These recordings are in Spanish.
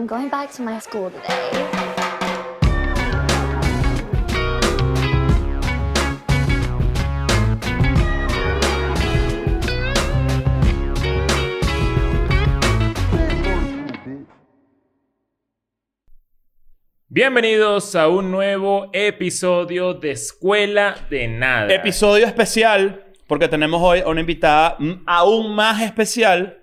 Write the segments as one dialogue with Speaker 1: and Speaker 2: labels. Speaker 1: I'm going back to my school today.
Speaker 2: Bienvenidos a un nuevo episodio de Escuela de Nada.
Speaker 3: Episodio especial, porque tenemos hoy a una invitada mm, aún más especial.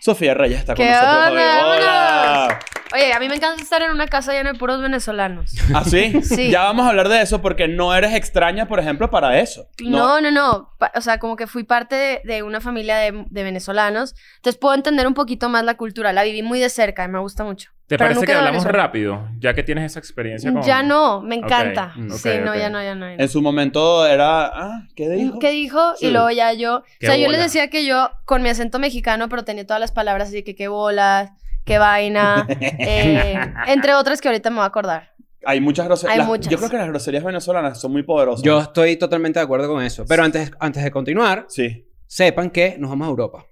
Speaker 3: Sofía Reyes está con
Speaker 4: ¿Qué
Speaker 3: nosotros
Speaker 4: onda?
Speaker 3: hoy. ¡Hola!
Speaker 4: Oye, a mí me encanta estar en una casa llena de puros venezolanos.
Speaker 3: ¿Ah, sí?
Speaker 4: Sí.
Speaker 3: Ya vamos a hablar de eso porque no eres extraña, por ejemplo, para eso.
Speaker 4: No, no, no. Pa- O sea, como que fui parte de, de una familia de, de venezolanos. Entonces puedo entender un poquito más la cultura. La viví muy de cerca y me gusta mucho.
Speaker 2: ¿Te
Speaker 4: Pero
Speaker 2: parece
Speaker 4: nunca
Speaker 2: que
Speaker 4: he ido a
Speaker 2: hablamos
Speaker 4: Venezuela.
Speaker 2: rápido? Ya que tienes esa experiencia con...
Speaker 4: Ya no, me encanta.
Speaker 2: Ok, mm,
Speaker 4: sí,
Speaker 2: ok,
Speaker 4: no,
Speaker 2: ok.
Speaker 4: ya no, ya no. ya no.
Speaker 3: En su momento era... Ah, ¿qué dijo?
Speaker 4: ¿Qué dijo?
Speaker 3: Sí.
Speaker 4: Y luego ya yo...
Speaker 2: Qué
Speaker 4: o sea, yo
Speaker 2: bola.
Speaker 4: les decía que yo con mi acento mexicano, pero tenía todas las palabras así que qué bolas, qué vaina, eh, entre otras que ahorita me voy a acordar.
Speaker 3: Hay muchas groserías.
Speaker 4: Hay
Speaker 3: Las-
Speaker 4: muchas.
Speaker 3: Yo creo que las groserías venezolanas son muy poderosas.
Speaker 5: Yo estoy totalmente de acuerdo con eso. Pero antes, antes de continuar,
Speaker 3: Sí.
Speaker 5: sepan que nos vamos a Europa.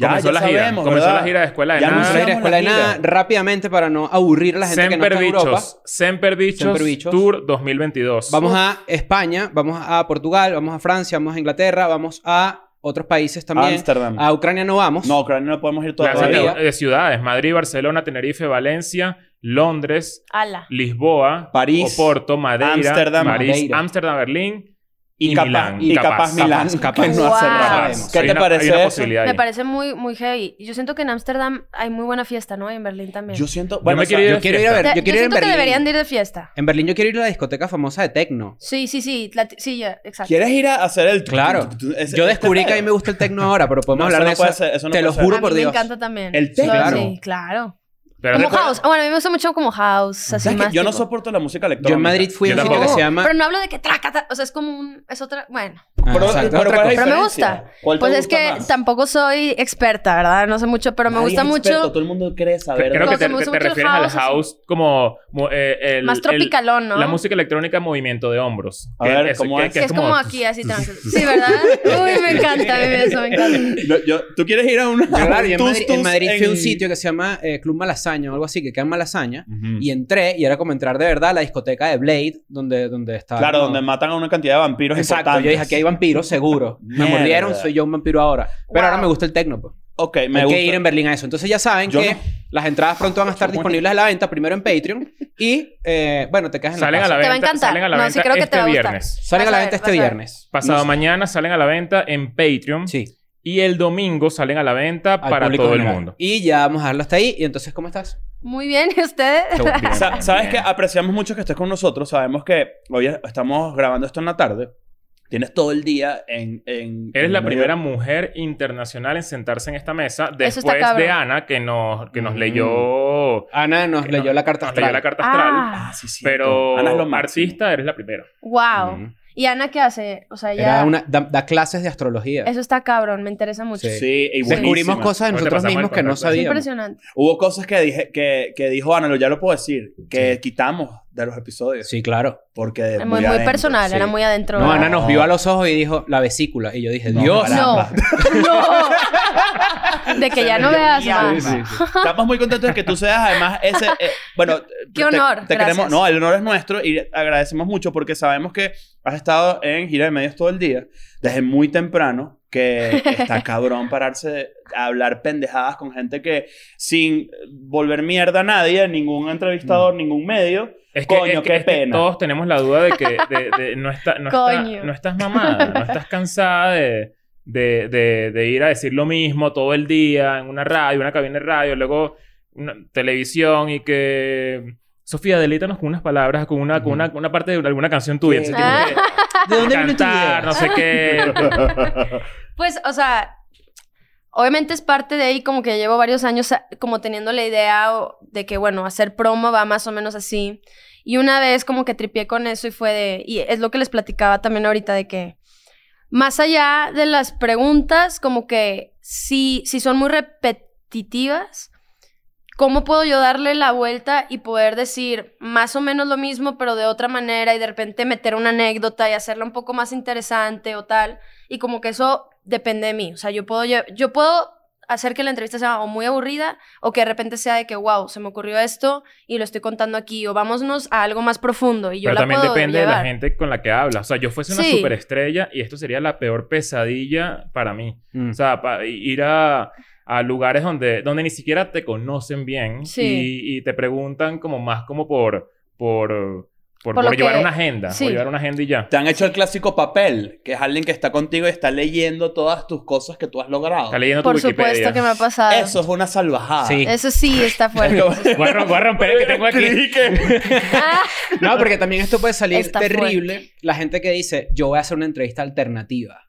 Speaker 3: Ya,
Speaker 2: comenzó
Speaker 3: ya
Speaker 2: la gira.
Speaker 3: sabemos,
Speaker 2: comenzó
Speaker 3: ¿verdad?
Speaker 2: la gira de Escuela de
Speaker 3: Ya
Speaker 5: Vamos a
Speaker 2: Nada.
Speaker 5: ir a
Speaker 3: anunciamos
Speaker 5: escuela de
Speaker 3: la
Speaker 5: nada
Speaker 3: gira.
Speaker 5: rápidamente para no aburrir a la gente que no
Speaker 2: Semper
Speaker 5: está en Europa.
Speaker 2: Bichos. Semper Bichos
Speaker 5: Semper Bichos.
Speaker 2: Tour 2022.
Speaker 5: Vamos a España, vamos a Portugal, vamos a Francia, vamos a Inglaterra, vamos a otros países también.
Speaker 3: Ámsterdam.
Speaker 2: Ah,
Speaker 5: A Ucrania no vamos.
Speaker 3: No, Ucrania no podemos ir
Speaker 2: La
Speaker 3: todavía.
Speaker 5: Todavía.
Speaker 2: de ciudades. Madrid, Barcelona, Tenerife, Valencia, Londres,
Speaker 4: Ala.
Speaker 2: Lisboa,
Speaker 3: París.
Speaker 2: Oporto, Madeira,
Speaker 3: Ámsterdam,
Speaker 2: París,
Speaker 5: Madeira.
Speaker 2: Ámsterdam, Berlín
Speaker 3: Y,
Speaker 2: y
Speaker 3: capaz,
Speaker 2: Milán.
Speaker 3: y capaz, Milán.
Speaker 5: capaz.
Speaker 3: que no hace
Speaker 4: Wow.
Speaker 3: nada.
Speaker 5: Sabemos.
Speaker 3: ¿Qué
Speaker 2: Hay
Speaker 3: te
Speaker 2: una-
Speaker 3: parece
Speaker 2: Hay una
Speaker 3: eso?
Speaker 2: posibilidad ahí.
Speaker 4: Me parece muy, muy heavy. Y Yo siento que en Ámsterdam hay muy buena fiesta, ¿no? Y en Berlín también.
Speaker 3: Yo siento... Bueno,
Speaker 2: me
Speaker 3: o sea,
Speaker 2: quiero ir-
Speaker 5: Yo quiero ir a ver.
Speaker 4: Te-
Speaker 5: Yo quiero ir en
Speaker 4: siento
Speaker 5: Berlín.
Speaker 4: que deberían de ir de fiesta.
Speaker 5: En Berlín yo quiero ir a la discoteca famosa de techno.
Speaker 4: Sí, sí, sí. la- sí, ya, exacto.
Speaker 3: ¿Quieres ir a hacer el...
Speaker 5: Claro.
Speaker 3: Ese-
Speaker 5: Yo descubrí
Speaker 3: este
Speaker 5: que a mí me gusta el techno ahora, pero podemos
Speaker 3: No,
Speaker 5: hablar
Speaker 3: eso no
Speaker 5: de eso.
Speaker 3: puede ser, eso no
Speaker 5: Te
Speaker 3: puede
Speaker 5: lo
Speaker 3: ser.
Speaker 5: juro
Speaker 4: a mí
Speaker 5: por
Speaker 4: me
Speaker 5: Dios.
Speaker 4: encanta también.
Speaker 3: El
Speaker 4: Sí,
Speaker 3: techno.
Speaker 5: Claro.
Speaker 4: Sí, claro.
Speaker 2: Pero
Speaker 4: Como
Speaker 2: recuerda-
Speaker 4: house. Ah, Bueno, a mí me gusta mucho como house. Así
Speaker 3: ¿Sabes
Speaker 4: más
Speaker 3: que yo no
Speaker 4: tipo-
Speaker 3: soporto la música electrónica.
Speaker 5: Yo en Madrid fui
Speaker 2: Yo
Speaker 5: a un sitio que
Speaker 2: tampoco.
Speaker 5: se llama.
Speaker 4: Pero no hablo de que traca, tra- o sea, es como un... Es otra... Bueno.
Speaker 5: Ah,
Speaker 3: Pero,
Speaker 5: exacto,
Speaker 3: pero ¿cuál es
Speaker 5: otra cosa.
Speaker 3: la
Speaker 4: Pero me
Speaker 3: diferencia?
Speaker 4: gusta.
Speaker 3: ¿Cuál te
Speaker 4: Pues es
Speaker 3: gusta
Speaker 4: que
Speaker 3: más?
Speaker 4: tampoco soy experta, ¿verdad? No sé mucho, pero me
Speaker 3: Nadie
Speaker 4: gusta
Speaker 3: es experto,
Speaker 4: mucho...
Speaker 3: Todo el mundo cree saber.
Speaker 2: Creo
Speaker 3: ¿verdad?
Speaker 2: que
Speaker 4: Cosa,
Speaker 2: te,
Speaker 4: me
Speaker 2: te-
Speaker 4: gusta
Speaker 2: te
Speaker 4: mucho el
Speaker 2: refieres al
Speaker 4: house, así.
Speaker 2: house como mu- eh, el-
Speaker 4: Más
Speaker 2: el-
Speaker 4: tropicalón, ¿no?
Speaker 2: La música electrónica movimiento de hombros.
Speaker 3: A ver, ¿cómo es?
Speaker 4: Que ¿Ah? es como aquí, así trans. Sí, ¿verdad? Uy, me encanta, a mí eso me encanta.
Speaker 3: Yo- yo- ¿Tú quieres ir a una...
Speaker 5: Claro, yo en
Speaker 3: tus-
Speaker 5: Madrid,
Speaker 3: tus
Speaker 5: en Madrid fui a un
Speaker 3: en-
Speaker 5: sitio que se llama eh, Club Malasaña o algo así, que queda en Malasaña.
Speaker 2: Ujú.
Speaker 5: Y entré y era como entrar de verdad a la discoteca de Blade, donde, donde estaba.
Speaker 3: Claro,
Speaker 5: como-
Speaker 3: donde matan a una cantidad de vampiros
Speaker 5: Exacto,
Speaker 3: importantes.
Speaker 5: yo dije, aquí hay vampiros, seguro. Me
Speaker 3: Mierda.
Speaker 5: mordieron, soy yo un vampiro ahora. Pero
Speaker 4: Wow.
Speaker 5: ahora me gusta el techno. pues.
Speaker 3: Ok, me
Speaker 5: Hay
Speaker 3: gusta.
Speaker 5: que ir en Berlín a eso. Entonces ya saben
Speaker 3: Yo
Speaker 5: que
Speaker 3: no.
Speaker 5: las entradas pronto van a estar
Speaker 3: Yo voy.
Speaker 5: disponibles a la venta, primero en Patreon. Y eh, bueno, te quedas en
Speaker 2: Salen
Speaker 5: la
Speaker 2: a la
Speaker 5: casa.
Speaker 4: Te va a
Speaker 2: venta,
Speaker 4: encantar.
Speaker 2: salen a la
Speaker 4: No, sí
Speaker 2: venta
Speaker 4: creo que te
Speaker 2: este
Speaker 4: va a gustar.
Speaker 2: viernes.
Speaker 5: Salen a
Speaker 4: Vas
Speaker 5: la
Speaker 4: a
Speaker 5: venta
Speaker 4: ver,
Speaker 5: este
Speaker 4: vas a ver.
Speaker 5: viernes.
Speaker 2: Pasado
Speaker 5: No sé.
Speaker 2: mañana salen a la venta en Patreon.
Speaker 5: Sí.
Speaker 2: Y el domingo salen a la venta
Speaker 5: al
Speaker 2: para
Speaker 5: público
Speaker 2: todo el
Speaker 5: general.
Speaker 2: mundo.
Speaker 5: Y ya vamos a dejarlo hasta ahí. Y entonces, ¿cómo estás?
Speaker 4: Muy bien, ¿y ustedes?
Speaker 2: Bien,
Speaker 3: Sa-
Speaker 2: bien,
Speaker 3: ¿Sabes que
Speaker 2: bien.
Speaker 5: Ah,
Speaker 3: Apreciamos mucho que estés con nosotros. Sabemos que hoy estamos grabando esto en la tarde. Tienes todo el día en... en
Speaker 2: Eres
Speaker 3: en
Speaker 2: la
Speaker 3: Madrid.
Speaker 2: primera mujer internacional en sentarse en esta mesa
Speaker 4: Eso está
Speaker 2: después de
Speaker 4: cabrón.
Speaker 2: Ana que nos, que nos
Speaker 5: Mm.
Speaker 2: leyó,
Speaker 5: Ana nos
Speaker 2: que
Speaker 5: leyó
Speaker 2: nos-
Speaker 5: la carta
Speaker 2: nos leyó
Speaker 5: astral.
Speaker 2: la carta astral.
Speaker 4: Ah,
Speaker 3: Ah, sí, sí.
Speaker 2: Pero
Speaker 3: Ana es lo máximo.
Speaker 2: artista eres la primera.
Speaker 4: wow.
Speaker 5: Ujú.
Speaker 4: ¿Y Ana qué hace? O sea,
Speaker 5: Era
Speaker 4: ya...
Speaker 5: una, da, da clases de astrología.
Speaker 4: Eso está cabrón, me interesa mucho.
Speaker 5: Sí.
Speaker 3: Sí, y
Speaker 5: Descubrimos
Speaker 3: buenísima.
Speaker 5: cosas de
Speaker 2: Ahora te
Speaker 5: nosotros
Speaker 2: pasamos
Speaker 5: mismos
Speaker 2: el
Speaker 5: que no
Speaker 2: contacto.
Speaker 4: Es
Speaker 5: sabíamos.
Speaker 4: impresionante.
Speaker 3: Hubo cosas que, dije, que, que dijo Ana, lo- ya lo puedo decir, que quitamos de los episodios.
Speaker 5: Sí, claro.
Speaker 3: Porque.
Speaker 4: Muy, muy
Speaker 3: eh, adentro.
Speaker 4: personal,
Speaker 5: sí.
Speaker 4: era muy adentro.
Speaker 5: No,
Speaker 4: ¿verdad?
Speaker 5: Ana nos vio a los ojos y dijo la vesícula. Y yo dije,
Speaker 3: No,
Speaker 5: Dios.
Speaker 3: para-
Speaker 4: No, no. De que ya no veas más.
Speaker 3: Estamos muy contentos de que tú seas, además, ese. eh, bueno,
Speaker 4: Qué honor,
Speaker 3: Te, queremos.
Speaker 4: gracias.
Speaker 3: No, el honor es nuestro y agradecemos mucho porque sabemos que has estado en gira de medios todo el día, desde muy temprano, que está cabrón pararse a hablar pendejadas con gente que, sin volver mierda a nadie, ningún entrevistador, ningún medio.
Speaker 2: Es
Speaker 3: Coño, qué pena.
Speaker 2: todos tenemos la duda de que de- de- no, está- no, está-
Speaker 4: Coño.
Speaker 2: no estás mamada, no estás cansada de, de- de- de ir a decir lo mismo todo el día en una radio, una cabina de radio, luego una televisión y que... Sofía, delítanos con unas palabras, con una, con una, una parte de alguna canción tuya. Así que,
Speaker 4: Ah.
Speaker 5: ¿De dónde viene tu
Speaker 2: cantar,
Speaker 5: idea?
Speaker 2: no sé qué.
Speaker 4: Pues, o sea, obviamente es parte de ahí como que llevo varios años a- como teniendo la idea o- de que, bueno, hacer promo va más o menos así. Y una vez como que tripié con eso y fue de, y es lo que les platicaba también ahorita de que, más allá de las preguntas, como que si, si son muy repetitivas, ¿cómo puedo yo darle la vuelta y poder decir más o menos lo mismo, pero de otra manera y de repente meter una anécdota y hacerla un poco más interesante o tal? Y como que eso depende de mí. O sea, yo puedo, lle- yo puedo hacer que la entrevista sea o muy aburrida o que de repente sea de que, wow, se me ocurrió esto y lo estoy contando aquí o vámonos a algo más profundo y yo
Speaker 2: Pero
Speaker 4: la
Speaker 2: también
Speaker 4: puedo
Speaker 2: depende de
Speaker 4: llevar.
Speaker 2: la gente con la que hablas. O sea, yo fuese una
Speaker 4: Sí.
Speaker 2: superestrella y esto sería la peor pesadilla para mí.
Speaker 5: Mm.
Speaker 2: O sea, pa- ir a, a lugares donde, donde ni siquiera te conocen bien
Speaker 4: Sí.
Speaker 2: y, y te preguntan como más como por... por por,
Speaker 4: Por lo
Speaker 2: por llevar
Speaker 4: que-
Speaker 2: una agenda,
Speaker 4: sí.
Speaker 2: por llevar una agenda y ya.
Speaker 3: Te han hecho el clásico papel, que es alguien que está contigo y está leyendo todas tus cosas que tú has logrado.
Speaker 2: Está leyendo tu
Speaker 4: Por
Speaker 2: Wikipedia.
Speaker 4: supuesto que me ha pasado.
Speaker 3: Eso es una salvajada.
Speaker 5: Sí.
Speaker 4: Eso sí está fuerte.
Speaker 2: Voy a, rom- voy a romper el que tengo aquí.
Speaker 4: Ah,
Speaker 5: No, porque también esto puede salir
Speaker 4: Está
Speaker 5: terrible. La gente que dice, yo voy a hacer una entrevista alternativa.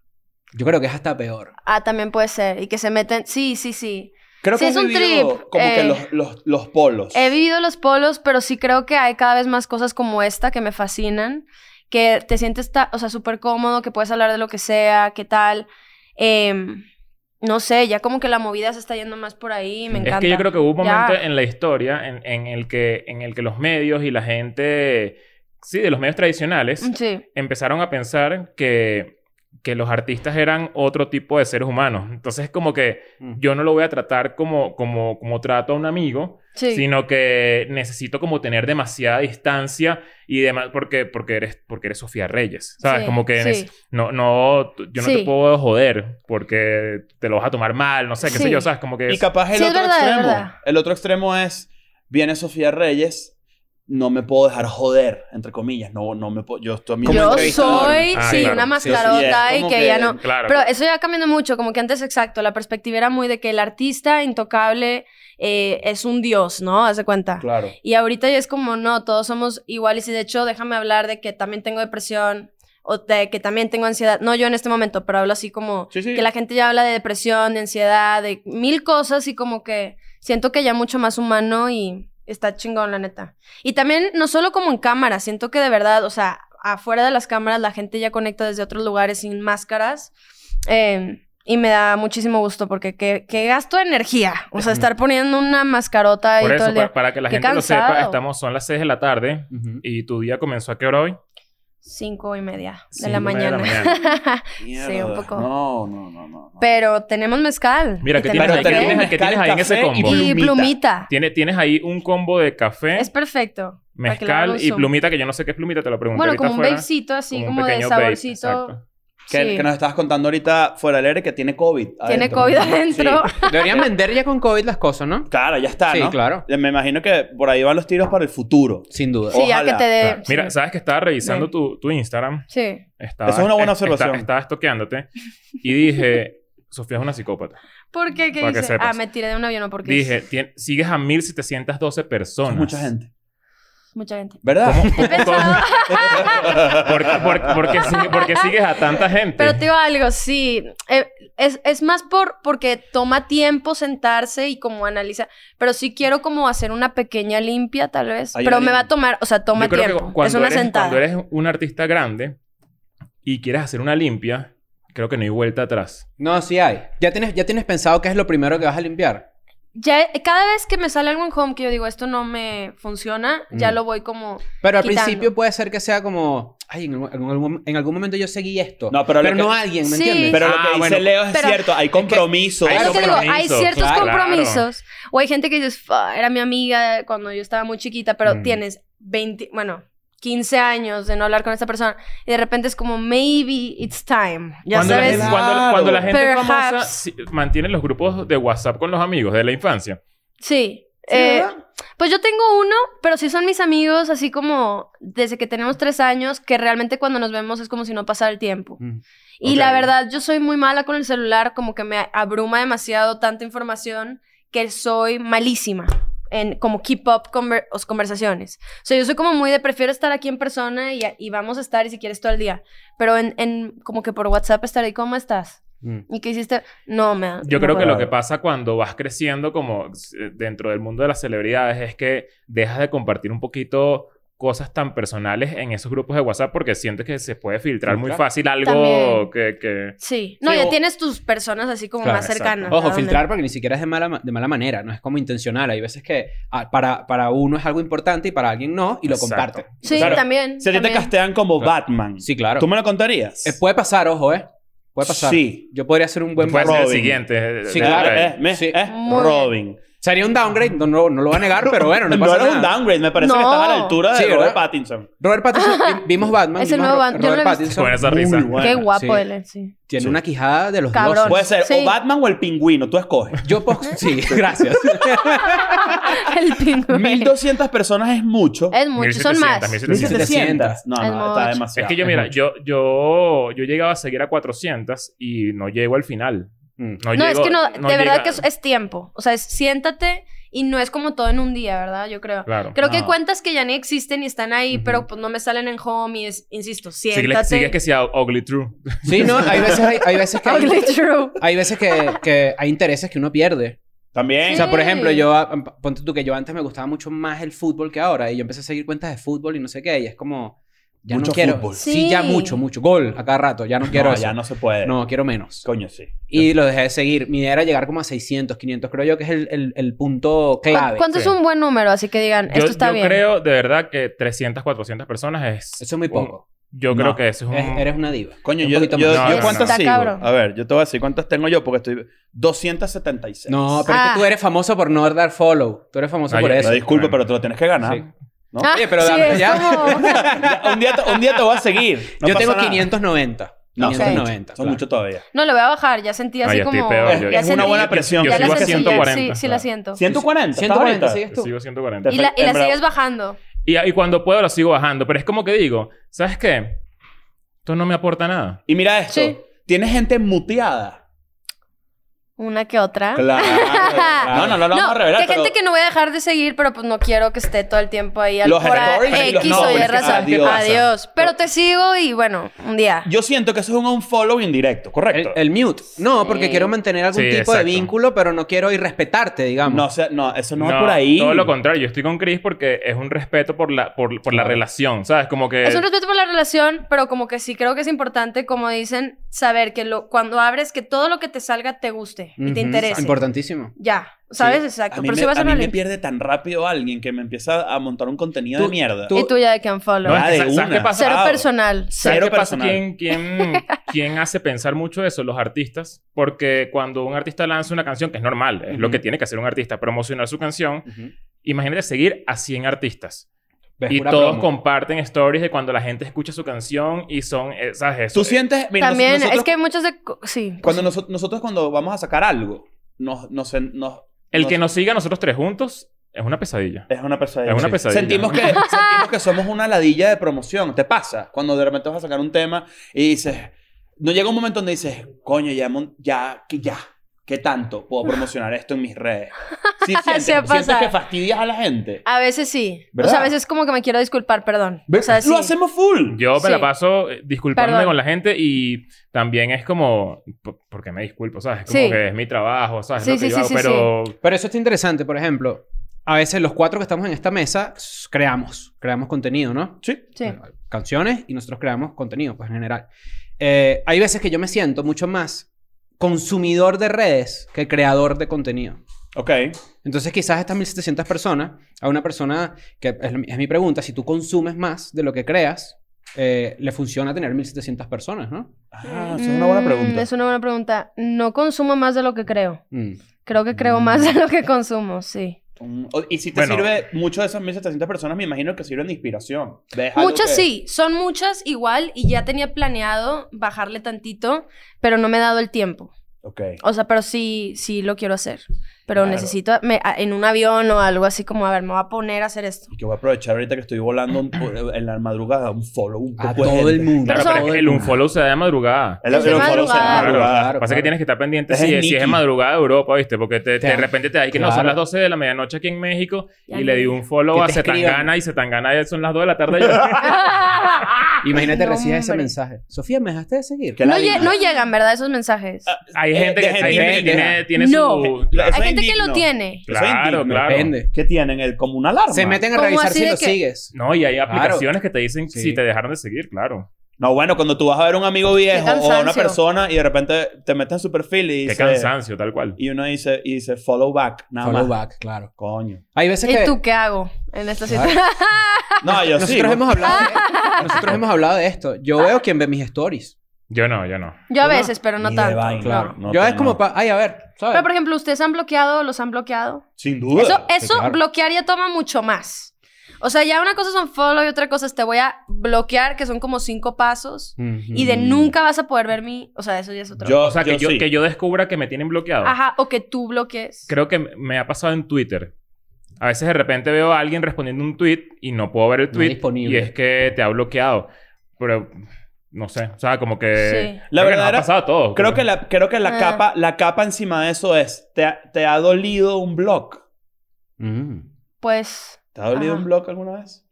Speaker 5: Yo creo que es hasta peor.
Speaker 4: ah, también puede ser. Y que se meten. Sí, sí, sí.
Speaker 3: Creo
Speaker 4: Sí,
Speaker 3: que
Speaker 4: es
Speaker 3: has
Speaker 4: un
Speaker 3: vivido
Speaker 4: trip,
Speaker 3: como que
Speaker 4: eh.
Speaker 3: los, los, los polos.
Speaker 4: He vivido los polos, pero sí creo que hay cada vez más cosas como esta que me fascinan, que te sientes, ta- o sea, súper cómodo, que puedes hablar de lo que sea, qué tal. Em, no sé, ya como que la movida se está yendo más por ahí, me encanta.
Speaker 2: Es que yo creo que hubo un
Speaker 4: Ya.
Speaker 2: momento en la historia en, en el que, en el que los medios y la gente, sí, de los medios tradicionales,
Speaker 4: Sí,
Speaker 2: empezaron a pensar que, que los artistas eran otro tipo de seres humanos. Entonces, es como que
Speaker 5: Mm.
Speaker 2: yo no lo voy a tratar como, como, como trato a un amigo,
Speaker 4: sí.
Speaker 2: sino que necesito como tener demasiada distancia y demás, porque, porque, eres, porque eres Sofía Reyes, ¿sabes?
Speaker 4: Sí,
Speaker 2: como que
Speaker 4: sí.
Speaker 2: neces- no, no, tú- yo no te
Speaker 4: Sí.
Speaker 2: puedo joder porque te lo vas a tomar mal, no sé, qué sé
Speaker 4: Sí.
Speaker 2: yo, ¿sabes? Como que...
Speaker 3: Y
Speaker 2: es-
Speaker 3: capaz el
Speaker 4: Sí, es
Speaker 3: otro
Speaker 4: verdad, es
Speaker 3: extremo.
Speaker 4: verdad.
Speaker 3: El otro extremo es, viene Sofía Reyes, no me puedo dejar joder, entre comillas. No, no me puedo, yo estoy a mí no
Speaker 4: Yo
Speaker 3: me-
Speaker 5: entrevistador.
Speaker 4: soy,
Speaker 2: Ah, claro.
Speaker 4: sí, una
Speaker 5: Sí, sí, ya,
Speaker 4: mascarota y
Speaker 3: como
Speaker 4: que,
Speaker 3: que-
Speaker 4: ya no.
Speaker 2: Claro.
Speaker 4: Pero eso ya cambiando mucho, como que antes, exacto, la perspectiva era muy de que el artista intocable eh, es un dios, ¿no? Haz de cuenta.
Speaker 3: Claro.
Speaker 4: Y ahorita ya es como, no, todos somos iguales y de hecho déjame hablar de que también tengo depresión o de que también tengo ansiedad. No yo en este momento, pero hablo así como
Speaker 3: Sí, sí.
Speaker 4: que la gente ya habla de depresión, de ansiedad, de mil cosas y como que siento que ya mucho más humano y está chingón la neta. Y también no solo como en cámara, siento que de verdad, o sea, afuera de las cámaras la gente ya conecta desde otros lugares sin máscaras. Eh, y me da muchísimo gusto porque qué, qué gasto de energía. O sea, estar poniendo una mascarota ahí
Speaker 2: Por eso,
Speaker 4: todo el día.
Speaker 2: para, para que la
Speaker 4: Qué
Speaker 2: gente lo sepa,
Speaker 4: cansado.
Speaker 2: estamos, son las 6 de la tarde
Speaker 5: Ujú.
Speaker 2: y tu día comenzó a qué hora hoy?
Speaker 4: Cinco y media de
Speaker 2: Cinco
Speaker 4: la
Speaker 2: y media de la
Speaker 4: mañana.
Speaker 3: Mierda.
Speaker 4: un poco.
Speaker 3: No, no, no, no. no.
Speaker 4: Pero tenemos mezcal.
Speaker 2: Mira,
Speaker 4: Y
Speaker 2: que tienes
Speaker 4: tenemos
Speaker 2: ahí, que tienes,
Speaker 3: Pero
Speaker 4: café
Speaker 3: tenemos
Speaker 2: que tienes
Speaker 3: mezcal,
Speaker 2: ahí en ese
Speaker 3: café y
Speaker 2: combo.
Speaker 3: plum-
Speaker 4: Y plumita.
Speaker 2: Tiene- tienes ahí un combo de café,
Speaker 4: Es perfecto. para que lo haga
Speaker 2: mezcal
Speaker 4: un
Speaker 2: y
Speaker 4: zoom.
Speaker 2: plumita, que yo no sé qué es plumita, te lo pregunté
Speaker 4: Bueno,
Speaker 2: ahorita
Speaker 4: como un
Speaker 2: afuera.
Speaker 4: babecito así,
Speaker 2: Como un
Speaker 4: como, de
Speaker 2: pequeño vape,
Speaker 4: saborcito.
Speaker 2: exacto.
Speaker 3: que,
Speaker 4: sí.
Speaker 3: que nos estabas contando ahorita fuera del aire que tiene COVID.
Speaker 4: Tiene
Speaker 3: adentro.
Speaker 4: COVID
Speaker 3: Sí.
Speaker 4: adentro.
Speaker 5: Deberían vender ya con COVID las cosas, ¿no?
Speaker 3: Claro, ya está,
Speaker 5: sí,
Speaker 3: ¿no?
Speaker 5: claro.
Speaker 3: Me imagino que por ahí van los tiros para el futuro.
Speaker 5: Sin duda.
Speaker 4: Sí, ya
Speaker 3: Ojalá.
Speaker 4: que te dé.
Speaker 2: Claro. Mira,
Speaker 4: sí.
Speaker 2: sabes que estaba revisando
Speaker 4: Ven.
Speaker 2: tu, tu Instagram.
Speaker 4: Sí.
Speaker 2: Estaba,
Speaker 3: Esa es una buena
Speaker 2: es- está-
Speaker 3: observación.
Speaker 2: Estaba estoqueándote y dije, Sofía es una psicópata.
Speaker 4: ¿Por qué? ¿Qué
Speaker 2: Para que
Speaker 4: hice?
Speaker 2: sepas.
Speaker 4: Ah, me tiré de un avión ¿o por qué?
Speaker 2: Dije, tien- sigues a 1712
Speaker 3: Es
Speaker 2: personas.
Speaker 3: mucha gente.
Speaker 4: Mucha gente.
Speaker 3: ¿Verdad?
Speaker 4: He pensado-
Speaker 2: ¿Por, qué- por, por qué sigue- por qué sigues a tanta gente?
Speaker 4: Pero te digo algo, sí. eh, es, es más por porque toma tiempo sentarse y como analizar. Pero sí quiero como hacer una pequeña limpia, tal vez.
Speaker 3: Hay
Speaker 4: pero
Speaker 3: una
Speaker 4: me va a
Speaker 3: limpia.
Speaker 4: tomar, o sea, toma
Speaker 2: Yo creo que
Speaker 4: tiempo.
Speaker 2: cuando
Speaker 4: es una
Speaker 2: eres,
Speaker 4: sentada.
Speaker 2: Cuando eres un artista grande y quieres hacer una limpia, creo que no hay vuelta atrás.
Speaker 5: No, sí hay. ¿Ya tienes, ya tienes pensado qué es lo primero que vas a limpiar.
Speaker 4: Ya, eh, cada vez que me sale algo en home que yo digo, esto no me funciona, ya
Speaker 5: Mm.
Speaker 4: lo voy como.
Speaker 5: Pero al
Speaker 4: Quitando.
Speaker 5: principio puede ser que sea como, ay, en, algún- en algún, en algún momento yo seguí esto.
Speaker 3: No, pero lo que-
Speaker 5: no alguien, ¿me
Speaker 4: Sí.
Speaker 5: entiendes?
Speaker 3: Pero lo
Speaker 2: Ah,
Speaker 3: que dice
Speaker 2: bueno.
Speaker 3: Leo es
Speaker 4: Pero-
Speaker 3: cierto. Hay compromiso.
Speaker 2: Hay
Speaker 4: Es lo que digo, hay
Speaker 2: compromisos,
Speaker 4: ciertos
Speaker 2: claro.
Speaker 4: compromisos. O hay gente que dices, "Fa, era mi amiga cuando yo estaba muy chiquita, pero
Speaker 2: Mm.
Speaker 4: tienes 20, bueno, 15 años de no hablar con esta persona. Y de repente es como, maybe it's time. Ya
Speaker 2: cuando,
Speaker 4: sabes.
Speaker 2: La, gente- cuando, cuando la gente
Speaker 4: Perhaps.
Speaker 2: famosa si- mantiene los grupos de WhatsApp con los amigos de la infancia.
Speaker 4: Sí. Eh, pues yo tengo uno, pero sí son mis amigos, así como desde que tenemos tres años, que realmente cuando nos vemos es como si no pasara el tiempo.
Speaker 5: Mm.
Speaker 4: Y la
Speaker 2: Ok.
Speaker 4: verdad, yo soy muy mala con el celular, como que me abruma demasiado tanta información que soy malísima en como keep up conver- os- conversaciones. O sea, yo soy como muy de prefiero estar aquí en persona y, y vamos a estar, y si quieres, todo el día. Pero en, en- como que por WhatsApp estar ahí, ¿cómo estás?
Speaker 5: Mm.
Speaker 4: ¿Y qué hiciste? No, me...
Speaker 2: Yo
Speaker 4: no
Speaker 2: creo que
Speaker 4: puedo.
Speaker 2: lo que pasa cuando vas creciendo como eh, dentro del mundo de las celebridades es que dejas de compartir un poquito cosas tan personales en esos grupos de WhatsApp porque sientes que se puede filtrar
Speaker 5: Sí,
Speaker 2: muy
Speaker 5: claro.
Speaker 2: fácil algo
Speaker 4: También.
Speaker 2: que, que-
Speaker 4: Sí. No,
Speaker 5: Sí,
Speaker 4: ya
Speaker 5: o-
Speaker 4: tienes tus personas así como
Speaker 5: Claro,
Speaker 4: más
Speaker 2: exacto.
Speaker 4: cercanas. ¿a
Speaker 5: Ojo,
Speaker 4: dónde?
Speaker 5: filtrar porque ni siquiera es de mala, ma- de mala manera, no es como intencional. Hay veces que ah, para, para uno es algo importante y para alguien no, y lo
Speaker 2: Exacto.
Speaker 5: comparten.
Speaker 4: Sí,
Speaker 3: Claro.
Speaker 4: también.
Speaker 3: Si a ti te
Speaker 4: también.
Speaker 3: castean como
Speaker 5: Claro.
Speaker 3: Batman,
Speaker 5: Sí, claro.
Speaker 3: ¿tú me lo contarías?
Speaker 5: Eh, puede pasar, ojo, ¿eh? Puede pasar.
Speaker 3: Sí.
Speaker 5: Yo podría hacer un buen
Speaker 2: Puede ser el
Speaker 3: Robin.
Speaker 2: siguiente.
Speaker 5: Sí,
Speaker 2: De-
Speaker 5: claro.
Speaker 2: de-
Speaker 3: Eh, me-
Speaker 5: Sí.
Speaker 3: eh,
Speaker 4: Muy
Speaker 3: Robin.
Speaker 5: Sería un downgrade, no, no, no lo voy a negar, pero bueno, no
Speaker 3: No,
Speaker 5: pasa
Speaker 3: era un
Speaker 5: nada.
Speaker 3: downgrade, me parece que
Speaker 4: No.
Speaker 3: estás a la altura de
Speaker 5: Sí,
Speaker 3: Robert
Speaker 5: ¿verdad?
Speaker 3: Pattinson.
Speaker 5: Robert Pattinson, vi- vimos Batman.
Speaker 4: Es el
Speaker 5: vimos
Speaker 4: nuevo
Speaker 5: Ro-
Speaker 4: Batman, yo lo
Speaker 5: Robert
Speaker 4: he visto.
Speaker 5: Pattinson.
Speaker 2: Con esa
Speaker 3: Muy
Speaker 2: risa.
Speaker 3: bueno.
Speaker 4: Qué
Speaker 3: sí.
Speaker 4: guapo él, eh, sí.
Speaker 5: Tiene
Speaker 3: Sí.
Speaker 5: una quijada de los
Speaker 4: Cabrón.
Speaker 5: dioses.
Speaker 3: Puede ser
Speaker 4: Sí.
Speaker 3: o Batman o el pingüino, tú escoges.
Speaker 5: Yo pos- Sí, gracias.
Speaker 4: El pingüino.
Speaker 3: 1200 personas es mucho.
Speaker 4: Es mucho, son
Speaker 2: 1700,
Speaker 4: más.
Speaker 2: 1700.
Speaker 3: 1700. No,
Speaker 4: Es
Speaker 3: no,
Speaker 4: mucho.
Speaker 3: está demasiado.
Speaker 2: Es que yo, mira, yo, yo, yo llegaba a seguir a 400 y no llego al final.
Speaker 5: Mm.
Speaker 2: No,
Speaker 4: No, es
Speaker 2: llego-
Speaker 4: que no, de verdad
Speaker 2: llega-
Speaker 4: que es, es tiempo. O sea, es siéntate y no es como todo en un día, ¿verdad? Yo creo.
Speaker 2: Claro.
Speaker 4: Creo que hay
Speaker 3: No.
Speaker 4: cuentas que ya ni existen y están ahí,
Speaker 2: Ujú.
Speaker 4: pero pues no me salen en home y es, insisto,
Speaker 2: Sigue,
Speaker 4: siéntate.
Speaker 2: sigue que sea Ugly True.
Speaker 5: Sí, no, hay veces, hay, hay veces que...
Speaker 4: Ugly
Speaker 5: Hay,
Speaker 4: true.
Speaker 5: hay veces que, que hay intereses que uno pierde.
Speaker 3: También.
Speaker 5: O sea, por
Speaker 4: Sí.
Speaker 5: ejemplo, yo... ah, Ponte tú que yo antes me gustaba mucho más el fútbol que ahora. Y yo empecé a seguir cuentas de fútbol y no sé qué. Y es como... Ya
Speaker 3: Mucho
Speaker 5: no quiero...
Speaker 3: fútbol.
Speaker 5: Sí.
Speaker 4: Sí.
Speaker 5: ya mucho, mucho. Gol a cada rato. Ya no quiero
Speaker 3: no,
Speaker 5: eso.
Speaker 3: ya no se puede.
Speaker 5: No, quiero menos.
Speaker 3: Coño, sí.
Speaker 5: Y lo dejé de seguir. Mi idea era llegar como a 600, 500. Creo yo que es el, el- el punto clave.
Speaker 4: ¿Cuánto
Speaker 2: sí.
Speaker 4: es un buen número? Así que digan,
Speaker 2: Yo,
Speaker 4: esto está
Speaker 2: yo
Speaker 4: bien.
Speaker 2: creo, de verdad, que 300, 400 personas es...
Speaker 5: Eso es muy poco.
Speaker 2: Yo
Speaker 3: No,
Speaker 2: creo que eso es un...
Speaker 5: Es- eres una diva.
Speaker 3: Coño,
Speaker 5: Un
Speaker 3: yo,
Speaker 5: poquito
Speaker 3: yo,
Speaker 5: más.
Speaker 2: No,
Speaker 3: yo
Speaker 2: no,
Speaker 3: cuántas
Speaker 4: no. Está
Speaker 3: sigo.
Speaker 4: cabrón.
Speaker 3: A ver, yo te voy a decir cuántas tengo yo porque estoy... 276.
Speaker 5: No, pero es
Speaker 4: Ah.
Speaker 5: que tú eres famoso por no dar follow. Tú eres famoso
Speaker 2: No,
Speaker 5: por
Speaker 2: yo-
Speaker 5: eso.
Speaker 3: No, disculpe,
Speaker 2: Bueno.
Speaker 3: pero te lo tienes que ganar.
Speaker 5: Sí.
Speaker 3: ¿no?
Speaker 4: Ah,
Speaker 5: Oye, pero
Speaker 4: sí,
Speaker 5: dame
Speaker 4: es
Speaker 5: ya.
Speaker 4: como-
Speaker 3: Ya, un, día te, un día te voy a seguir. No
Speaker 5: yo
Speaker 3: pasa
Speaker 5: tengo
Speaker 3: nada.
Speaker 5: 590.
Speaker 3: No, son
Speaker 5: 590.
Speaker 3: muchos. Son
Speaker 5: claro.
Speaker 3: mucho todavía.
Speaker 4: No, lo voy a bajar. Ya sentí así
Speaker 2: Ay, estoy
Speaker 4: como...
Speaker 2: peor, yo-
Speaker 4: ya
Speaker 3: Es una
Speaker 4: sentí-
Speaker 3: buena presión.
Speaker 2: Yo
Speaker 4: Ya la
Speaker 2: sigo a
Speaker 4: sentí, ya,
Speaker 2: 140.
Speaker 4: sí, sí la siento.
Speaker 3: 140. ¿estás
Speaker 5: 140
Speaker 3: ahorita?
Speaker 5: sigues tú.
Speaker 2: Sigo 140.
Speaker 4: Y la, y la
Speaker 3: En verdad.
Speaker 4: sigues bajando.
Speaker 2: Y, y cuando puedo lo sigo bajando. Pero es como que digo, ¿sabes qué? Esto no me aporta nada.
Speaker 3: Y mira esto.
Speaker 4: Sí.
Speaker 3: Tienes gente muteada.
Speaker 4: Una que otra.
Speaker 3: Claro. No, no, no lo vamos a revelar.
Speaker 4: que
Speaker 3: pero-
Speaker 4: gente que Ah. no voy a dejar de seguir, pero pues no quiero que esté todo el tiempo ahí al
Speaker 3: Los
Speaker 4: por a-
Speaker 3: stories y los
Speaker 4: X
Speaker 3: no,
Speaker 4: o Y
Speaker 3: porque
Speaker 4: razón.
Speaker 3: sabes qué pasa.
Speaker 4: Adiós. Pero te sigo y bueno, un día.
Speaker 3: Yo siento que eso es un unfollow indirecto,
Speaker 5: El,
Speaker 3: ¿correcto?
Speaker 5: el mute. No, porque
Speaker 4: Sí.
Speaker 5: quiero mantener algún
Speaker 2: Sí,
Speaker 5: tipo de
Speaker 2: exacto.
Speaker 5: vínculo, pero no quiero irrespetarte, digamos.
Speaker 3: No, o sea, no, eso no, va por ahí.
Speaker 2: Todo lo contrario. Yo estoy con Chris porque es un respeto por la, por, por la
Speaker 5: Claro.
Speaker 2: relación, ¿sabes? Como que...
Speaker 3: eh,
Speaker 4: Es un respeto por la relación, pero como que sí creo que es importante, como dicen, saber que lo, cuando abres, que todo lo que te salga te guste y te
Speaker 5: Ujú,
Speaker 4: interese.
Speaker 5: Importantísimo.
Speaker 4: Ya, ¿sabes?
Speaker 3: Sí.
Speaker 4: Exacto.
Speaker 3: A mí,
Speaker 4: Pero
Speaker 3: me,
Speaker 4: si vas a
Speaker 3: a mí
Speaker 4: una
Speaker 3: me
Speaker 4: lista.
Speaker 3: pierde tan rápido alguien que me empieza a montar un contenido de
Speaker 5: Tú-
Speaker 3: mierda.
Speaker 5: tú-
Speaker 4: Y tú ya de que unfollow.
Speaker 2: No, es que
Speaker 3: Ah, de
Speaker 2: sa- ¿sabes
Speaker 3: una.
Speaker 2: qué pasa?
Speaker 4: Cero
Speaker 3: pasado.
Speaker 4: personal.
Speaker 3: Cero.
Speaker 2: ¿Sabes qué pasa?
Speaker 3: personal.
Speaker 2: ¿Quién, quién, quién hace pensar mucho eso? Los artistas. Porque cuando un artista lanza una canción, que es normal, es lo
Speaker 5: Ujú.
Speaker 2: que tiene que hacer un artista, promocionar su canción,
Speaker 5: Ujú.
Speaker 2: imagínate seguir a 100 artistas.
Speaker 5: Ves
Speaker 2: y
Speaker 5: pura
Speaker 2: todos
Speaker 5: promo.
Speaker 2: comparten stories de cuando la gente escucha su canción y son... eh, ¿Sabes? Eso
Speaker 3: Tú
Speaker 2: es-
Speaker 3: sientes... mira, nos-
Speaker 4: También, es
Speaker 3: nosotros-
Speaker 4: que muchos de... co- Sí. pues,
Speaker 3: Cuando noso- nosotros cuando vamos a sacar algo, nos, nos, nos-
Speaker 2: eh, El que
Speaker 3: nos-
Speaker 2: nos siga a nosotros tres juntos es una pesadilla.
Speaker 3: Es una pesadilla.
Speaker 2: Es una pesadilla.
Speaker 3: Sentimos que, sentimos que somos una ladilla de promoción. ¿Te pasa? Cuando de repente vas a sacar un tema y dices... No llega un momento donde dices, coño, ya, mon- ya, que ya. ¿Qué tanto puedo promocionar esto en mis redes? Sí, sientes,
Speaker 4: Sí ha
Speaker 3: sientes
Speaker 4: pasado.
Speaker 3: que fastidias a la gente.
Speaker 4: A veces sí. O
Speaker 3: ¿Verdad?
Speaker 4: sea, a veces como que me quiero disculpar, perdón. O sea, sí.
Speaker 3: Lo hacemos full.
Speaker 2: Yo me
Speaker 4: Sí.
Speaker 2: la paso eh, disculpándome
Speaker 4: Perdón.
Speaker 2: con la gente y también es como, "Po- ¿por qué me disculpo? ¿Sabes? Como
Speaker 4: Sí.
Speaker 2: que es mi trabajo, ¿sabes?
Speaker 4: Sí,
Speaker 2: lo que
Speaker 4: sí,
Speaker 2: yo
Speaker 4: sí,
Speaker 2: hago,
Speaker 4: sí,
Speaker 2: pero
Speaker 5: Pero eso está interesante, por ejemplo. A veces los cuatro que estamos en esta mesa s- creamos, creamos contenido, ¿no?
Speaker 3: Sí.
Speaker 4: Sí.
Speaker 5: Canciones y nosotros creamos contenido, pues en general. Eh, hay veces que yo me siento mucho más consumidor de redes que creador de contenido.
Speaker 3: Ok.
Speaker 5: Entonces, quizás estas 1700 personas, a una persona que es, es mi pregunta, si tú consumes más de lo que creas, eh, le funciona tener 1700 personas, ¿no?
Speaker 3: Ah, esa es una buena
Speaker 4: Mm,
Speaker 3: pregunta.
Speaker 4: Es una buena pregunta. No consumo más de lo que creo.
Speaker 5: Mm.
Speaker 4: Creo que creo
Speaker 5: Mm.
Speaker 4: más de lo que consumo, sí.
Speaker 3: Mm, o- Y si te
Speaker 2: Bueno.
Speaker 3: sirve mucho de esas 1700 personas, me imagino que sirven de inspiración. Ves algo
Speaker 4: Muchas
Speaker 3: que-
Speaker 4: sí, son muchas igual y ya tenía planeado bajarle tantito, pero no me he dado el tiempo.
Speaker 3: Ok.
Speaker 4: O sea, pero sí, sí lo quiero hacer. Pero
Speaker 3: Claro.
Speaker 4: necesito me- a- en un avión o algo así como, a ver, me voy a poner a hacer esto.
Speaker 3: Y que voy a aprovechar ahorita que estoy volando un- en la madrugada un follow. Un
Speaker 5: A
Speaker 3: poco de
Speaker 5: todo
Speaker 3: gente.
Speaker 5: el mundo.
Speaker 2: Claro,
Speaker 4: Pero
Speaker 2: pero es que el unfollow se da de madrugada.
Speaker 3: El,
Speaker 4: Es de
Speaker 3: el follow se
Speaker 4: madrugada.
Speaker 3: da de madrugada.
Speaker 5: Claro.
Speaker 2: Pasa que tienes que estar pendiente
Speaker 3: Es
Speaker 2: si,
Speaker 3: el
Speaker 2: si es de
Speaker 3: Nicky.
Speaker 2: madrugada de Europa, ¿viste? Porque te- te- de
Speaker 5: Te-
Speaker 2: repente te da y que no, son
Speaker 5: claro.
Speaker 2: las 12 de la medianoche aquí en México
Speaker 4: Ya
Speaker 2: y le di
Speaker 4: no.
Speaker 2: un follow
Speaker 5: Que
Speaker 2: a
Speaker 5: te escriban.
Speaker 2: Setangana y Setangana ya son las 2 de la tarde. ya.
Speaker 5: Imagínate,
Speaker 4: No,
Speaker 5: recibes ese
Speaker 4: hombre.
Speaker 5: mensaje. Sofía, ¿me dejaste de seguir?
Speaker 3: Que
Speaker 4: No,
Speaker 3: la
Speaker 4: lle-
Speaker 3: diga.
Speaker 4: no llegan, ¿verdad? Esos mensajes.
Speaker 2: hay gente que,
Speaker 3: de
Speaker 2: hay
Speaker 3: gente
Speaker 2: gente que
Speaker 5: Eh, que
Speaker 2: tiene,
Speaker 5: deja.
Speaker 2: tiene
Speaker 4: No.
Speaker 2: su...
Speaker 3: La-
Speaker 4: Hay
Speaker 3: eso Ah, es
Speaker 4: gente que lo
Speaker 3: indigno.
Speaker 4: tiene.
Speaker 3: Eso es
Speaker 2: Claro,
Speaker 3: indigno.
Speaker 2: claro.
Speaker 5: Depende.
Speaker 3: ¿Qué tienen? El, como una alarma.
Speaker 5: Se meten a
Speaker 4: Como
Speaker 5: revisar
Speaker 4: así
Speaker 5: si
Speaker 4: de
Speaker 5: lo
Speaker 4: que-
Speaker 5: sigues.
Speaker 2: No, y hay
Speaker 5: Claro.
Speaker 2: aplicaciones que te dicen
Speaker 5: Sí.
Speaker 2: si te dejaron de seguir, claro.
Speaker 3: No, bueno, cuando tú vas a ver a un amigo viejo o a una
Speaker 4: cansancio.
Speaker 3: persona y de repente te metes en su perfil y
Speaker 2: Qué
Speaker 3: dice...
Speaker 2: cansancio, tal cual.
Speaker 3: Y uno dice, y dice follow back. Nada
Speaker 5: Follow
Speaker 3: más.
Speaker 5: back, claro.
Speaker 3: Coño.
Speaker 5: Hay veces que...
Speaker 4: ¿Y tú qué hago en esta
Speaker 5: Claro.
Speaker 4: situación?
Speaker 3: No, yo sí.
Speaker 5: Nosotros hemos hablado de... Nosotros hemos hablado de esto. Yo veo quien ve mis stories.
Speaker 2: Yo no, yo no.
Speaker 4: Yo a
Speaker 5: Bueno,
Speaker 4: veces, pero no
Speaker 3: ni de
Speaker 4: tanto.
Speaker 3: vaina.
Speaker 5: Claro.
Speaker 3: No,
Speaker 5: yo
Speaker 3: no,
Speaker 5: es como,
Speaker 3: no.
Speaker 5: pa- ay, a ver, ¿sabes?
Speaker 4: Pero, por ejemplo, ¿ustedes han bloqueado? ¿Los han bloqueado?
Speaker 3: Sin duda.
Speaker 4: Eso, eso
Speaker 5: claro.
Speaker 4: bloquear ya toma mucho más. O sea, ya una cosa es un follow y otra cosa es te voy a bloquear, que son como cinco pasos. Y de nunca vas a poder ver mi... O sea, eso ya es otro...
Speaker 3: Yo,
Speaker 2: O sea, que, yo,
Speaker 3: sí.
Speaker 2: que yo descubra que me tienen bloqueado.
Speaker 4: Ajá, o que tú bloquees.
Speaker 2: Creo que me- me ha pasado en Twitter. A veces de repente veo a alguien respondiendo un tweet y no puedo ver el
Speaker 5: No
Speaker 2: tweet.
Speaker 5: disponible.
Speaker 2: y es que te ha bloqueado. Pero no sé. O sea, como que.
Speaker 4: Sí.
Speaker 2: La verdad. nos
Speaker 3: La
Speaker 2: ha
Speaker 3: verdadera-
Speaker 2: pasado a todos.
Speaker 3: Creo que la, creo que la,
Speaker 4: Ah.
Speaker 3: capa, la capa encima de eso es, ¿te, ha- te ha dolido un blog?
Speaker 5: Mm.
Speaker 4: Pues...
Speaker 3: ¿Te ha dolido
Speaker 4: Ajá.
Speaker 3: un blog alguna vez?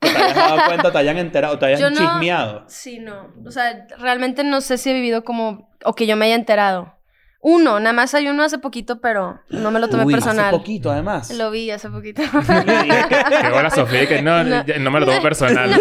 Speaker 3: Que te hayas dado cuenta, te hayan enterado, te hayan
Speaker 4: Yo no-
Speaker 3: chismeado.
Speaker 4: Sí, no. O sea, realmente no sé si he vivido como... O que yo me haya enterado. Uno, nada más hay uno hace poquito, pero no me lo tomé
Speaker 5: Uy, hace
Speaker 4: personal.
Speaker 3: Hace poquito, además.
Speaker 4: Lo vi hace poquito.
Speaker 2: Que hola, Sofía. y Que no,
Speaker 4: No.
Speaker 2: ya- no me lo tomo personal.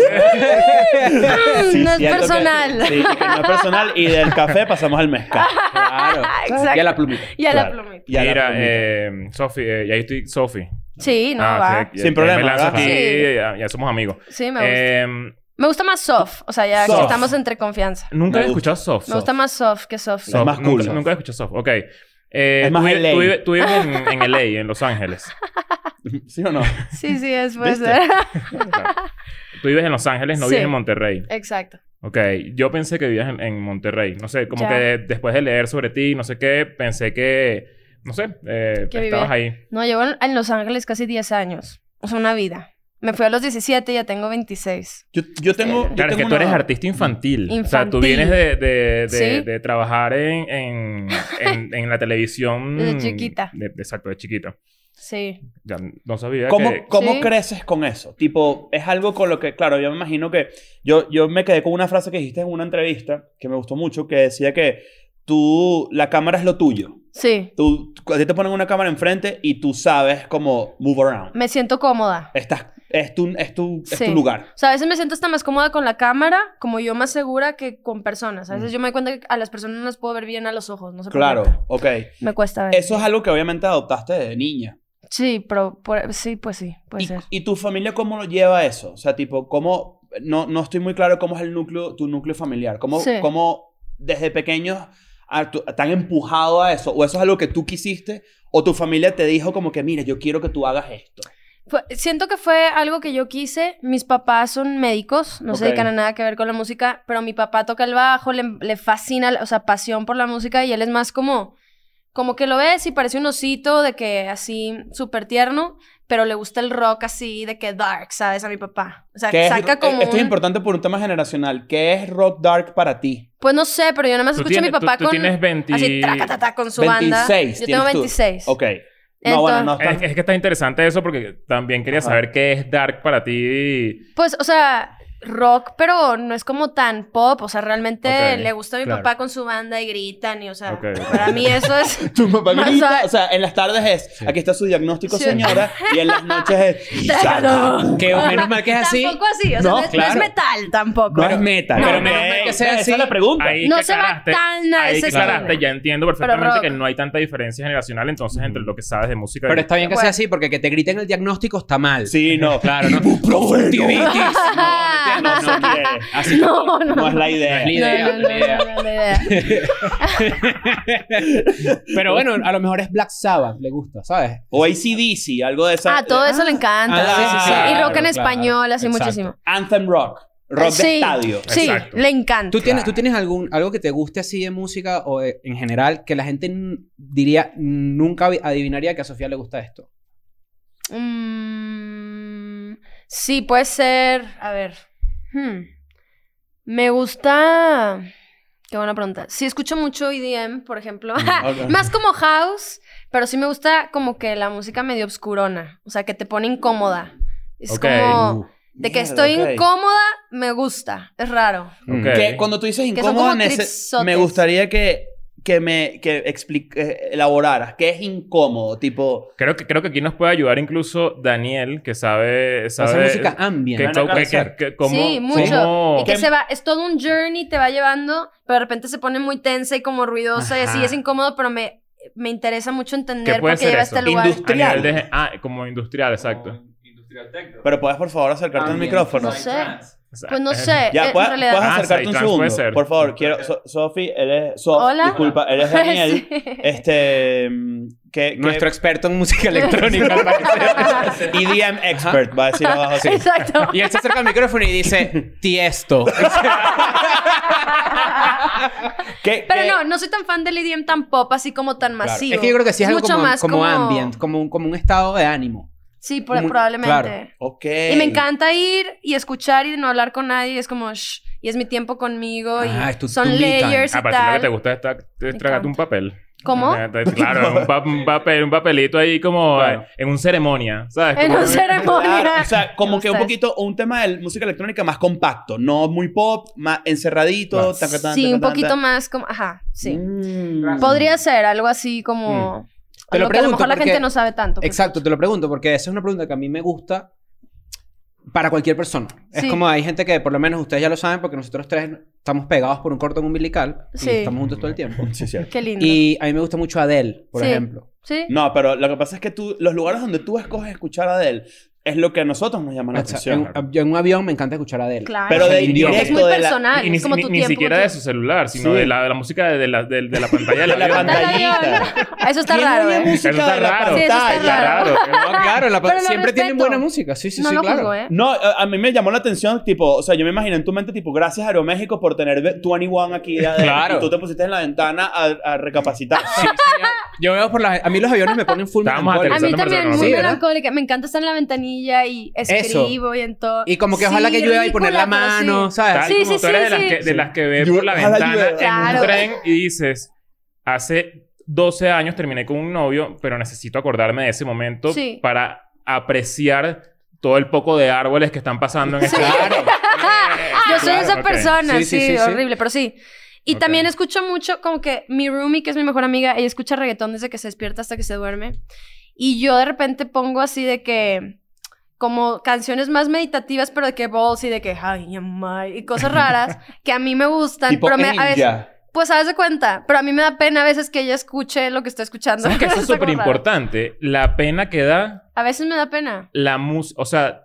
Speaker 4: no es
Speaker 3: siento que-
Speaker 4: personal.
Speaker 3: sí, que no es personal. Y del café pasamos al mezcal.
Speaker 5: Claro.
Speaker 4: Exacto.
Speaker 5: Y a la plumita.
Speaker 4: Y a la
Speaker 3: Claro.
Speaker 4: plumita.
Speaker 3: Y a la
Speaker 2: Mira,
Speaker 3: plumita.
Speaker 2: eh, Sofi. eh, y ahí estoy, Sofi.
Speaker 4: Sí, no, va.
Speaker 2: sí,
Speaker 3: Sin
Speaker 2: ya- ya
Speaker 3: problema,
Speaker 2: Me lanzo
Speaker 3: ¿verdad?
Speaker 2: aquí,
Speaker 4: Sí.
Speaker 2: ya, ya somos amigos.
Speaker 4: Sí, me gusta.
Speaker 2: Em,
Speaker 4: me gusta más soft. O sea, ya que
Speaker 3: Soft.
Speaker 4: estamos entre confianza.
Speaker 2: nunca
Speaker 3: Me
Speaker 2: he
Speaker 3: gusta.
Speaker 2: escuchado soft.
Speaker 4: Me gusta más soft que Sophie.
Speaker 2: Soft,
Speaker 3: más
Speaker 2: nunca-
Speaker 3: cool.
Speaker 2: Nunca he escuchado soft. Ok. Eh,
Speaker 3: Es más
Speaker 2: tú vi-
Speaker 3: LA.
Speaker 2: tú vi- Tú vives en, en LA, en Los Ángeles.
Speaker 3: ¿Sí o no?
Speaker 4: Sí, sí, es puede
Speaker 3: ¿Viste?
Speaker 4: ser.
Speaker 2: Tú vives en Los Ángeles, no
Speaker 4: Sí.
Speaker 2: vives en Monterrey.
Speaker 4: Exacto.
Speaker 2: Ok, yo pensé que vivías en, en Monterrey. No sé, como
Speaker 4: Ya.
Speaker 2: que después de leer sobre ti, no sé qué, pensé que, no sé, eh,
Speaker 4: Que
Speaker 2: estabas ahí.
Speaker 4: No, llevo en en Los Ángeles casi 10 años. O sea, una vida. Me fui a los 17 y ya tengo 26.
Speaker 3: Yo, yo tengo. yo
Speaker 2: eh, Claro, es que
Speaker 3: tengo
Speaker 2: tú eres
Speaker 3: una-
Speaker 2: artista infantil. O sea, tú
Speaker 4: Infantil.
Speaker 2: vienes de, de- de-
Speaker 4: Sí.
Speaker 2: de trabajar en, en, en- en la televisión.
Speaker 4: De chiquita.
Speaker 2: de- de- exacto, de chiquita.
Speaker 4: Sí.
Speaker 2: Ya no sabía
Speaker 3: ¿Cómo,
Speaker 2: que...
Speaker 3: cómo
Speaker 4: Sí.
Speaker 3: creces con eso? Tipo, es algo con lo que, claro, yo me imagino que yo, yo me quedé con una frase que dijiste en una entrevista que me gustó mucho, que decía que tú, la cámara es lo tuyo.
Speaker 4: Sí.
Speaker 3: Tú, a ti te ponen una cámara enfrente y tú sabes cómo move around.
Speaker 4: Me siento cómoda.
Speaker 3: Estás, es tu, es tu, es
Speaker 4: Sí.
Speaker 3: tu lugar.
Speaker 4: O sea, a veces me siento hasta más cómoda con la cámara, como yo más segura que con personas. A veces yo me doy cuenta que a las personas no las puedo ver bien a los ojos. No sé por qué.
Speaker 3: Mm. Claro, ok.
Speaker 4: Me cuesta ver.
Speaker 3: Eso es algo que obviamente adoptaste de niña.
Speaker 4: Sí, pero por- sí, pues sí, puede
Speaker 3: ¿Y,
Speaker 4: ser.
Speaker 3: y tu familia cómo lo lleva eso? O sea, tipo, ¿cómo...? No, no estoy muy claro cómo es el núcleo, tu núcleo familiar. ¿Cómo,
Speaker 4: Sí.
Speaker 3: cómo desde pequeños a tu- te han empujado a eso? ¿O eso es algo que tú quisiste? ¿O tu familia te dijo como que, mira, yo quiero que tú hagas esto?
Speaker 4: Fue- siento que fue algo que yo quise. Mis papás son médicos, no se
Speaker 3: Ok.
Speaker 4: dedican a nada que ver con la música, pero mi papá toca el bajo, le, le fascina, la- o sea, pasión por la música y él es más como, como que lo ves y parece un osito de que así súper tierno, pero le gusta el rock así de que dark, ¿sabes? A mi papá. O sea,
Speaker 3: ¿Qué es- Eh,
Speaker 4: saca como...
Speaker 3: esto
Speaker 4: un-
Speaker 3: es importante por un tema generacional. ¿Qué es rock dark para ti?
Speaker 4: Pues no sé, pero yo nada más
Speaker 2: Tú
Speaker 4: escucho a mi
Speaker 2: tienes- tú-
Speaker 4: papá
Speaker 2: tú
Speaker 4: con...
Speaker 2: tienes 20...
Speaker 4: Así, tracatata, con su banda.
Speaker 3: 26
Speaker 4: Yo tengo
Speaker 3: tienes tú.
Speaker 4: 26.
Speaker 3: Ok. No, bueno, no
Speaker 2: Es,
Speaker 3: estás...
Speaker 2: es que está interesante eso porque también quería
Speaker 3: Ajá.
Speaker 2: saber qué es dark para ti.
Speaker 4: Pues, o sea, rock, pero no es como tan pop. O sea, realmente
Speaker 2: Ok,
Speaker 4: le gusta a mi
Speaker 2: claro.
Speaker 4: papá con su banda y gritan. Y, o sea,
Speaker 2: Ok, ok.
Speaker 4: para mí eso es...
Speaker 3: Tu papá
Speaker 4: Más
Speaker 3: grita,
Speaker 4: suave.
Speaker 3: o sea, en las tardes es, aquí está su diagnóstico,
Speaker 4: Sí.
Speaker 3: señora, y en las noches es...
Speaker 5: Que menos mal que es así.
Speaker 4: Ah, Tampoco así. O sea,
Speaker 5: No,
Speaker 4: no, es- no
Speaker 5: claro.
Speaker 4: es metal tampoco.
Speaker 3: No es metal.
Speaker 4: No,
Speaker 3: Pero
Speaker 4: no,
Speaker 3: me-
Speaker 5: no, que sea
Speaker 3: esa
Speaker 5: así.
Speaker 3: es la pregunta.
Speaker 2: Ahí
Speaker 4: No
Speaker 2: que
Speaker 4: se va
Speaker 2: aclaraste-
Speaker 4: tan a
Speaker 2: ahí
Speaker 4: ese
Speaker 2: que aclaraste,
Speaker 4: extremo.
Speaker 2: ya entiendo perfectamente
Speaker 4: rock.
Speaker 2: que no hay tanta diferencia generacional entonces entre lo que sabes de música y-
Speaker 5: Pero está bien que
Speaker 4: Bueno.
Speaker 5: sea así porque que te griten el diagnóstico está mal.
Speaker 3: Sí, no.
Speaker 5: Claro, ¿no?
Speaker 3: Ibuprofeno.
Speaker 5: Conjuntivitis. No, no,
Speaker 3: No,
Speaker 5: no, no.
Speaker 3: quiere.
Speaker 5: Así
Speaker 4: No, no, no.
Speaker 3: No es la
Speaker 5: No es
Speaker 3: idea.
Speaker 5: la idea,
Speaker 4: no, no,
Speaker 5: la idea.
Speaker 4: no, no, la idea.
Speaker 5: Pero bueno, a lo mejor es Black Sabbath, le gusta, ¿sabes?
Speaker 3: O ACDC, algo de esa.
Speaker 4: Ah, todo eso le encanta.
Speaker 3: ah,
Speaker 4: sí, sí, sí.
Speaker 3: claro,
Speaker 4: y rock en
Speaker 5: claro.
Speaker 4: español, así
Speaker 5: Exacto.
Speaker 4: muchísimo.
Speaker 3: eh, Anthem Rock. Rock de
Speaker 4: Sí,
Speaker 3: estadio.
Speaker 4: Sí,
Speaker 2: Exacto.
Speaker 4: le encanta.
Speaker 5: ¿Tú tienes, ¿Tú tienes algún, algo que te guste así de música o de- en general que la gente n- diría, nunca vi- adivinaría que a Sofía le gusta esto?
Speaker 4: Mm, sí, puede ser. A ver. Hmm. Me gusta. Qué buena pregunta. Sí, escucho mucho EDM, por
Speaker 3: Mm,
Speaker 4: ejemplo.
Speaker 3: ok.
Speaker 4: Más como house, pero sí me gusta como que la música medio obscurona. O sea, que te pone incómoda. Es
Speaker 2: Ok.
Speaker 4: como.
Speaker 5: Uh,
Speaker 4: De que
Speaker 3: Mierda,
Speaker 4: estoy
Speaker 3: ok.
Speaker 4: incómoda, me gusta. Es raro.
Speaker 5: mm.
Speaker 2: Ok.
Speaker 3: Que cuando tú dices
Speaker 4: Que son
Speaker 3: incómodo,
Speaker 4: como
Speaker 3: nece-
Speaker 4: tripsotes.
Speaker 3: me gustaría que, que me que explique, eh, elaboraras. ¿Qué es incómodo? Tipo.
Speaker 2: Creo que, creo que aquí nos puede ayudar incluso Daniel, que sabe...
Speaker 5: Hace
Speaker 2: sabe
Speaker 5: música
Speaker 2: que-
Speaker 5: ambient.
Speaker 3: Van a
Speaker 2: que- que-
Speaker 3: cansar.
Speaker 2: que- cómo-
Speaker 4: sí, mucho.
Speaker 2: cómo-
Speaker 4: Y que
Speaker 3: ¿Qué-
Speaker 4: se va, es todo un journey, te va llevando, pero de repente se pone muy tensa y como ruidosa y así
Speaker 5: Ajá.
Speaker 4: es incómodo, pero me, me interesa mucho entender
Speaker 2: puede
Speaker 4: por qué
Speaker 2: ser
Speaker 4: lleva a
Speaker 2: eso?
Speaker 4: este lugar.
Speaker 3: Industria.
Speaker 2: a nivel de-
Speaker 3: industrial.
Speaker 2: ah, como industrial, exacto.
Speaker 6: Industrial Tech.
Speaker 3: Pero puedes, por favor, acercarte al
Speaker 5: Ambient.
Speaker 3: micrófono.
Speaker 4: No sé.
Speaker 2: O sea,
Speaker 4: Pues no
Speaker 2: es-
Speaker 4: sé,
Speaker 3: Ya,
Speaker 4: eh,
Speaker 3: ¿puedes,
Speaker 4: en realidad.
Speaker 3: puedes
Speaker 2: Ah,
Speaker 3: acercarte un
Speaker 2: Psytrance puede
Speaker 3: segundo?
Speaker 2: ser.
Speaker 3: Por favor, quiero... So- Sofi, él es... Sof,
Speaker 4: Hola.
Speaker 3: Disculpa, él es Daniel.
Speaker 4: Sí.
Speaker 3: Este... mm, Que, que-
Speaker 5: Nuestro experto en música electrónica, al parecer. E
Speaker 3: EDM expert, va a decir abajo así.
Speaker 4: Exacto.
Speaker 5: Y él se acerca al micrófono y dice, tiesto.
Speaker 3: Que-
Speaker 4: Pero
Speaker 3: que-
Speaker 4: no, no soy tan fan del EDM tan pop, así como tan
Speaker 5: Claro.
Speaker 4: masivo.
Speaker 5: Es que yo creo que sí es algo
Speaker 4: Mucho
Speaker 5: como,
Speaker 4: más
Speaker 5: como ambient, como un, como un estado de ánimo.
Speaker 4: Sí, por-
Speaker 5: Muy-
Speaker 4: probablemente.
Speaker 5: claro.
Speaker 3: Ok.
Speaker 4: Y me encanta ir y escuchar y no hablar con nadie. Es como, shh, y es mi tiempo conmigo. Y
Speaker 5: Ah, es tu- tu
Speaker 4: son
Speaker 5: me time.
Speaker 4: layers y
Speaker 2: Aparte, lo que te
Speaker 4: tal.
Speaker 2: gusta Ah, pues, es, tra- es tragarte un papel.
Speaker 4: ¿Cómo?
Speaker 2: Claro, un, pa- un papel, un papelito ahí como
Speaker 3: Claro.
Speaker 2: eh, en un ceremonia, ¿sabes?
Speaker 4: En
Speaker 2: Como
Speaker 4: una
Speaker 2: que-
Speaker 4: ceremonia.
Speaker 3: Claro, o sea, como
Speaker 4: Me
Speaker 3: que un
Speaker 4: gusta
Speaker 3: poquito, un tema de música electrónica más compacto, no muy pop, más encerradito.
Speaker 5: Claro.
Speaker 3: taca, tan,
Speaker 4: Sí,
Speaker 3: taca,
Speaker 4: un
Speaker 3: tan,
Speaker 4: poquito
Speaker 3: tan.
Speaker 4: más como... Ajá, sí.
Speaker 3: Mm.
Speaker 4: Podría ser algo así como...
Speaker 5: Te lo
Speaker 4: algo que a lo
Speaker 5: pregunto
Speaker 4: mejor la
Speaker 5: porque-
Speaker 4: gente no sabe tanto. pues.
Speaker 5: Exacto, te lo pregunto, porque esa es una pregunta que a mí me gusta para cualquier persona. Es
Speaker 4: Sí.
Speaker 5: como hay gente que, por lo menos ustedes ya lo saben, porque nosotros tres estamos pegados por un cordón umbilical
Speaker 4: Sí.
Speaker 5: y estamos juntos todo el tiempo.
Speaker 3: Sí, cierto.
Speaker 4: Qué lindo.
Speaker 5: Y a mí me gusta mucho Adele, por
Speaker 4: Sí.
Speaker 5: ejemplo.
Speaker 4: ¿Sí?
Speaker 3: No, pero lo que pasa es que tú, los lugares donde tú escoges escuchar a Adele es lo que a nosotros nos llama la
Speaker 5: O sea,
Speaker 3: atención.
Speaker 5: en- yo en un avión me encanta escuchar a Adele.
Speaker 4: Claro.
Speaker 3: Pero de
Speaker 5: Es el idioma.
Speaker 4: Ah, es
Speaker 3: directo
Speaker 4: muy
Speaker 3: de la-
Speaker 4: personal.
Speaker 2: Y ni,
Speaker 4: es como
Speaker 2: ni-
Speaker 4: tu
Speaker 2: ni
Speaker 4: tiempo
Speaker 2: siquiera de
Speaker 4: contigo.
Speaker 2: su celular, sino
Speaker 3: Sí.
Speaker 2: de, la, de la música de, de la, de, de la pantalla del
Speaker 3: De la
Speaker 2: avión.
Speaker 3: pantallita.
Speaker 4: Eso está
Speaker 3: ¿Quién
Speaker 4: raro,
Speaker 3: oye
Speaker 4: ¿eh?
Speaker 3: música
Speaker 2: Eso está
Speaker 3: de la
Speaker 2: raro.
Speaker 4: Sí, eso está
Speaker 3: pantalla?
Speaker 4: raro.
Speaker 5: No, claro, la-
Speaker 4: Pero lo
Speaker 5: siempre tienen
Speaker 4: respeto.
Speaker 5: buena música. Sí, sí,
Speaker 4: no
Speaker 5: sí,
Speaker 4: lo
Speaker 5: claro.
Speaker 4: juzgo, ¿eh?
Speaker 3: No, a, a mí me llamó la atención, tipo, o sea, yo me imagino en tu mente, tipo, gracias Aeroméxico por tener ve- 21 aquí. de Adele.
Speaker 5: Claro.
Speaker 3: Y tú te pusiste en la ventana a, a recapacitar.
Speaker 5: Yo veo por las... A mí los aviones me ponen full
Speaker 2: Estábamos
Speaker 5: melancólico.
Speaker 4: A mí
Speaker 2: Interesante
Speaker 4: también,
Speaker 2: persona,
Speaker 4: muy
Speaker 5: ¿no? Sí,
Speaker 4: melancólica. Me encanta estar en la ventanilla y escribo y en todo.
Speaker 5: Y como que
Speaker 4: Sí,
Speaker 5: ojalá que llueva y
Speaker 4: ridícula,
Speaker 5: poner la
Speaker 4: pero sí.
Speaker 5: mano,
Speaker 2: Tal
Speaker 5: ¿sabes?
Speaker 4: Sí,
Speaker 2: como
Speaker 4: sí,
Speaker 2: tú eres
Speaker 4: sí,
Speaker 2: de, las
Speaker 4: sí.
Speaker 2: que, de las que ve
Speaker 3: Yo-
Speaker 2: por la
Speaker 3: ojalá
Speaker 2: ventana
Speaker 3: llueva.
Speaker 2: en
Speaker 4: Claro.
Speaker 2: un tren y dices, hace 12 años terminé con un novio, pero necesito acordarme de ese momento
Speaker 4: Sí.
Speaker 2: para apreciar todo el poco de árboles que están pasando en este
Speaker 5: Claro.
Speaker 4: Yo soy esa
Speaker 2: Ok.
Speaker 4: persona,
Speaker 5: Sí,
Speaker 4: sí,
Speaker 5: sí, sí, sí.
Speaker 4: horrible, pero sí. Y
Speaker 2: Ok.
Speaker 4: también escucho mucho, como que mi roomie, que es mi mejor amiga, ella escucha reggaetón desde que se despierta hasta que se duerme. Y yo de repente pongo así de que, como canciones más meditativas, pero de que balls y de que, ay, amai, y cosas raras que a mí me gustan.
Speaker 3: tipo,
Speaker 4: pero me, a veces,
Speaker 3: India.
Speaker 4: pues a veces cuenta, pero a mí me da pena a veces que ella escuche lo que estoy escuchando.
Speaker 2: ¿Sabes que eso es
Speaker 4: Está como
Speaker 2: súper
Speaker 4: raro.
Speaker 2: importante? La pena que da
Speaker 4: A veces me da pena.
Speaker 2: la música, o sea,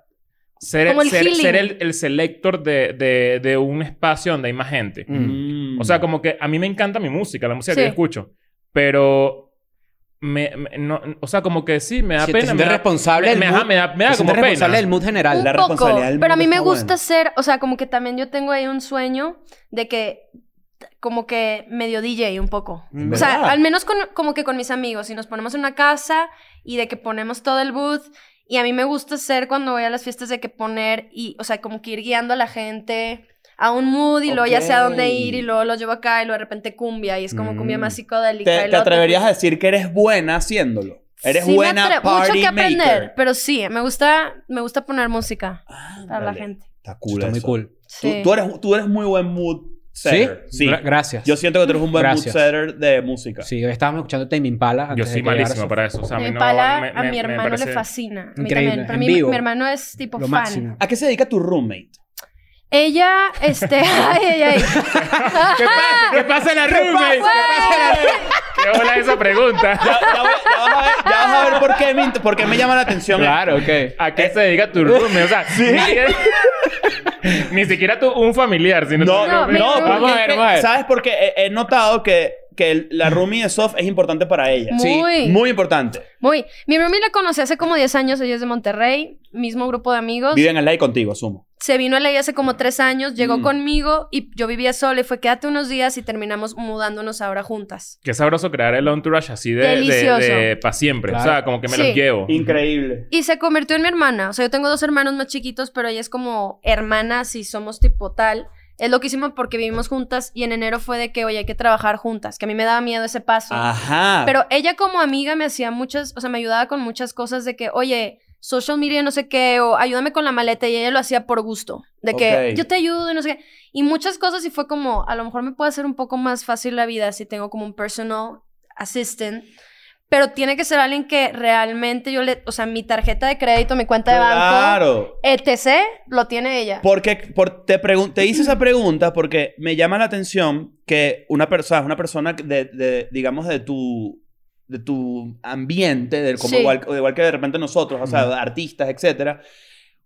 Speaker 2: ser,
Speaker 4: Como el
Speaker 2: ser,
Speaker 4: feeling.
Speaker 2: ser el, el selector de, de, de un espacio donde hay más gente.
Speaker 5: Mm.
Speaker 2: O sea, como que a mí me encanta mi música, la música que
Speaker 4: Sí.
Speaker 2: yo escucho, pero me, me- no, o sea, como que sí, me da
Speaker 5: Sí, te
Speaker 2: pena.
Speaker 5: sientes
Speaker 2: me da-
Speaker 5: responsable
Speaker 2: me-
Speaker 5: del
Speaker 2: me,
Speaker 5: mood.
Speaker 2: ajá, me da, me da como
Speaker 5: Te sientes
Speaker 2: pena.
Speaker 5: responsable del mood general.
Speaker 3: Ah, La
Speaker 4: un poco,
Speaker 3: responsabilidad del
Speaker 4: pero a mí
Speaker 3: mundo
Speaker 4: me
Speaker 3: está
Speaker 4: gusta
Speaker 3: buena.
Speaker 4: ser, o sea, como que también yo tengo ahí un sueño de que, como que medio DJ un poco.
Speaker 5: Mm.
Speaker 4: O sea,
Speaker 3: ¿Verdad?
Speaker 4: al menos con- como que con mis amigos, y nos ponemos en una casa y de que ponemos todo el booth. Y a mí me gusta ser cuando voy a las fiestas de que poner y, o sea, como que ir guiando a la gente a un mood y luego ya sé a dónde ir y luego lo llevo acá y luego de repente cumbia y es como cumbia
Speaker 5: Mm.
Speaker 4: más
Speaker 3: ¿Te,
Speaker 4: psicodélica. y
Speaker 3: te
Speaker 4: luego
Speaker 3: atreverías a decir que eres buena haciéndolo? Eres
Speaker 4: Sí me
Speaker 3: buena
Speaker 4: atre-
Speaker 3: party
Speaker 4: mucho que aprender,
Speaker 3: maker.
Speaker 4: pero sí, me gusta, me gusta poner música
Speaker 3: Ah,
Speaker 4: para la
Speaker 3: dale.
Speaker 4: gente.
Speaker 3: Está cool
Speaker 5: Está muy
Speaker 3: eso.
Speaker 5: cool.
Speaker 3: Tú,
Speaker 4: Sí.
Speaker 3: tú eres, tú eres muy buen mood
Speaker 5: ¿Sí?
Speaker 3: setter. Sí.
Speaker 5: Gra- gracias.
Speaker 3: Yo siento que tú eres un buen
Speaker 5: Gracias.
Speaker 3: mood setter de música.
Speaker 5: Sí, hoy estábamos escuchando Tame Impala.
Speaker 2: Yo
Speaker 5: antes de
Speaker 2: soy
Speaker 5: que llegara
Speaker 2: malísimo
Speaker 5: Sofía.
Speaker 2: para eso. O sea, a mí
Speaker 4: mi
Speaker 2: no-
Speaker 4: pala
Speaker 2: me-
Speaker 4: a
Speaker 2: me-
Speaker 4: mi
Speaker 2: me
Speaker 4: hermano
Speaker 2: parece-
Speaker 4: le fascina. A mí
Speaker 5: Increíble,
Speaker 4: también. Pero
Speaker 5: en
Speaker 4: mi,
Speaker 5: vivo.
Speaker 4: mi hermano es tipo
Speaker 5: Lo
Speaker 4: fan.
Speaker 5: máximo.
Speaker 3: ¿A qué se dedica tu roommate?
Speaker 4: Ella, este. ay, ay, ay.
Speaker 2: ¿Qué pasa? ¿Qué pasa en la roommate? ¿Qué pasa en la roommate? ¿Qué hola esa pregunta?
Speaker 3: Ya, ya voy- ya vas a ver, ya vas a ver por qué me, int- por qué me llama la atención.
Speaker 5: Claro, ok.
Speaker 2: ¿A qué se dedica tu roommate? O sea, ni siquiera, ni siquiera tu, un familiar, sino
Speaker 3: No,
Speaker 2: tu
Speaker 3: no,
Speaker 4: No,
Speaker 2: roommate.
Speaker 4: mi
Speaker 3: no,
Speaker 4: roommate.
Speaker 3: porque es que,
Speaker 5: Vamos a ver.
Speaker 3: ¿sabes? Porque he, he notado que, que el- la roomie de Sof es importante para ella.
Speaker 4: Muy. Sí.
Speaker 3: Muy importante.
Speaker 4: Muy. Mi roomie la conocí hace como 10 años. Ella es de Monterrey. Mismo grupo de amigos.
Speaker 3: Viven al ley contigo, asumo.
Speaker 4: Se vino a LA hace como 3 años. Llegó
Speaker 3: Mm.
Speaker 4: conmigo y yo vivía sola. Y fue quédate unos días y terminamos mudándonos ahora juntas.
Speaker 2: Qué sabroso crear el entourage así de,
Speaker 4: Delicioso.
Speaker 2: para siempre. O sea,
Speaker 5: Claro.
Speaker 2: como que me
Speaker 4: Sí.
Speaker 2: los llevo.
Speaker 3: Increíble.
Speaker 4: Y se convirtió en mi hermana. O sea, yo tengo dos hermanos más chiquitos, pero ella es como hermana, si somos tipo tal. Es lo que hicimos porque vivimos juntas y en enero fue de que, oye, hay que trabajar juntas, que a mí me daba miedo ese paso.
Speaker 3: Ajá.
Speaker 4: Pero ella como amiga me hacía muchas, o sea, me ayudaba con muchas cosas de que, oye, social media no sé qué, o ayúdame con la maleta, y ella lo hacía por gusto, de que
Speaker 3: Ok.
Speaker 4: yo te ayudo y no sé qué. Y muchas cosas y fue como, a lo mejor me puede hacer un poco más fácil la vida si tengo como un personal assistant. Pero tiene que ser alguien que realmente yo le, o sea, mi tarjeta de crédito, mi cuenta de banco,
Speaker 3: Claro.
Speaker 4: etc., lo tiene ella.
Speaker 3: Porque por- te, pregun- te hice esa pregunta porque me llama la atención que una persona, una persona de, de, digamos, de tu, de tu ambiente, del como
Speaker 4: Sí.
Speaker 3: igual, o igual que de repente nosotros, o sea, artistas, etcétera,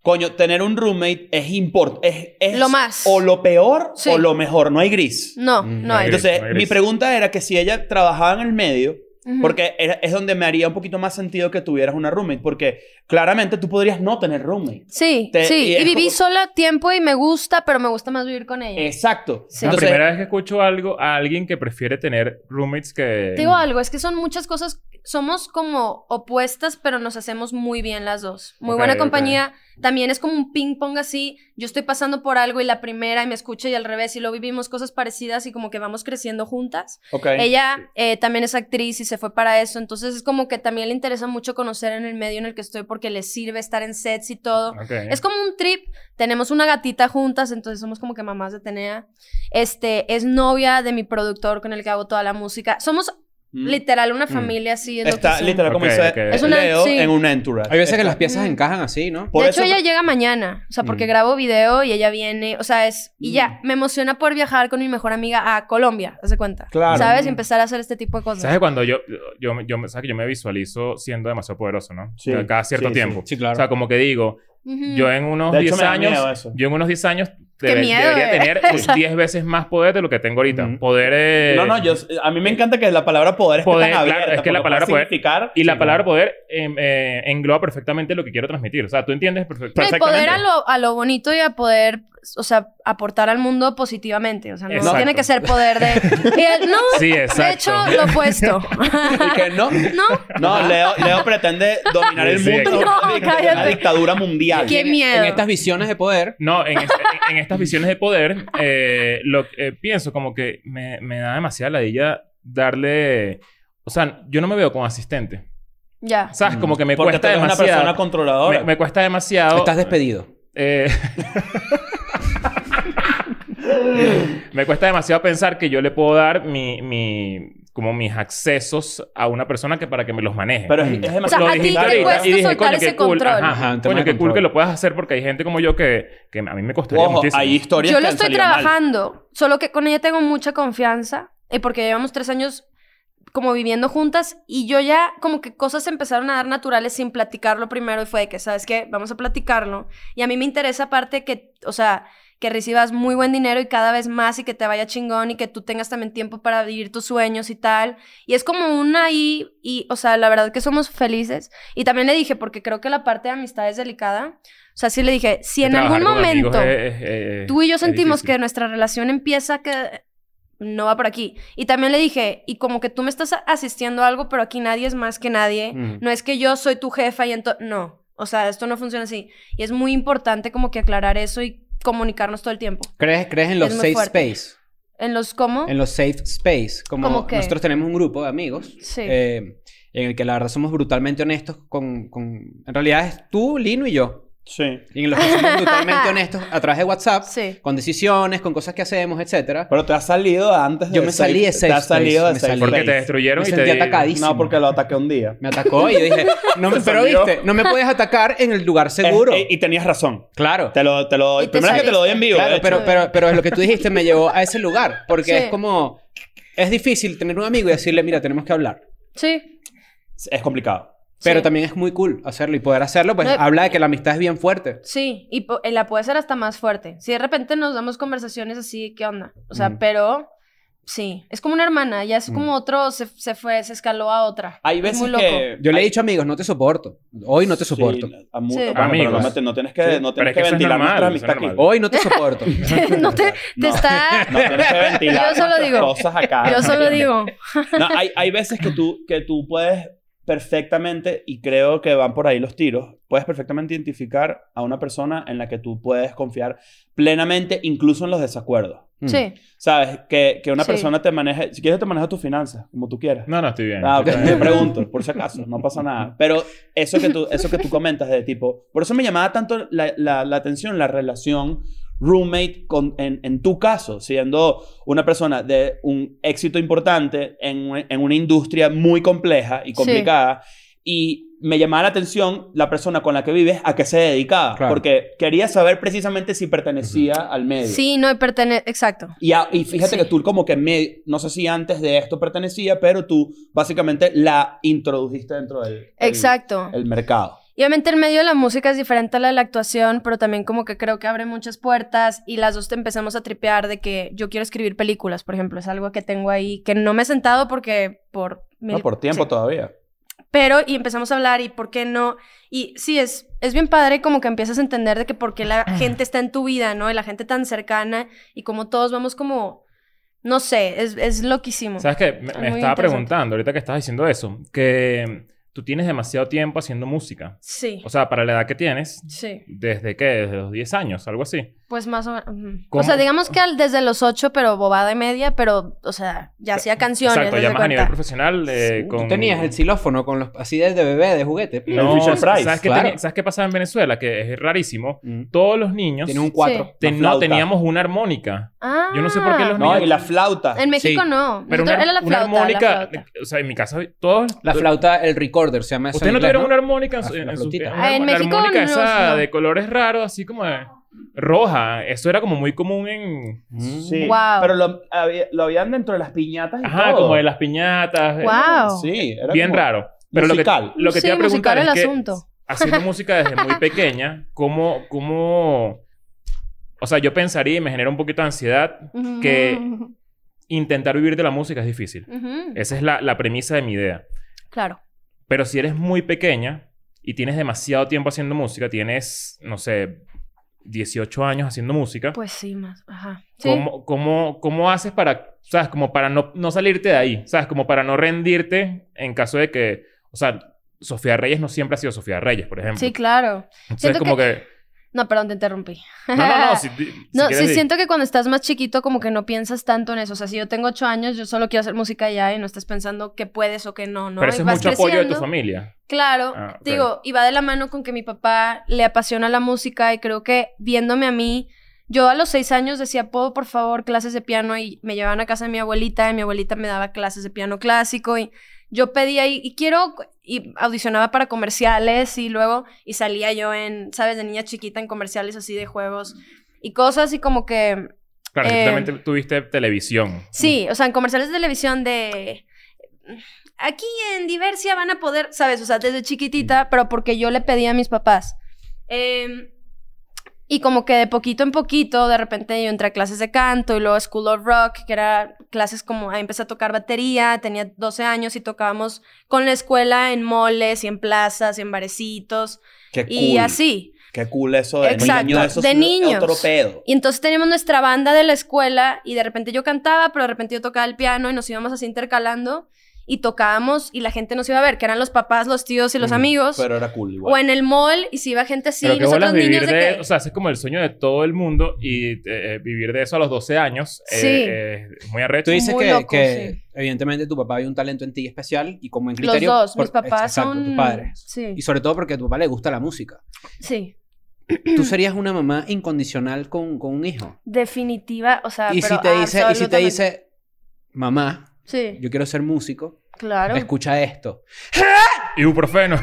Speaker 3: Coño, tener un roommate es importante. Es, es
Speaker 4: Lo más.
Speaker 3: O lo peor
Speaker 4: Sí.
Speaker 3: o lo mejor. No hay gris.
Speaker 4: No,
Speaker 5: Mm,
Speaker 4: no hay.
Speaker 2: gris,
Speaker 3: Entonces,
Speaker 2: no hay
Speaker 3: mi
Speaker 2: gris.
Speaker 3: pregunta era que si ella trabajaba en el medio,
Speaker 4: Ujú.
Speaker 3: porque era- es donde me haría un poquito más sentido que tuvieras una roommate, porque claramente tú podrías no tener roommate.
Speaker 4: Sí,
Speaker 3: Te-
Speaker 4: sí.
Speaker 3: y
Speaker 4: Y,
Speaker 3: es
Speaker 4: viví
Speaker 3: como-
Speaker 4: sola tiempo y me gusta, pero me gusta más vivir con ella.
Speaker 3: Exacto.
Speaker 4: Sí.
Speaker 2: la
Speaker 3: Entonces,
Speaker 2: primera vez que escucho algo a alguien que prefiere tener roommates que...
Speaker 4: Te digo algo, es que son muchas cosas, somos como opuestas, pero nos hacemos muy bien las dos. Muy
Speaker 2: Ok,
Speaker 4: buena
Speaker 2: ok.
Speaker 4: compañía. También es como un ping pong así, yo estoy pasando por algo y la primera y me escucha y al revés y luego vivimos cosas parecidas y como que vamos creciendo juntas.
Speaker 3: ok.
Speaker 4: Ella eh, también es actriz y se fue para eso, entonces es como que también le interesa mucho conocer en el medio en el que estoy porque le sirve estar en sets y todo.
Speaker 2: Ok.
Speaker 4: Es como un trip. Tenemos una gatita juntas, entonces somos como que mamás de Tenea. Este, es novia de mi productor con el que hago toda la música. Somos
Speaker 3: Mm.
Speaker 4: literal una familia así. Es lo
Speaker 3: Está
Speaker 4: que
Speaker 3: literal como
Speaker 2: Ok,
Speaker 3: dice
Speaker 2: ok.
Speaker 4: Es una-
Speaker 3: Leo
Speaker 4: sí.
Speaker 3: en un entourage.
Speaker 5: Hay veces que
Speaker 3: Está-
Speaker 5: las piezas
Speaker 4: Ujú.
Speaker 5: encajan así, ¿no?
Speaker 4: somos.
Speaker 3: por
Speaker 4: De
Speaker 3: eso-
Speaker 4: hecho, ella llega mañana. O sea, porque
Speaker 5: Mm.
Speaker 4: grabo video y ella viene. O sea, es... Y ya,
Speaker 3: Mm.
Speaker 4: me emociona poder viajar con mi mejor amiga a Colombia. Haz de cuenta.
Speaker 3: Claro.
Speaker 4: ¿Sabes? Y empezar a hacer este tipo de cosas.
Speaker 2: ¿Sabes cuando yo, yo, yo, me- sabes que yo me visualizo siendo demasiado poderoso, no?
Speaker 3: Sí,
Speaker 2: Cada cierto
Speaker 3: sí,
Speaker 2: tiempo.
Speaker 5: Sí, claro.
Speaker 2: O sea, como que digo,
Speaker 4: Ujú.
Speaker 2: yo en unos
Speaker 3: De hecho,
Speaker 2: 10
Speaker 3: me da
Speaker 2: años,
Speaker 3: miedo eso.
Speaker 2: yo en unos 10 años
Speaker 4: Mm. Qué
Speaker 2: debe-
Speaker 4: miedo,
Speaker 2: debería
Speaker 4: eh.
Speaker 2: tener
Speaker 4: O sea-
Speaker 2: 10 veces más poder de lo que tengo ahorita.
Speaker 5: Ujú.
Speaker 2: Poder... eh,
Speaker 3: No, no, yo, a mí me encanta que la palabra poder esté
Speaker 2: Poder,
Speaker 3: tan
Speaker 2: claro,
Speaker 3: abierta.
Speaker 2: es que la
Speaker 3: porque
Speaker 2: palabra
Speaker 3: puede
Speaker 2: poder-
Speaker 3: significar-
Speaker 2: Y la
Speaker 3: Sí,
Speaker 2: palabra
Speaker 3: claro.
Speaker 2: poder em, eh, engloba perfectamente lo que quiero transmitir. O sea, tú entiendes perfectamente.
Speaker 4: No, y poder a
Speaker 3: perfectamente.
Speaker 4: lo, a lo bonito y a poder, o sea, aportar al mundo positivamente. O sea, no
Speaker 2: Exacto.
Speaker 4: tiene que ser poder de... Y el- no,
Speaker 2: Sí,
Speaker 4: de
Speaker 2: exacto.
Speaker 4: hecho, lo opuesto.
Speaker 3: Y que no.
Speaker 4: ¿No?
Speaker 3: No, Leo, Leo pretende dominar el
Speaker 2: Sí,
Speaker 3: mundo.
Speaker 4: No,
Speaker 3: una dict- una
Speaker 4: cállate.
Speaker 3: dictadura mundial.
Speaker 4: Qué miedo.
Speaker 5: En estas visiones de poder,
Speaker 2: No, en, es- en- en estas visiones de poder, eh, lo, eh, pienso como que me, me da demasiada ladilla darle... O sea, yo no me veo como asistente.
Speaker 4: Ya.
Speaker 2: ¿Sabes? Como que me
Speaker 3: Porque tú
Speaker 2: cuesta
Speaker 3: eres una persona
Speaker 2: demasiado.
Speaker 3: controladora.
Speaker 2: Me, me cuesta demasiado.
Speaker 5: estás despedido.
Speaker 2: eh, me cuesta demasiado pensar que yo le puedo dar mi, mi- como mis accesos a una persona que para que me los maneje.
Speaker 3: Pero es, es
Speaker 2: O
Speaker 4: sea,
Speaker 3: demasiado...
Speaker 2: lo
Speaker 4: a ti
Speaker 2: dijiste
Speaker 4: te
Speaker 2: ahorita
Speaker 4: cuesta
Speaker 2: y dije,
Speaker 4: soltar
Speaker 2: coño, qué
Speaker 4: ese
Speaker 2: cool.
Speaker 4: control.
Speaker 2: Ajá,
Speaker 5: Ajá, un tema
Speaker 2: coño,
Speaker 5: de
Speaker 2: qué cool
Speaker 5: control.
Speaker 2: que lo puedas hacer porque hay gente como yo que, que a mí me costaría
Speaker 3: Ojo,
Speaker 2: muchísimo.
Speaker 3: hay historias
Speaker 4: Yo
Speaker 3: que
Speaker 4: lo
Speaker 3: han
Speaker 4: estoy
Speaker 3: salido mal.
Speaker 4: trabajando, solo que con ella tengo mucha confianza y porque llevamos tres años como viviendo juntas y yo ya como que cosas se empezaron a dar naturales sin platicarlo primero y fue de que, ¿sabes qué? Vamos a platicarlo. Y a mí me interesa aparte que, o sea, que recibas muy buen dinero y cada vez más y que te vaya chingón y que tú tengas también tiempo para vivir tus sueños y tal. Y es como una y, y o sea, la verdad que somos felices. Y también le dije, porque creo que la parte de amistad es delicada. O sea, sí le dije, si en
Speaker 2: Trabajar
Speaker 4: algún
Speaker 2: con amigos
Speaker 4: momento...
Speaker 2: es- es- es-
Speaker 4: Tú y yo
Speaker 2: es
Speaker 4: sentimos
Speaker 2: difícil.
Speaker 4: que nuestra relación empieza que no va por aquí. Y también le dije, y como que tú me estás a- asistiendo a algo, pero aquí nadie es más que nadie.
Speaker 5: Mm.
Speaker 4: Eh, No es que yo soy tu jefa y entonces... No, o sea, esto no funciona así. Y es muy importante como que aclarar eso y comunicarnos todo el tiempo.
Speaker 5: ¿Crees, crees en los
Speaker 4: Es muy
Speaker 5: safe
Speaker 4: fuerte.
Speaker 5: space?
Speaker 4: En los cómo...
Speaker 5: En los safe space. Como
Speaker 4: ¿Cómo qué?
Speaker 5: nosotros tenemos un grupo de amigos
Speaker 4: Sí.
Speaker 5: eh, en el que la verdad somos brutalmente honestos con, con... En realidad es tú, Lino y yo.
Speaker 3: Sí.
Speaker 5: Y en los que somos brutalmente honestos a través de WhatsApp.
Speaker 4: Sí.
Speaker 5: Con decisiones, con cosas que hacemos, etcétera.
Speaker 3: Pero te has salido antes de
Speaker 5: Yo me
Speaker 3: safe-
Speaker 5: salí de
Speaker 3: Te
Speaker 5: safe
Speaker 3: has salido de
Speaker 5: space,
Speaker 3: safe
Speaker 5: me salí.
Speaker 2: Porque
Speaker 3: space.
Speaker 2: te destruyeron
Speaker 5: Me
Speaker 2: y te
Speaker 5: sentí
Speaker 2: di-
Speaker 5: atacadísimo.
Speaker 3: No, porque lo ataqué un día.
Speaker 5: Me atacó y yo dije, no me,
Speaker 3: Se
Speaker 5: pero
Speaker 3: salió.
Speaker 5: viste, no me puedes atacar en el lugar seguro.
Speaker 3: Eh, eh, y tenías razón.
Speaker 5: claro.
Speaker 3: Te lo, te lo
Speaker 4: Y te
Speaker 3: primero es que te lo doy en vivo.
Speaker 5: Claro,
Speaker 3: de hecho.
Speaker 5: pero, pero, pero es lo que tú dijiste me llevó a ese lugar. Porque
Speaker 4: Sí.
Speaker 5: es como... Es difícil tener un amigo y decirle, mira, tenemos que hablar.
Speaker 4: Sí.
Speaker 3: es complicado.
Speaker 5: Pero
Speaker 4: Sí.
Speaker 5: también es muy cool hacerlo y poder hacerlo, pues
Speaker 4: No, y-
Speaker 5: habla de que la amistad es bien fuerte.
Speaker 4: Sí, y po- la puede ser hasta más fuerte. Si de repente nos damos conversaciones así, ¿qué onda? O sea,
Speaker 5: Mm.
Speaker 4: pero sí, es como una hermana, ya es
Speaker 5: Mm.
Speaker 4: como otro, se, se fue, se escaló a otra.
Speaker 3: Hay
Speaker 4: Es
Speaker 3: veces
Speaker 4: muy loco.
Speaker 3: que
Speaker 5: Yo le he dicho amigos, no te soporto. Hoy no te
Speaker 3: Sí,
Speaker 5: soporto.
Speaker 3: a mu-
Speaker 4: Sí.
Speaker 3: bueno, pero
Speaker 2: Amigos.
Speaker 3: no te- no tienes que,
Speaker 2: Sí. Pero
Speaker 3: no tienes
Speaker 2: es
Speaker 3: que,
Speaker 2: que eso es
Speaker 3: ventilar
Speaker 2: normal, eso
Speaker 3: nuestra
Speaker 2: es
Speaker 3: amistad aquí.
Speaker 2: normal.
Speaker 5: Hoy no te soporto. Mm.
Speaker 4: no te, te
Speaker 3: No.
Speaker 4: está.
Speaker 3: No tienes que ventilar
Speaker 4: Yo solo
Speaker 3: nuestras
Speaker 4: digo.
Speaker 3: cosas acá.
Speaker 4: Yo solo digo.
Speaker 3: No, hay, hay veces que tú, que tú puedes perfectamente, y creo que van por ahí los tiros, puedes perfectamente identificar a una persona en la que tú puedes confiar plenamente, incluso en los desacuerdos.
Speaker 4: Sí.
Speaker 3: ¿Sabes? Que, que una
Speaker 4: Sí.
Speaker 3: persona te maneje, si quieres te maneja tus finanzas, como tú quieras.
Speaker 2: No, no, estoy bien.
Speaker 3: Ah, ok,
Speaker 2: Estoy
Speaker 3: te
Speaker 2: bien.
Speaker 3: pregunto, por si acaso, no pasa nada. Pero eso que tú, eso que tú comentas de tipo, por eso me llamaba tanto la, la- la atención la relación roommate con, en, en tu caso, siendo una persona de un éxito importante en, un- en una industria muy compleja y complicada. Y me llamaba la atención la persona con la que vives, a qué se dedicaba,
Speaker 5: Claro.
Speaker 3: porque quería saber precisamente si pertenecía al medio.
Speaker 4: Sí, no, y pertene... Exacto.
Speaker 3: Y, a- y fíjate
Speaker 4: Sí.
Speaker 3: que tú como que me, no sé si antes de esto pertenecía, pero tú básicamente la introdujiste dentro del, del-
Speaker 4: Exacto.
Speaker 3: el mercado.
Speaker 4: Y Y obviamente el medio de la música es diferente a la de la actuación, pero también como que creo que abre muchas puertas y las dos te empezamos a tripear de que yo quiero escribir películas, por ejemplo, es algo que tengo ahí que no me he sentado porque por mi-
Speaker 3: No, por tiempo
Speaker 4: sí.
Speaker 3: todavía.
Speaker 4: Pero y empezamos a hablar y por qué no y sí es es bien padre como que empiezas a entender de que por qué
Speaker 2: Ah.
Speaker 4: la gente está en tu vida, ¿no? Y la gente tan cercana y como todos vamos como no sé, es, es loquísimo.
Speaker 2: ¿Sabes qué? Me, me
Speaker 4: Muy
Speaker 2: estaba
Speaker 4: interesante.
Speaker 2: preguntando, ahorita que estabas diciendo eso, que tú tienes demasiado tiempo haciendo música.
Speaker 4: Sí.
Speaker 2: O sea, para la edad que tienes,
Speaker 4: Sí,
Speaker 2: ¿desde qué? Desde los 10 años, algo así.
Speaker 4: pues más o menos. ujú.
Speaker 2: ¿Cómo?
Speaker 4: O sea, digamos que al- desde los ocho, pero bobada y media, pero, o sea, ya hacía canciones.
Speaker 2: Exacto,
Speaker 4: haz
Speaker 2: ya
Speaker 4: de
Speaker 2: más a nivel
Speaker 4: cuenta.
Speaker 2: profesional. eh,
Speaker 5: Sí,
Speaker 2: con...
Speaker 5: Tú tenías el xilófono con los, así de, de bebé, de juguete.
Speaker 2: No,
Speaker 3: El Fisher Price,
Speaker 2: ¿sabes, qué
Speaker 5: claro.
Speaker 2: tenía- ¿Sabes qué pasaba en Venezuela? Que es rarísimo.
Speaker 5: Mm.
Speaker 2: Todos los niños
Speaker 5: Tiene un 4.
Speaker 4: Sí.
Speaker 2: te-
Speaker 3: una
Speaker 2: no
Speaker 3: flauta.
Speaker 2: teníamos una armónica. Yo no sé por qué los
Speaker 4: Ah.
Speaker 3: No,
Speaker 2: niños-
Speaker 3: y la flauta.
Speaker 4: En México
Speaker 5: Sí.
Speaker 4: no.
Speaker 2: Pero
Speaker 4: Nosotros-
Speaker 2: una,
Speaker 4: era la
Speaker 2: una
Speaker 4: flauta.
Speaker 2: armónica.
Speaker 4: la flauta.
Speaker 2: O sea, en mi casa, todos.
Speaker 5: La flauta, el recorder, se llama eso
Speaker 2: ¿Ustedes
Speaker 5: en
Speaker 2: no
Speaker 5: inglés,
Speaker 2: tuvieron una armónica en su,
Speaker 5: La-
Speaker 2: en
Speaker 5: la
Speaker 2: su-
Speaker 5: flutita.
Speaker 2: una-
Speaker 4: Ah, en
Speaker 2: la
Speaker 4: México
Speaker 2: armónica
Speaker 4: no,
Speaker 2: esa
Speaker 4: no.
Speaker 2: de colores raros, así como de roja. Eso era como muy común en...
Speaker 5: Mm.
Speaker 3: Sí.
Speaker 4: Wow.
Speaker 3: Pero lo, había- lo habían dentro de las piñatas y
Speaker 2: Ajá,
Speaker 3: todo.
Speaker 2: como de las piñatas. eh,
Speaker 4: Wow.
Speaker 3: Sí, era
Speaker 2: Bien
Speaker 3: como-
Speaker 2: raro. Pero lo que,
Speaker 3: musical.
Speaker 2: lo que
Speaker 4: Sí,
Speaker 2: te iba a preguntar
Speaker 4: musical
Speaker 2: es
Speaker 4: el
Speaker 2: que
Speaker 4: asunto.
Speaker 2: haciendo música desde muy pequeña, ¿cómo, ¿cómo...? O sea, yo pensaría y me genera un poquito de ansiedad que
Speaker 4: Ujú.
Speaker 2: intentar vivir de la música es difícil.
Speaker 4: Ujú.
Speaker 2: Esa es la, la premisa de mi idea.
Speaker 4: Claro.
Speaker 2: Pero si eres muy pequeña y tienes demasiado tiempo haciendo música, tienes, no sé, 18 años haciendo música,
Speaker 4: Pues sí, más. Ajá. Sí.
Speaker 2: ¿cómo, cómo, cómo haces para, sabes, como para no, no salirte de ahí? ¿Sabes? Como para no rendirte en caso de que, o sea, Sofía Reyes no siempre ha sido Sofía Reyes, por ejemplo.
Speaker 4: Sí, claro.
Speaker 2: Entonces,
Speaker 4: siento
Speaker 2: como que...
Speaker 4: No, perdón, te interrumpí.
Speaker 2: No, no, no. Si, di- si
Speaker 4: No,
Speaker 2: quieres
Speaker 4: sí,
Speaker 2: di-
Speaker 4: siento que cuando estás más chiquito, como que no piensas tanto en eso. O sea, si yo tengo ocho años, yo solo quiero hacer música ya y no estás pensando que puedes o que no, ¿no?
Speaker 2: Pero
Speaker 4: Y
Speaker 2: eso es
Speaker 4: vas
Speaker 2: mucho apoyo de tu
Speaker 4: creciendo.
Speaker 2: familia.
Speaker 4: Claro,
Speaker 2: Ah, ok.
Speaker 4: digo, y va de la mano con que mi papá le apasiona la música y creo que viéndome a mí, yo a los seis años decía, puedo por favor clases de piano y me llevaban a casa de mi abuelita y mi abuelita me daba clases de piano clásico y yo pedía y, y quiero y audicionaba para comerciales y luego y salía yo en, sabes, de niña chiquita en comerciales así de juegos y cosas y como que
Speaker 2: Claro,
Speaker 4: Eh,
Speaker 2: exactamente tuviste televisión.
Speaker 4: Sí, o sea, en comerciales de televisión de... Aquí en Diversia van a poder, ¿sabes? O sea, desde chiquitita, pero porque yo le pedí a mis papás. Em, y como que de poquito en poquito, de repente yo entré a clases de canto y luego School of Rock, que era clases como... Ahí empecé a tocar batería, tenía 12 años y tocábamos con la escuela en moles y en plazas y en barecitos
Speaker 3: Qué cool.
Speaker 4: y así.
Speaker 3: Qué cool eso de
Speaker 4: Exacto,
Speaker 3: niño. Eso
Speaker 4: de
Speaker 3: es
Speaker 4: niños.
Speaker 3: otro pedo.
Speaker 4: Y entonces teníamos nuestra banda de la escuela y de repente yo cantaba, pero de repente yo tocaba el piano y nos íbamos así intercalando y tocábamos y la gente nos iba a ver, que eran los papás, los tíos y los
Speaker 2: Mm,
Speaker 4: amigos.
Speaker 3: Pero era cool igual.
Speaker 4: o en el mall y si iba gente así,
Speaker 2: Pero que
Speaker 4: nosotros
Speaker 2: bolas
Speaker 4: niños
Speaker 2: vivir
Speaker 4: de,
Speaker 2: de,
Speaker 4: que...
Speaker 2: O sea, ese es como el sueño de todo el mundo y eh, eh, vivir de eso a los 12 años eh,
Speaker 4: Sí.
Speaker 2: eh, es muy arrecho.
Speaker 5: Tú dices
Speaker 4: Muy
Speaker 5: que,
Speaker 4: loco,
Speaker 5: que
Speaker 4: sí.
Speaker 5: evidentemente tu papá había un talento en ti especial y como en
Speaker 4: los
Speaker 5: criterio...
Speaker 4: dos, mis
Speaker 5: por-
Speaker 4: papás
Speaker 5: exacto,
Speaker 4: son...
Speaker 5: tus padres.
Speaker 4: Sí,
Speaker 5: Y sobre todo porque a tu papá le gusta la música.
Speaker 4: sí,
Speaker 5: Tú serías una mamá incondicional con, con un hijo.
Speaker 4: definitiva, o sea,
Speaker 5: y, si
Speaker 4: Ah, pero
Speaker 5: te dice, y si te
Speaker 4: absolutamente.
Speaker 5: dice, mamá,
Speaker 4: Sí,
Speaker 5: yo quiero ser músico,
Speaker 4: claro.
Speaker 5: escucha esto.
Speaker 2: Ibuprofeno.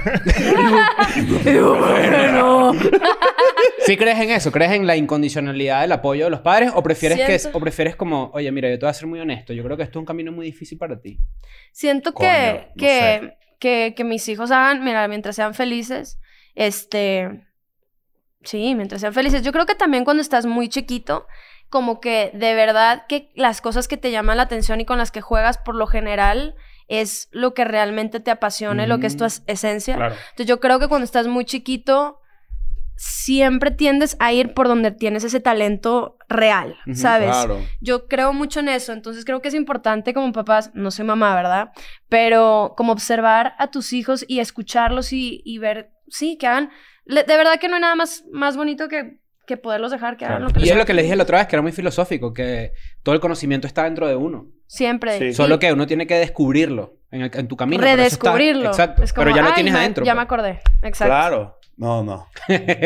Speaker 4: Bueno.
Speaker 5: ¿Sí crees en eso? ¿Crees en la incondicionalidad del apoyo de los padres? ¿O prefieres, que,
Speaker 4: Siento-
Speaker 5: o prefieres como, oye, mira, yo te voy a ser muy honesto, yo creo que esto es un camino muy difícil para ti?
Speaker 4: Siento
Speaker 2: Coño,
Speaker 4: que,
Speaker 2: no
Speaker 4: que, que, que mis hijos hagan, mira, mientras sean felices, este, sí, mientras sean felices. Yo creo que también cuando estás muy chiquito, como que de verdad que las cosas que te llaman la atención y con las que juegas por lo general es lo que realmente te apasiona y lo que es tu
Speaker 5: Mm.
Speaker 4: as- esencia.
Speaker 2: claro.
Speaker 4: Entonces yo creo que cuando estás muy chiquito, siempre tiendes a ir por donde tienes ese talento real,
Speaker 5: Ujú,
Speaker 4: ¿sabes?
Speaker 3: Claro.
Speaker 4: yo creo mucho en eso, entonces creo que es importante como papás, no soy mamá, ¿verdad? Pero como observar a tus hijos y escucharlos y, y ver, sí, que hagan, le- de verdad que no hay nada más, más bonito que, que poderlos dejar que hagan
Speaker 2: Claro.
Speaker 4: lo que
Speaker 5: Y
Speaker 4: les
Speaker 5: es lo que le dije la otra vez, que era muy filosófico, que todo el conocimiento está dentro de uno.
Speaker 4: Siempre.
Speaker 3: Sí.
Speaker 5: Solo que uno tiene que descubrirlo en, el- en tu camino. pero eso está-
Speaker 4: redescubrirlo.
Speaker 5: exacto.
Speaker 4: Es como,
Speaker 5: pero ya lo
Speaker 4: "Ay,
Speaker 5: tienes
Speaker 4: me-
Speaker 5: adentro.
Speaker 4: Ya me
Speaker 5: pues.
Speaker 4: acordé, exacto.
Speaker 3: Claro. No, no.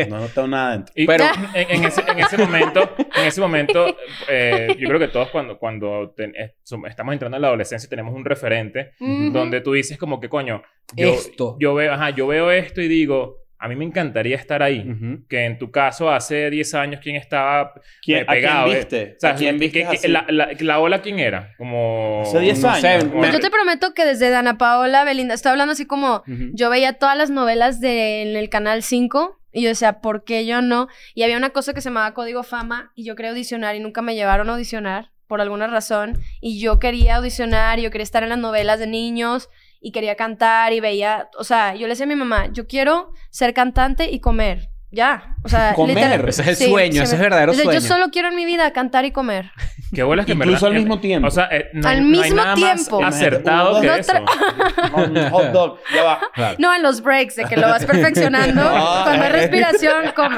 Speaker 3: No, no tengo nada dentro.
Speaker 2: Y
Speaker 5: Pero-
Speaker 2: en, en ese, en ese momento, en ese momento eh, yo creo que todos cuando, cuando ten- eh, som- estamos entrando en la adolescencia tenemos un referente
Speaker 4: Ujú.
Speaker 2: donde tú dices como que, coño, yo,
Speaker 5: Esto.
Speaker 2: yo veo, ajá, yo veo esto y digo, a mí me encantaría estar ahí.
Speaker 5: Ujú.
Speaker 2: Que en tu caso, hace 10 años, ¿quién estaba?
Speaker 3: ¿Quién,
Speaker 2: Me pegaba,
Speaker 3: ¿A
Speaker 2: eh.
Speaker 3: quién viste?
Speaker 2: O sea,
Speaker 3: ¿A quién
Speaker 2: que-
Speaker 3: viste
Speaker 2: que-
Speaker 3: así?
Speaker 2: la, la- la ola quién era? Como...
Speaker 3: Hace 10
Speaker 5: no sé,
Speaker 3: años.
Speaker 5: me-
Speaker 4: Yo te prometo que desde Dana Paola, Belinda, estoy hablando así como
Speaker 5: Ujú.
Speaker 4: yo veía todas las novelas de, en el canal 5 y yo decía, ¿por qué yo no? Y había una cosa que se llamaba Código Fama y yo quería audicionar y nunca me llevaron a audicionar por alguna razón y yo quería audicionar, yo quería estar en las novelas de niños y quería cantar y veía, o sea, yo le decía a mi mamá, yo quiero ser cantante y comer. Ya, o sea,
Speaker 3: Comer,
Speaker 4: literal-
Speaker 5: ese es el
Speaker 4: Sí,
Speaker 5: sueño,
Speaker 4: se
Speaker 5: ese
Speaker 4: me-
Speaker 5: es verdadero
Speaker 4: O sea,
Speaker 5: sueño.
Speaker 4: Yo solo quiero en mi vida cantar y comer.
Speaker 2: Qué bolas que en
Speaker 3: Incluso
Speaker 2: verdad-
Speaker 3: al mismo tiempo.
Speaker 2: O sea, eh, no, hay-
Speaker 4: Al
Speaker 2: no hay
Speaker 4: mismo
Speaker 2: nada más
Speaker 4: tiempo.
Speaker 2: acertado que
Speaker 3: No
Speaker 2: eso.
Speaker 3: Un hot dog. Ya va.
Speaker 5: Claro.
Speaker 4: No, en los breaks, de que lo vas perfeccionando.
Speaker 3: No,
Speaker 4: Cuando hay
Speaker 3: eh.
Speaker 4: respiración, come.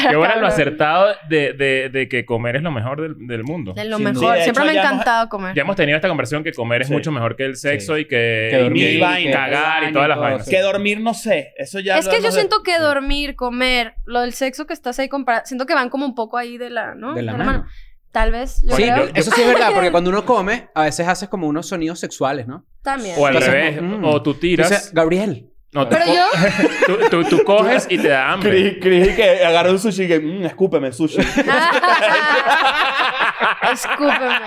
Speaker 2: Qué bolas lo
Speaker 4: hacer
Speaker 2: acertado de, de, de que comer es lo mejor del, del mundo.
Speaker 4: Es lo
Speaker 3: Sin duda.
Speaker 4: mejor.
Speaker 3: Sí, de
Speaker 4: Siempre
Speaker 3: hecho,
Speaker 4: me ha
Speaker 3: ya hemos-
Speaker 4: encantado comer.
Speaker 2: Ya hemos tenido esta conversación que comer es
Speaker 3: Sí.
Speaker 2: mucho mejor que el sexo
Speaker 5: Sí.
Speaker 2: y que,
Speaker 5: Que
Speaker 2: y
Speaker 5: dormir,
Speaker 2: que
Speaker 3: vaina,
Speaker 2: cagar y
Speaker 5: baño,
Speaker 2: todas las
Speaker 5: todo
Speaker 2: vainas.
Speaker 5: eso.
Speaker 3: Que dormir, no sé. Eso ya.
Speaker 4: es que yo
Speaker 3: hablamos de-
Speaker 4: siento que dormir, comer, lo del sexo que estás ahí comparado, siento que van como un poco ahí de la, ¿no?
Speaker 5: De la mano.
Speaker 4: Tal vez, yo
Speaker 5: Sí,
Speaker 4: creo.
Speaker 5: yo- eso sí es verdad, porque cuando uno come, a veces haces como unos sonidos sexuales, ¿no?
Speaker 4: También.
Speaker 2: O al
Speaker 5: Entonces,
Speaker 2: revés,
Speaker 5: mm.
Speaker 2: o tú tiras,
Speaker 5: Dice, Gabriel.
Speaker 2: no, tú,
Speaker 4: Pero
Speaker 2: co-
Speaker 4: yo,
Speaker 2: tú, tú- tú coges y te da hambre.
Speaker 3: Creí, creí que agarró un sushi y que, mmm, escúpeme sushi.
Speaker 4: Ah, escúpeme.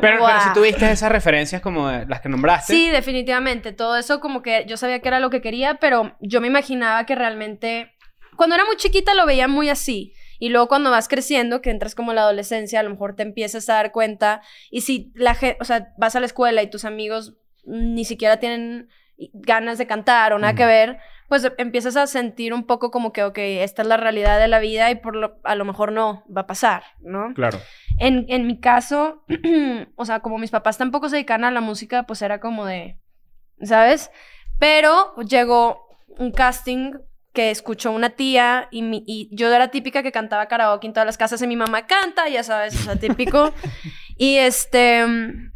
Speaker 5: Pero, pero si
Speaker 4: Guau.
Speaker 5: tuviste esas referencias como de las que nombraste.
Speaker 4: Sí, definitivamente. Todo eso como que yo sabía que era lo que quería, pero yo me imaginaba que realmente... Cuando era muy chiquita lo veía muy así. Y luego cuando vas creciendo, que entras como a la adolescencia, a lo mejor te empiezas a dar cuenta. Y si la gente, o sea, vas a la escuela y tus amigos ni siquiera tienen ganas de cantar o nada que
Speaker 5: Mm.
Speaker 4: ver, pues empiezas a sentir un poco como que, ok, esta es la realidad de la vida y por lo, a lo mejor no, va a pasar, ¿no?
Speaker 2: Claro.
Speaker 4: En, en mi caso, o sea, como mis papás tampoco se dedican a la música, pues era como de, ¿sabes? Pero llegó un casting que escuchó una tía y, mi- y yo era típica que cantaba karaoke en todas las casas y mi mamá canta, ya sabes, o sea, típico. y este, mm,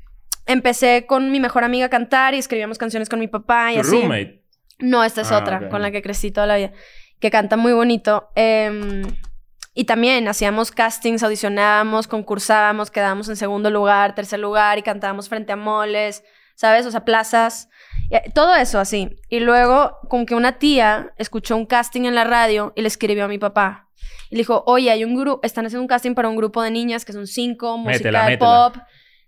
Speaker 4: empecé con mi mejor amiga a cantar y escribíamos canciones con mi papá y
Speaker 2: Tu
Speaker 4: así.
Speaker 2: roommate.
Speaker 4: No, esta es
Speaker 2: Ah,
Speaker 4: otra,
Speaker 2: ok.
Speaker 4: con la que crecí toda la vida, que canta muy bonito. Em, y también hacíamos castings, audicionábamos, concursábamos, quedábamos en segundo lugar, tercer lugar y cantábamos frente a moles, ¿sabes? O sea, plazas. y, eh, todo eso así. Y luego, con que una tía escuchó un casting en la radio y le escribió a mi papá. Y le dijo, oye, hay un grupo, están haciendo un casting para un grupo de niñas que son cinco, música
Speaker 2: Métela,
Speaker 4: de
Speaker 2: métela.
Speaker 4: pop.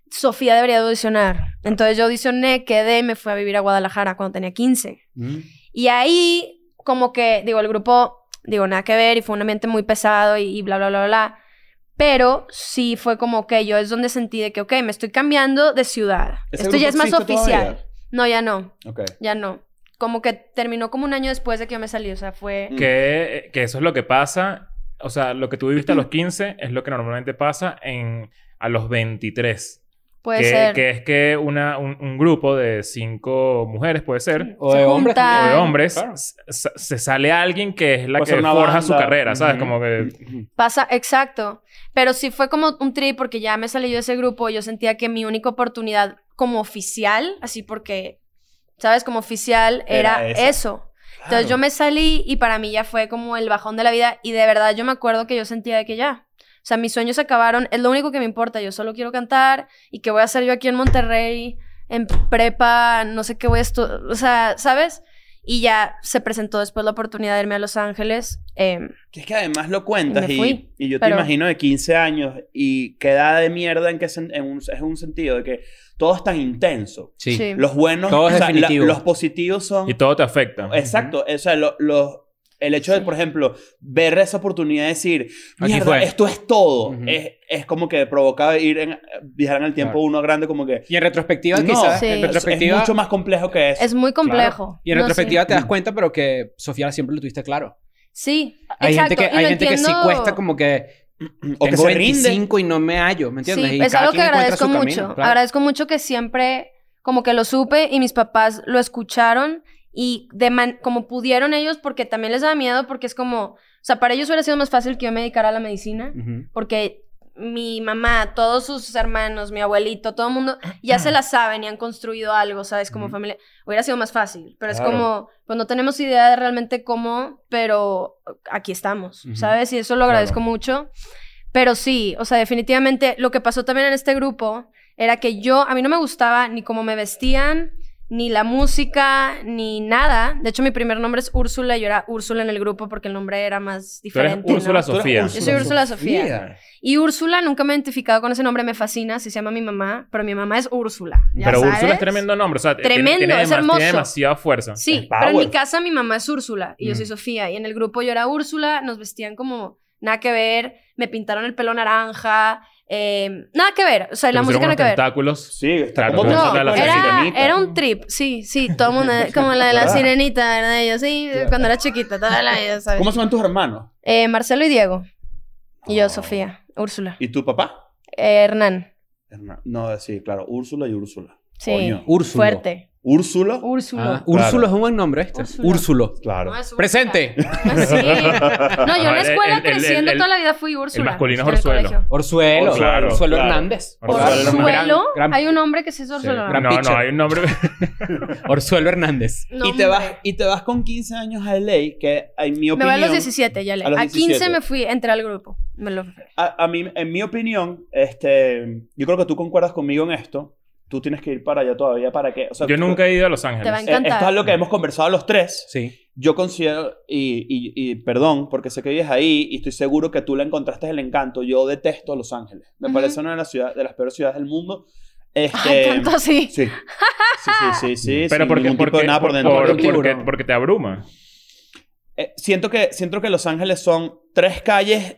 Speaker 4: Sofía debería de audicionar. Entonces yo audicioné, quedé y me fui a vivir a Guadalajara cuando tenía 15.
Speaker 5: Mm.
Speaker 4: Y ahí, como que, digo, el grupo, digo, nada que ver y fue un ambiente muy pesado y, y bla, bla, bla, bla. Pero sí fue como que yo es donde sentí de que, ok, me estoy cambiando de ciudad.
Speaker 3: ¿Ese
Speaker 4: Esto
Speaker 3: grupo
Speaker 4: ya es más
Speaker 3: existe
Speaker 4: oficial.
Speaker 3: todavía?
Speaker 4: No, ya no,
Speaker 3: Ok.
Speaker 4: ya no. Como que terminó como un año después de que yo me salí, o sea, fue...
Speaker 3: Mm.
Speaker 2: Que, que eso es lo que pasa. O sea, lo que tú viviste a los 15 es lo que normalmente pasa en, a los 23.
Speaker 4: Puede
Speaker 2: que,
Speaker 4: ser.
Speaker 2: que es que una, un, un grupo de cinco mujeres, puede ser,
Speaker 5: O
Speaker 4: Se
Speaker 5: de hombres.
Speaker 4: juntan.
Speaker 2: o de
Speaker 4: Claro.
Speaker 2: hombres,
Speaker 5: Claro.
Speaker 2: se, se sale alguien que es la
Speaker 3: Puede
Speaker 2: que
Speaker 3: ser una
Speaker 2: forja su
Speaker 3: banda.
Speaker 2: carrera, ¿sabes?
Speaker 5: Ujú.
Speaker 2: Como que...
Speaker 4: Pasa, exacto. Pero sí fue como un trip porque ya me salí yo de ese grupo y yo sentía que mi única oportunidad como oficial, así porque, ¿sabes? Como oficial era,
Speaker 3: Era esa.
Speaker 4: eso. Entonces yo me salí y para mí ya fue como el bajón de la vida y de verdad yo me acuerdo que yo sentía de que ya, o sea, mis sueños se acabaron, es lo único que me importa, yo solo quiero cantar y qué voy a hacer yo aquí en Monterrey, en prepa, no sé qué voy a estudiar, o sea, ¿sabes? Y ya se presentó después la oportunidad de irme a Los Ángeles. em,
Speaker 3: Que Es que además lo cuentas
Speaker 4: Me
Speaker 3: y,
Speaker 4: fui,
Speaker 3: y yo
Speaker 4: pero-
Speaker 3: te imagino de 15 años y qué edad de mierda en, que en un, es un sentido de que todo es tan intenso.
Speaker 5: Sí.
Speaker 4: Sí.
Speaker 3: Los buenos,
Speaker 5: Todo es
Speaker 3: la-
Speaker 5: definitivo.
Speaker 3: los positivos son...
Speaker 2: Y todo te afecta.
Speaker 3: Exacto, o sea, lo- los- el hecho de,
Speaker 4: Sí.
Speaker 3: por ejemplo, ver esa oportunidad de decir,
Speaker 5: Aquí
Speaker 3: mierda,
Speaker 5: fue".
Speaker 3: esto es todo,
Speaker 5: Ujú.
Speaker 3: es, es como que provocaba ir en, viajar en el tiempo
Speaker 5: Claro.
Speaker 3: uno grande como que...
Speaker 5: Y en retrospectiva,
Speaker 3: No,
Speaker 5: quizás.
Speaker 4: Sí.
Speaker 5: En
Speaker 4: Es- es
Speaker 3: Es,
Speaker 5: retrospectiva.
Speaker 3: mucho más complejo que eso.
Speaker 4: es muy complejo.
Speaker 5: Y en
Speaker 4: no sé.
Speaker 5: retrospectiva te das cuenta, pero que Sofía siempre lo tuviste claro.
Speaker 4: Sí,
Speaker 5: Hay
Speaker 4: exacto.
Speaker 5: gente que,
Speaker 4: y
Speaker 5: hay
Speaker 4: lo
Speaker 5: gente que sí
Speaker 4: entiendo-
Speaker 5: cuesta como que
Speaker 3: o que
Speaker 5: tengo
Speaker 3: se rinde.
Speaker 5: 25 y no me hallo, ¿me entiendes?
Speaker 4: Sí,
Speaker 5: Y
Speaker 4: es
Speaker 5: cada
Speaker 4: algo que
Speaker 5: quien encuentra su
Speaker 4: agradezco mucho.
Speaker 5: camino, claro.
Speaker 4: Agradezco mucho que siempre, como que lo supe y mis papás lo escucharon y de man- como pudieron ellos, porque también les daba miedo, porque es como, o sea, para ellos hubiera sido más fácil que yo me dedicara a la medicina,
Speaker 5: Ujú.
Speaker 4: porque mi mamá, todos sus hermanos, mi abuelito, todo el mundo ya se la saben y han construido algo, ¿sabes? Como
Speaker 5: Ujú.
Speaker 4: familia. Hubiera sido más fácil,
Speaker 2: Claro.
Speaker 4: pero es como, pues no tenemos idea de realmente cómo, pero aquí estamos,
Speaker 5: Ujú.
Speaker 4: ¿sabes? Y eso lo
Speaker 2: Claro.
Speaker 4: agradezco mucho. Pero sí, o sea, definitivamente lo que pasó también en este grupo era que yo, a mí no me gustaba ni cómo me vestían, ni la música, ni nada. De hecho, mi primer nombre es Úrsula y yo era Úrsula en el grupo porque el nombre era más
Speaker 2: Tú eres
Speaker 4: diferente. ¿no?
Speaker 2: Úrsula
Speaker 3: Tú eres
Speaker 2: Sofía.
Speaker 4: Yo soy Úrsula Sofía. Y Úrsula nunca me he identificado con ese nombre, me fascina, así se llama mi mamá, pero mi mamá es Úrsula. ¿ya
Speaker 2: Pero
Speaker 4: sabes?
Speaker 2: Úrsula es tremendo nombre. O sea, tiene-
Speaker 4: Tremendo,
Speaker 2: tiene,
Speaker 4: es
Speaker 2: demas-
Speaker 4: hermoso.
Speaker 2: Tiene demasiada fuerza.
Speaker 4: Sí,
Speaker 3: Es
Speaker 4: pero en mi
Speaker 3: power.
Speaker 4: casa mi mamá es Úrsula y yo soy
Speaker 2: Mm.
Speaker 4: Sofía. Y en el grupo yo era Úrsula, nos vestían como nada que ver, me pintaron el pelo naranja, eh, nada que ver, o sea,
Speaker 2: Te
Speaker 4: la
Speaker 2: pusieron
Speaker 4: música nada
Speaker 2: unos
Speaker 4: que ver.
Speaker 2: tentáculos.
Speaker 3: Sí, está
Speaker 2: Claro,
Speaker 3: como
Speaker 2: pero
Speaker 4: No,
Speaker 2: Úrsula la
Speaker 4: era,
Speaker 3: sirenita.
Speaker 4: era un trip, sí, sí, todo el mundo, como la de la
Speaker 3: ¿Verdad?
Speaker 4: sirenita, ¿verdad? Yo sí, cuando era chiquita, toda la vida, ¿sabes?
Speaker 3: ¿Cómo son tus hermanos?
Speaker 4: Eh, Marcelo y Diego. Y yo,
Speaker 3: Oh.
Speaker 4: Sofía, Úrsula,
Speaker 3: ¿Y tu papá?
Speaker 4: eh, Hernán,
Speaker 3: Herna- No, sí, claro, Úrsula y Úrsula.
Speaker 4: sí,
Speaker 3: Coño.
Speaker 5: Úrsulo.
Speaker 4: fuerte.
Speaker 3: Úrsula.
Speaker 4: Úrsula.
Speaker 5: Ah, Úrsulo es un buen nombre este.
Speaker 4: Úrsulo.
Speaker 5: Úrsulo.
Speaker 3: Claro.
Speaker 5: Presente.
Speaker 4: Pues Sí. No, yo en
Speaker 2: El-
Speaker 4: la
Speaker 2: el-
Speaker 4: escuela
Speaker 2: el-
Speaker 4: creciendo
Speaker 2: el-
Speaker 4: toda la vida fui Úrsula.
Speaker 2: masculino es
Speaker 4: en el
Speaker 2: Orzuelo.
Speaker 4: colegio.
Speaker 5: Orzuelo.
Speaker 2: Claro,
Speaker 5: Orzuelo
Speaker 3: claro.
Speaker 5: Hernández.
Speaker 2: Orzuelo Orzuelo.
Speaker 4: Orzuelo,
Speaker 5: Gran-
Speaker 4: hay un hombre que se es
Speaker 5: Sí,
Speaker 4: Orzuelo.
Speaker 5: gran-
Speaker 2: No,
Speaker 5: pitcher.
Speaker 2: no, hay un nombre.
Speaker 5: Orzuelo Hernández.
Speaker 4: No,
Speaker 3: y, te vas,
Speaker 4: hombre.
Speaker 3: y te vas con 15 años a LA, que en mi
Speaker 4: Me
Speaker 3: opinión...
Speaker 4: voy a los 17, ya le.
Speaker 3: A los
Speaker 4: A, 15
Speaker 3: 17.
Speaker 4: me fui, entré al grupo. Me lo...
Speaker 3: A, a mí, en mi opinión, este, yo creo que tú concuerdas conmigo en esto. Tú tienes que ir para allá todavía para que... O sea,
Speaker 2: Yo
Speaker 3: tú-
Speaker 2: nunca he ido a Los
Speaker 4: Te va a
Speaker 2: Ángeles.
Speaker 3: Eh, Esto es
Speaker 4: encantar.
Speaker 3: lo que hemos conversado los tres.
Speaker 5: Sí.
Speaker 3: Yo considero, y, y- y perdón, porque sé que vives ahí y estoy seguro que tú le encontraste el encanto. Yo detesto Los Ángeles. Me
Speaker 4: Ujú.
Speaker 3: parece una de las, ciudades, de las peores ciudades del mundo. Este,
Speaker 4: Ay, tanto
Speaker 3: Sí.
Speaker 4: así.
Speaker 3: Sí, sí, sí, sí.
Speaker 2: Pero
Speaker 3: sin
Speaker 2: porque,
Speaker 3: ningún tipo
Speaker 2: porque,
Speaker 3: de nada por
Speaker 2: por-
Speaker 3: dentro.
Speaker 2: por-
Speaker 5: Ningún
Speaker 2: porque,
Speaker 5: tiburón.
Speaker 2: porque te abruma.
Speaker 3: Eh, siento, que, siento que Los Ángeles son tres calles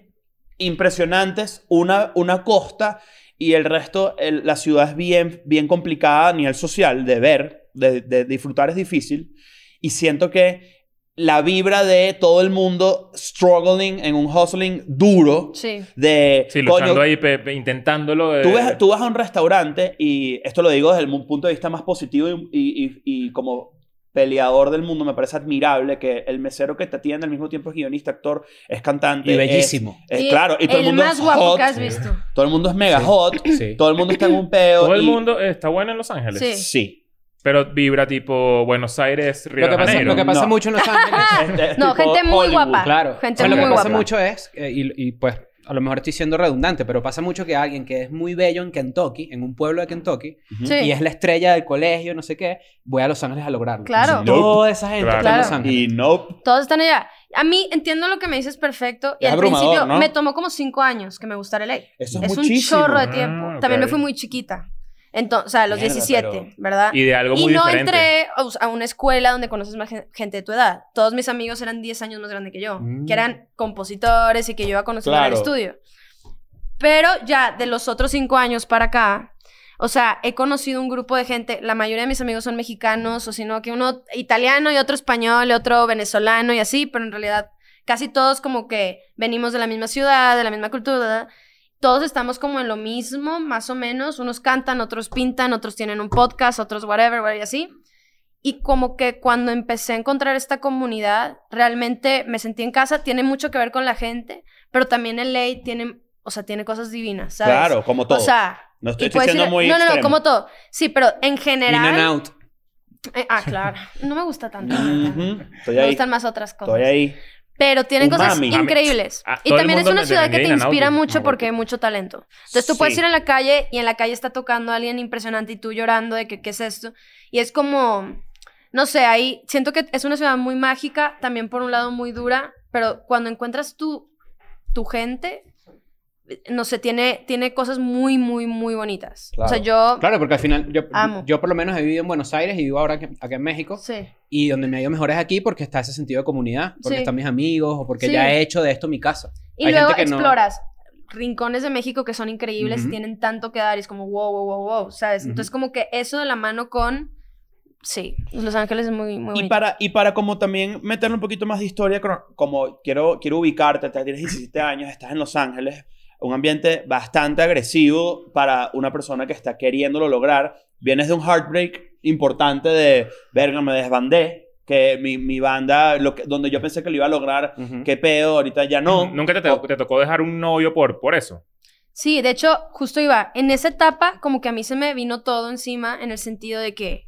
Speaker 3: impresionantes, una, una costa y el resto, el- la ciudad es bien, bien complicada a nivel social, de ver, de, de disfrutar es difícil. Y siento que la vibra de todo el mundo struggling en un hustling duro,
Speaker 4: Sí.
Speaker 3: de...
Speaker 2: Sí,
Speaker 3: coño,
Speaker 2: luchando ahí, pe- pe- intentándolo. De...
Speaker 3: Tú, ves- tú vas a un restaurante y esto lo digo desde el mu- punto de vista más positivo y, y- y- y como peleador del mundo, me parece admirable que el mesero que te atiende al mismo tiempo es guionista, actor, es cantante.
Speaker 5: Y
Speaker 3: es-
Speaker 5: bellísimo.
Speaker 3: Es, Eh, claro, y todo el,
Speaker 4: el
Speaker 3: mundo
Speaker 4: más
Speaker 3: es
Speaker 4: guapo
Speaker 3: hot,
Speaker 4: que has
Speaker 2: Sí.
Speaker 4: visto.
Speaker 3: todo el mundo es mega
Speaker 5: Sí.
Speaker 3: hot,
Speaker 5: Sí.
Speaker 3: todo el mundo está en un peo.
Speaker 2: Todo el
Speaker 3: y-
Speaker 2: mundo está bueno en Los Ángeles.
Speaker 4: Sí.
Speaker 3: Sí.
Speaker 2: Pero vibra tipo Buenos Aires, Río
Speaker 5: Lo que
Speaker 2: de
Speaker 5: pasa,
Speaker 2: Janeiro.
Speaker 5: lo que pasa
Speaker 3: No.
Speaker 5: mucho en Los Ángeles.
Speaker 3: Este es
Speaker 4: Ah, No,
Speaker 3: tipo
Speaker 4: gente muy
Speaker 3: Hollywood.
Speaker 4: guapa.
Speaker 5: Claro.
Speaker 4: Gente
Speaker 5: O sea, lo
Speaker 4: muy
Speaker 5: que
Speaker 4: guapa.
Speaker 5: pasa mucho es, eh, y, y, pues a lo mejor estoy siendo redundante, pero pasa mucho que alguien que es muy bello en Kentucky, en un pueblo de Kentucky,
Speaker 3: Ujú.
Speaker 4: Sí.
Speaker 5: y es la estrella del colegio, no sé qué, voy a Los Ángeles a lograrlo.
Speaker 4: Claro.
Speaker 5: Y Toda esa gente
Speaker 2: Claro.
Speaker 5: está en Los
Speaker 4: Claro.
Speaker 5: Ángeles.
Speaker 3: Y no.
Speaker 4: Todos están allá. A mí entiendo lo que me dices perfecto. Y
Speaker 3: Es
Speaker 4: al
Speaker 3: abrumador,
Speaker 4: principio
Speaker 3: ¿no?
Speaker 4: me tomó como cinco años que me gustara el ley.
Speaker 3: Eso es,
Speaker 4: Es un
Speaker 3: muchísimo.
Speaker 4: chorro de
Speaker 2: Ah,
Speaker 4: tiempo.
Speaker 2: ok.
Speaker 4: También me fui muy chiquita. Entonces, o sea, a los
Speaker 3: Mierda,
Speaker 4: 17,
Speaker 3: pero-
Speaker 4: ¿verdad?
Speaker 2: Y de algo
Speaker 4: Y
Speaker 2: muy
Speaker 4: no
Speaker 2: diferente.
Speaker 4: entré o sea, a una escuela donde conoces más gen- gente de tu edad. Todos mis amigos eran 10 años más grandes que yo,
Speaker 5: Mm.
Speaker 4: que eran compositores y que yo iba conociendo al
Speaker 3: Claro.
Speaker 4: estudio. Pero ya de los otros 5 años para acá, o sea, he conocido un grupo de gente, la mayoría de mis amigos son mexicanos, o si no, que uno italiano y otro español y otro venezolano y así, pero en realidad casi todos como que venimos de la misma ciudad, de la misma cultura. Todos estamos como en lo mismo, más o menos. Unos cantan, otros pintan, otros tienen un podcast, otros whatever, whatever, y así. Y como que cuando empecé a encontrar esta comunidad, realmente me sentí en casa. Tiene mucho que ver con la gente, pero también el ley tiene, o sea, tiene cosas divinas, ¿sabes?
Speaker 3: Claro, como todo.
Speaker 4: O sea,
Speaker 3: no estoy,
Speaker 4: y
Speaker 3: estoy
Speaker 4: puedes
Speaker 3: siendo
Speaker 4: ir-
Speaker 3: muy.
Speaker 4: no, no, no,
Speaker 3: extremo.
Speaker 4: como todo. Sí, pero en
Speaker 5: In and
Speaker 4: general.
Speaker 5: out.
Speaker 4: Eh, ah, claro. No me gusta tanto.
Speaker 3: Ujú, Estoy
Speaker 4: Me
Speaker 3: ahí.
Speaker 4: gustan más otras cosas.
Speaker 3: Estoy ahí.
Speaker 4: Pero tienen cosas
Speaker 3: Umami.
Speaker 4: increíbles.
Speaker 2: Ah,
Speaker 4: y
Speaker 2: todo el
Speaker 4: también es
Speaker 2: mundo
Speaker 4: una
Speaker 2: me
Speaker 4: ciudad que te
Speaker 2: denomina náutico.
Speaker 4: inspira
Speaker 2: Ah,
Speaker 4: mucho
Speaker 2: bueno.
Speaker 4: porque hay mucho talento. Entonces tú puedes
Speaker 3: Sí.
Speaker 4: ir a la calle y en la calle está tocando a alguien impresionante y tú llorando de que qué es esto. Y es como, no sé, ahí siento que es una ciudad muy mágica, también por un lado muy dura, pero cuando encuentras tu, tu gente, no sé, tiene, tiene cosas muy, muy, muy bonitas. O sea, yo...
Speaker 5: Claro, porque al final yo,
Speaker 4: Amo.
Speaker 5: yo por lo menos he vivido en Buenos Aires y vivo ahora aquí, aquí en México.
Speaker 4: Sí.
Speaker 5: Y donde me ha ido mejor es aquí porque está ese sentido de comunidad, porque
Speaker 4: Sí.
Speaker 5: están mis amigos o porque
Speaker 4: Sí.
Speaker 5: ya he hecho de esto mi casa.
Speaker 4: Y
Speaker 5: Hay
Speaker 4: luego
Speaker 5: gente que no-
Speaker 4: exploras rincones de México que son increíbles
Speaker 5: Ujú.
Speaker 4: y tienen tanto que dar y es como wow, wow, wow, wow, ¿sabes?
Speaker 5: Ujú.
Speaker 4: Entonces como que eso de la mano con... Sí, Los Ángeles es muy, muy
Speaker 3: Y
Speaker 4: bonito.
Speaker 3: para, y para como también meterle un poquito más de historia, cro- como quiero, quiero ubicarte, te- tienes 17 años, estás en Los Ángeles, un ambiente bastante agresivo para una persona que está queriéndolo lograr. Vienes de un heartbreak importante de, verga, me desbandé, que mi, mi banda, lo que, donde yo pensé que lo iba a lograr, qué pedo, ahorita ya no.
Speaker 2: Mm, Nunca te, te- te tocó dejar un novio por, por eso.
Speaker 4: Sí, de hecho, justo iba, en esa etapa como que a mí se me vino todo encima en el sentido de que